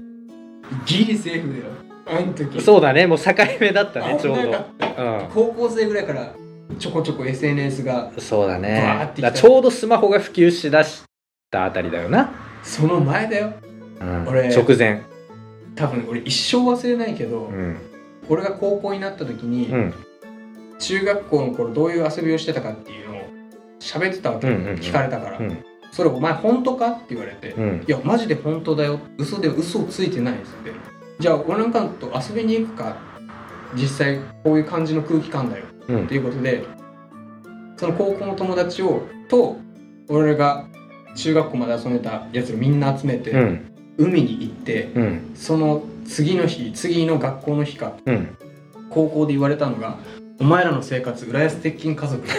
S1: ギリセーフだよあの時
S2: そうだねもう境目だったねち
S1: 危
S2: ょう
S1: なか
S2: ど
S1: った高校生ぐらいからちょこちょこ SNS が
S2: うんそうだ
S1: バー
S2: ね
S1: ってき
S2: だ
S1: た
S2: からちょうどスマホが普及しだしたあたりだよな、
S1: その前だよ
S2: うん、
S1: 俺
S2: 直前
S1: 多分俺一生忘れないけど、
S2: うん
S1: 俺が高校になった時に、
S2: うん
S1: 中学校の頃どういう遊びをしてたかっていうのを喋ってたわけ、
S2: うんうんうん
S1: 聞かれたから、
S2: うん
S1: それお前本当か?」って言われて「
S2: うん
S1: いやマジで本当だよ嘘で嘘ついてない」っつって「じゃあ俺なんかと遊びに行くか実際こういう感じの空気感だよ」
S2: うん
S1: っていうことでその高校の友達をと俺が中学校まで遊んでたやつをみんな集めて、
S2: うん
S1: 海に行って
S2: うん
S1: その次の日次の学校の日か
S2: うん
S1: 高校で言われたのが「お前らの生活浦安鉄筋家族」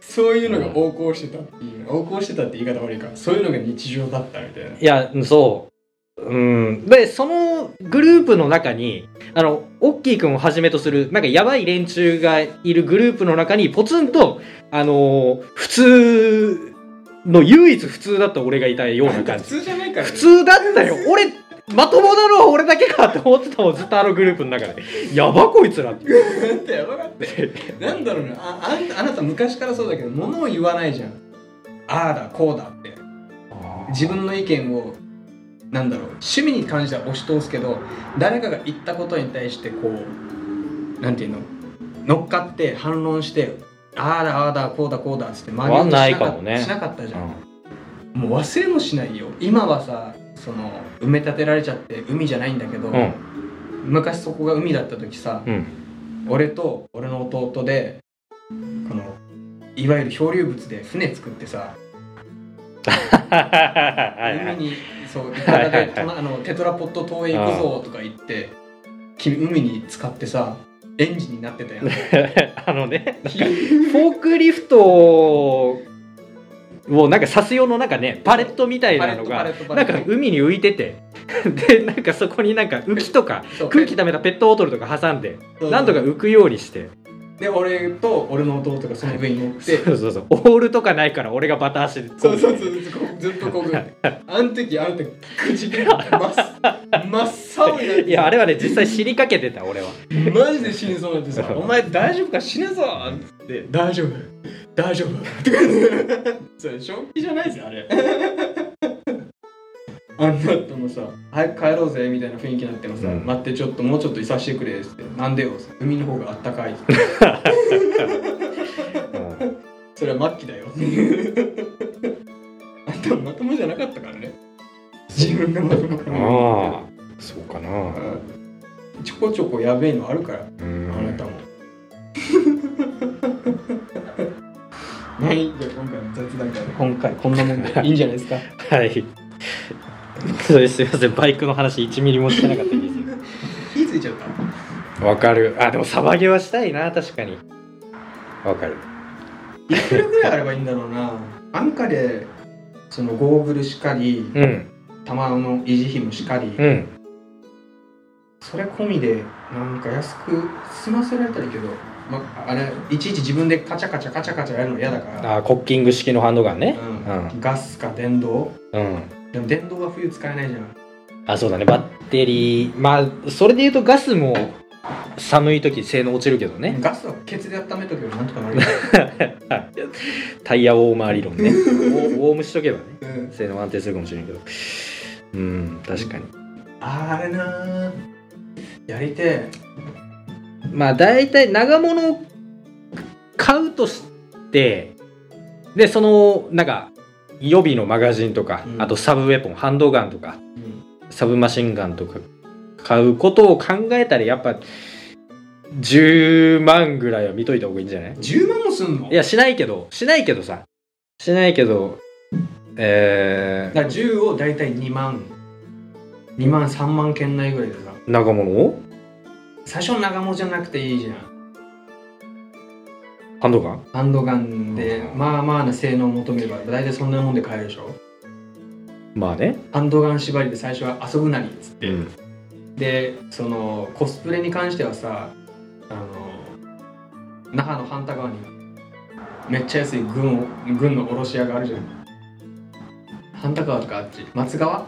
S1: そういうのが横行してたっていう横行してたって言い方悪いかそういうのが日常だったみたいない
S2: やそううんでそのグループの中にあのオッキー君をはじめとするなんかやばい連中がいるグループの中にポツンとあのー普通の唯一普通だった俺がいたような感
S1: 普
S2: じ
S1: 通じゃないから、ね、
S2: 普通だったよ俺まともなのは俺だけかって思ってたもんずっとあのグループの中でやばこいつらって
S1: だってやばかったよ なんだろうなああんたあなた昔からそうだけど物を言わないじゃんああだこうだって自分の意見をなんだろう趣味に関しては押し通すけど誰かが言ったことに対してこうなんていうの乗っかって反論してああだああだこうだこうだっつって曲
S2: は
S1: げ
S2: ない
S1: しな
S2: かもね
S1: しなかったじゃん
S2: うん
S1: もう忘れもしないよ今はさその埋め立てられちゃって海じゃないんだけど、
S2: うん
S1: 昔そこが海だった時さ、
S2: うん
S1: 俺と俺の弟でこのいわゆる漂流物で船作ってさ
S2: はいはい
S1: 海にそういかだ
S2: はい
S1: で
S2: はい
S1: トナあのテトラポット島へ行くぞとか言って君海に使ってさエンジンになってたやん
S2: あのねなんかフォークリフトをなんか刺す用のなんかねパレットみたいなの
S1: パ
S2: が
S1: レットパ
S2: な
S1: レッ
S2: んか
S1: トパレット
S2: 海に浮いてて でなんかそこになんか浮きとか
S1: そう
S2: 空気溜めたペットボトルとか挟んで
S1: そう
S2: なんとか浮くようにして
S1: で俺と俺の弟がその上に乗って
S2: そうそうそうオールとかないから俺がバタ足でこ
S1: そうそうそうそうずっとこぐあん時あん時くじけた真っ真っ青になって
S2: いやあれはね実際死にかけてた俺は
S1: マジで死にそうになってさ「
S2: うん
S1: お前大丈夫か死ぬぞ!」って「大丈夫大丈夫」 とか言ってそれ正気じゃないですよあれ あんなあったのさ「早く帰ろうぜ」みたいな雰囲気になってもさ「
S2: うん
S1: 待ってちょっともうちょっといさしてくれ」っつって「なんでよ」っつって海の方があったかい」
S2: うん
S1: それは末期だよ」 あんたまともじゃなかったからね自分がまともか
S2: ああそうかな
S1: うんちょこちょこやべえのあるから
S2: うん
S1: あな たも。はい、じゃあ今回の雑談会今回こんなもんでいいんじゃないですか。
S2: はい それすいませんバイクの話1ミリもしてなかったです
S1: 火ついちゃった。
S2: わかるあでもサバゲーはしたいな確かにわかる
S1: いくらぐらいあればいいんだろうな。安価でそのゴーグルしかり、
S2: うん
S1: 玉の維持費もしかり、
S2: うん
S1: それ込みでなんか安く済ませられたらいいけど、まあれいちいち自分でカチャカチャカチャカチャやるの嫌だから。
S2: あコッキング式のハンドガンね
S1: うん、ガスか電動
S2: うん
S1: でも電動は冬使えないじゃん
S2: あそうだねバッテリーまあそれで言うとガスも寒い時性能落ちるけどね
S1: ガスはケツで温めとけばなんとか なるよ、
S2: タイヤウォーマー理論 ねウォウォームしとけばね
S1: うん、
S2: 性能安定するかもしれんけどうん確かに
S1: あれなあやりて
S2: まあ大体長物を買うとしてでそのなんか予備のマガジンとか、
S1: うん
S2: あとサブウェポンハンドガンとか
S1: え、うん
S2: サブマシンガンとか買うことを考えたらやっぱ10万ぐらいは見といた方がいいんじゃない
S1: 10万もすんの
S2: いやしないけどしないけどさしないけどえ
S1: だから10を大体2万2万3万圏内ぐらいでさ
S2: ー、長物を
S1: 最初の長物じゃなくていいじゃん
S2: ハンドガン
S1: ハンドガンで
S2: うん
S1: まあまあな性能を求めれば大体そんなもんで買えるでしょ
S2: まあね、
S1: ハンドガン縛りで最初は遊ぶなりっつって
S2: うん
S1: でそのコスプレに関してはさあの那覇の繁田川にめっちゃ安い軍を軍の卸屋があるじゃん繁田川とかあっち松川
S2: あ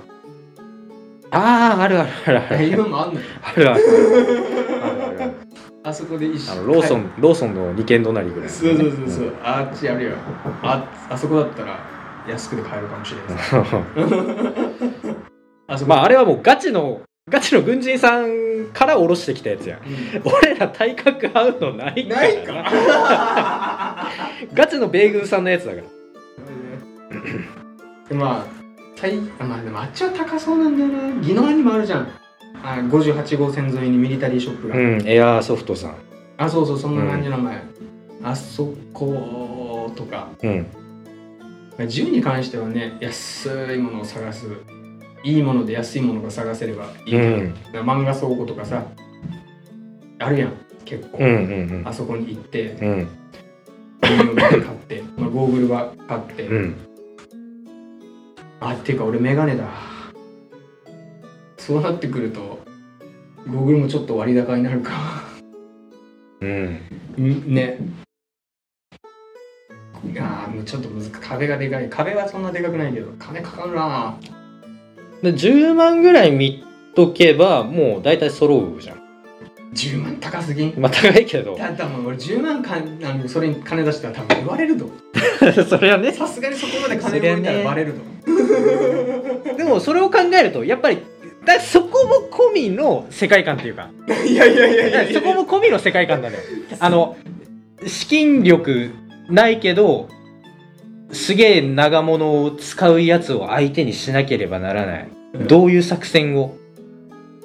S2: ああるあるあるある
S1: え今もあんのよ
S2: あるあるあるあるある
S1: あそこで一緒
S2: あのローソン、
S1: は
S2: ローソンの2軒隣ぐらい
S1: い
S2: のね、
S1: そうそうそうそうう、あっちあるよああそこだったら安くで買えるかもしれない
S2: ん
S1: あそ こ
S2: まああれはもうガチのガチの軍人さんから下ろしてきたやつや
S1: うん
S2: 俺ら体格合うのないから
S1: ないか
S2: ガチの米軍さんのやつだから
S1: でまあ最まあでもあっちは高そうなんだよな宜野湾にもあるじゃんあ58号線沿いにミリタリーショップが、
S2: うんエアーソフトさん
S1: あそうそうそんな感じの名前、あそことか
S2: うん
S1: 銃に関してはね安いものを探すいいもので安いものが探せればいいけ
S2: う
S1: ど、
S2: ん
S1: 漫画倉庫とかさあるやん結構、
S2: うんうん
S1: あそこに行って
S2: うんうん
S1: ゴーグル 買って、まあ、ゴーグルは買って、
S2: うん
S1: あっていうか俺メガネだそうなってくるとゴーグルもちょっと割高になるか
S2: うん
S1: んねいやーもうちょっと難しい壁がでかい壁はそんなでかくないけど金かかるな
S2: で10万ぐらい見とけばもう大体揃うじゃん
S1: 10万高すぎん
S2: まあ高いけど
S1: だったらもう俺10万かあのそれに金出したら多分言われると
S2: それはね
S1: さすがにそこまで金動いたらバレると
S2: でもそれを考えるとやっぱりだそこも込みの世界観っていうか
S1: いやいやいやいやいや
S2: そこも込みの世界観だねあの資金力ないけどすげえ長物を使うやつを相手にしなければならない、
S1: うん
S2: どういう作戦を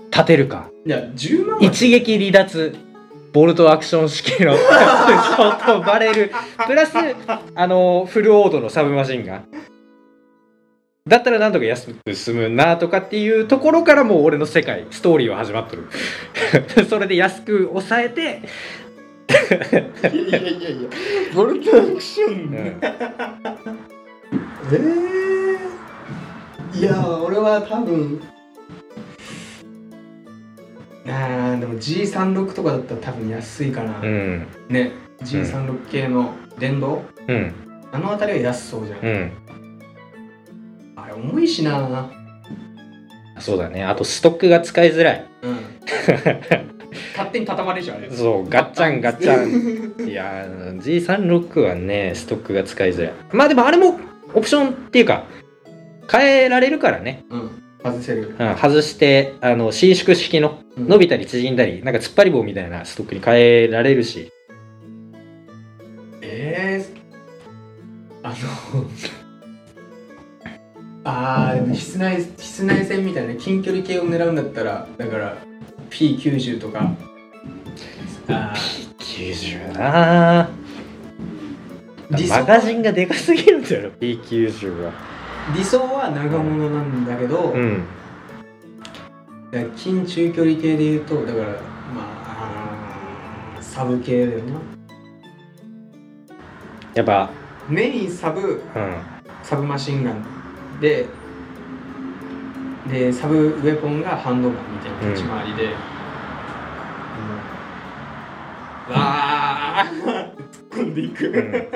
S2: 立てるか
S1: いや10万は
S2: 一撃離脱ボルトアクション式のショートバレルプラスあのフルオートのサブマシンガンだったらなんとか安く済むなとかっていうところからもう俺の世界ストーリーは始まっとる それで安く抑えて
S1: いやいやいやいやボルトアクション、
S2: うん
S1: えー、いや俺は多分あーでも G36 とかだったら多分安いかな、
S2: うん
S1: ね G36 系の電動、
S2: うん
S1: あの辺りは安そうじゃん、
S2: うん
S1: あれ重いし な
S2: そうだねあとストックが使いづらい
S1: うん勝手に畳まれちゃうあれ
S2: そうガッチャンガッチャンいやー G36 はねストックが使いづらいまあでもあれもオプションっていうか変えられるからね、
S1: うん外せる
S2: うん、外してあの伸縮式の
S1: うん
S2: 伸びたり縮んだりなんか突っ張り棒みたいなストックに変えられるし
S1: ええあの ああでも室内室内戦みたいな近距離系を狙うんだったらだから P90 とかあ
S2: 90な
S1: ー理
S2: ー
S1: 想
S2: マガジンがでかすぎるんだよ P90 は
S1: 理想は長物なんだけど、
S2: うん
S1: だから近中距離系で言うとだからまああーサブ系だよな
S2: やっぱ
S1: メインサブ
S2: うん
S1: サブマシンガンででサブウェポンがハンドガンみたいな立ち回りで、うんわー突っ込んでいく、
S2: うん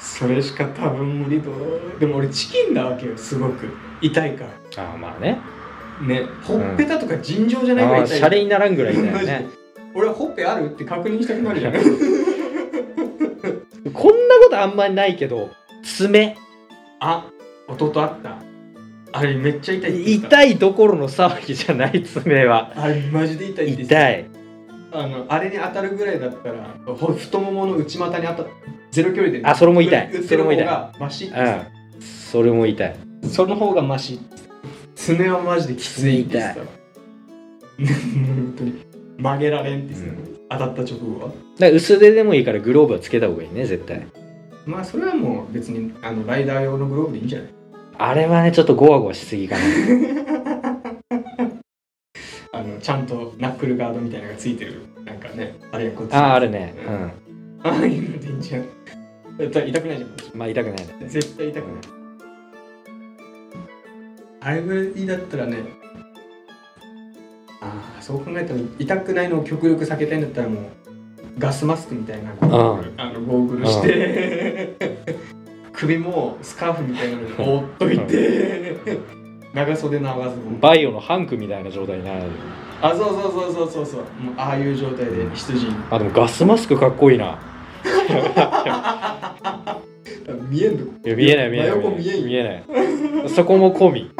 S1: それしか多分無理だでも俺チキンなわけよすごく痛いか
S2: あーまあね
S1: らねほっぺたとか尋常じゃ
S2: あ
S1: ないぐらい
S2: ー
S1: 痛い
S2: シャレにならんぐらいだよ
S1: マジ
S2: ね
S1: で俺ほっぺあるって確認したくなるじゃん
S2: こんなことあんまりないけど爪
S1: あ弟あったあれめっちゃ痛いって言った
S2: 痛いどころの騒ぎじゃない爪は
S1: あれマジで痛いって言ってた
S2: 痛い
S1: あのあれに当たるぐらいだったらほ太ももの内股に当たゼロ距離で
S2: あそれも痛い
S1: そ
S2: そ
S1: れ
S2: れ
S1: も
S2: も
S1: 痛
S2: 痛
S1: い
S2: い
S1: マシ
S2: うんそれも痛い
S1: その方がマシ爪はマジできついって言ってた本当に曲げられんって言ってた、当たった直後
S2: だ
S1: は
S2: から薄手でもいいからグローブはつけた方がいいね絶対
S1: まあそれはもう別にあのライダー用のグローブでいいんじゃない
S2: あれはねちょっとゴワゴワしすぎかな
S1: あのちゃんとナックルガードみたいなのがついてるなんかねあれがこっち
S2: あーあるね
S1: ああいうのでいいんじゃんだったら痛くないじゃん
S2: うんまあ痛くないね
S1: 絶対痛くない、あれぐらいだったらねああそう考えたら痛くないのを極力避けたいんだったらもうガスマスクみたいなゴーグルあのゴーグルして首もスカーフみたいなので覆っといて長袖の長ズボン
S2: バイオのハンクみたいな状態になる
S1: あそうそうそうそうそうそうもうああいう状態で羊に
S2: あでもガスマスクかっこいいな
S1: 見えんの
S2: いや見えない見えない
S1: 真横見えんよ
S2: 見えないそこも込み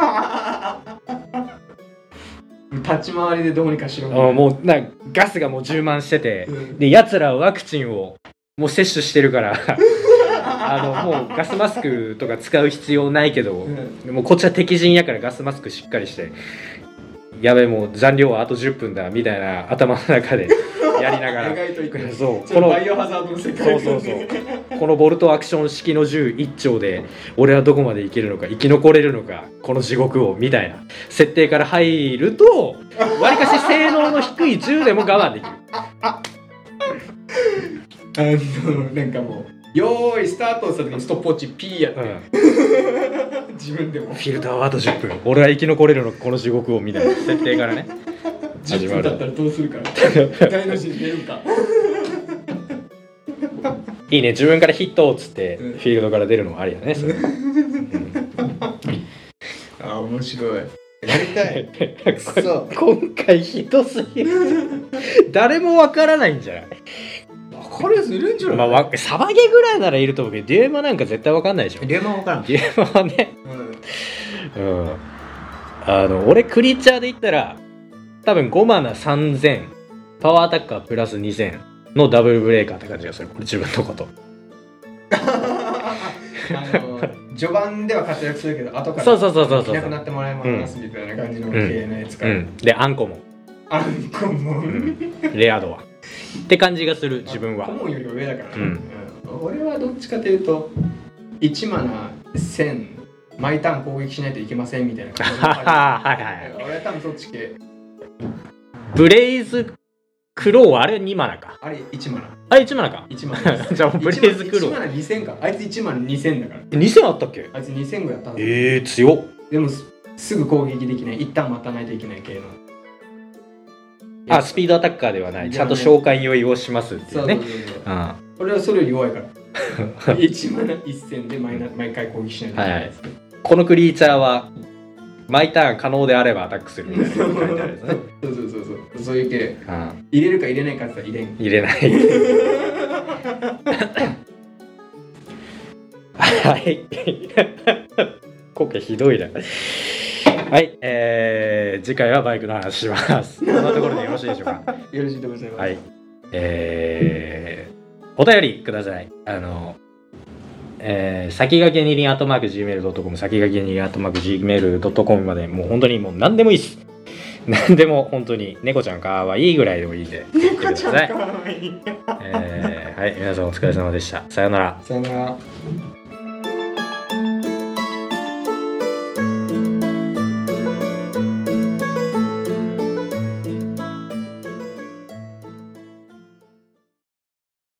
S1: 立ち回りでどうにかしろ
S2: あ
S1: みた
S2: ー
S1: いな
S2: もうなんかガスがもう充満してて
S1: うん
S2: で、やつらはワクチンをもう接種してる から、あのもうガスマスクとか使う必要ないけど、
S1: うん
S2: もうこっちは敵陣やからガスマスクしっかりして、やべえ、もう残量はあと10分だみたいな頭の中で やりながら。
S1: 意外といく
S2: そう
S1: こ
S2: こ
S1: の
S2: の
S1: バイオハザードの世
S2: そ
S1: 界
S2: うそうそうこのボルトアクション式の銃1丁で俺はどこまでいけるのか生き残れるのかこの地獄をみたいな設定から入るとわりかし性能の低い銃でも我慢できる
S1: あのなんかもう「よーいスタート」した時にストップウォッチピーやって、 自分でも
S2: フィルターはあと10分俺は生き残れるのこの地獄をみたいな設定からね始
S1: 10
S2: まる
S1: 分だったらどうするか 大の字に出るか
S2: いいね自分からヒットっつってフ
S1: うん
S2: ィールドから出るのもありやねそれうん
S1: あー面白いやりた い
S2: これ今回ひどすぎる誰もわからないんじゃない
S1: これするんじゃ
S2: まあ
S1: ない、
S2: わサバゲぐらいならいると思うけどデュエマなんか絶対わかんないでしょデ
S1: レモン分からん、
S2: ュエマはね
S1: うん
S2: うんあの俺クリーチャーで言ったら多分5マナ3000パワーアタッカープラス2000のダブルブレーカーって感じがするこれ自分のこと
S1: あの序盤では活躍するけど後から
S2: そうそうそうそうそ
S1: いなくな
S2: う、
S1: ってもらいますみたいな感じの
S2: ん
S1: 系のやつか
S2: う
S1: ら、
S2: ん、であんこも、
S1: あんこも、
S2: うん、レア度はって感じがする自分は
S1: コモンより上だから、
S2: うん
S1: うん俺はどっちかというと1マナ1000毎ターン攻撃しないといけませんみたいな感じの
S2: は ははいはい
S1: 俺は多分そっち系
S2: ブレイズクローはあれ2マナか
S1: あれ1マナ
S2: あれ1マナか
S1: 1マナ
S2: じゃあブレイズクロ
S1: 1マ
S2: ー
S1: ナ2000かあいつ1マナ2000だから
S2: 2000あったっけ
S1: あいつ2000ぐらいやったんだ
S2: ええー、強っ
S1: でもすすぐ攻撃できない一旦待たないといけない系の
S2: あスピードアタッカーではないちゃんと召喚酔いをしますってい
S1: そううそ
S2: ね
S1: うそうそう
S2: うんは
S1: 俺はそれより弱いから 1マナ1000で毎な毎回攻撃しないといけないやつ
S2: このクリーチャーは毎ターン可能であればアタックするみたいな
S1: そう
S2: 書いてあるんですね、
S1: そうそうそうそうそういう系
S2: うん、
S1: 入れるか入れないかって言ったら入れん
S2: 入れないはい今回ひどいなはいえー、次回はバイクの話しますこんなところでよろしいでしょうか
S1: よろしいでございます。
S2: はい。えー、お便りください。あの、えー、先駆けにりん、アットマーク Gmail.com、先駆けにりん、アットマーク Gmail.com まで、もう本当にもう何でもいいです。何でも本当に、猫ちゃんかわいいぐらいでもいいんで、言ってください。
S1: かわいい。
S2: えーはい、皆さんお疲れ様でした。さようなら。
S1: さよなら。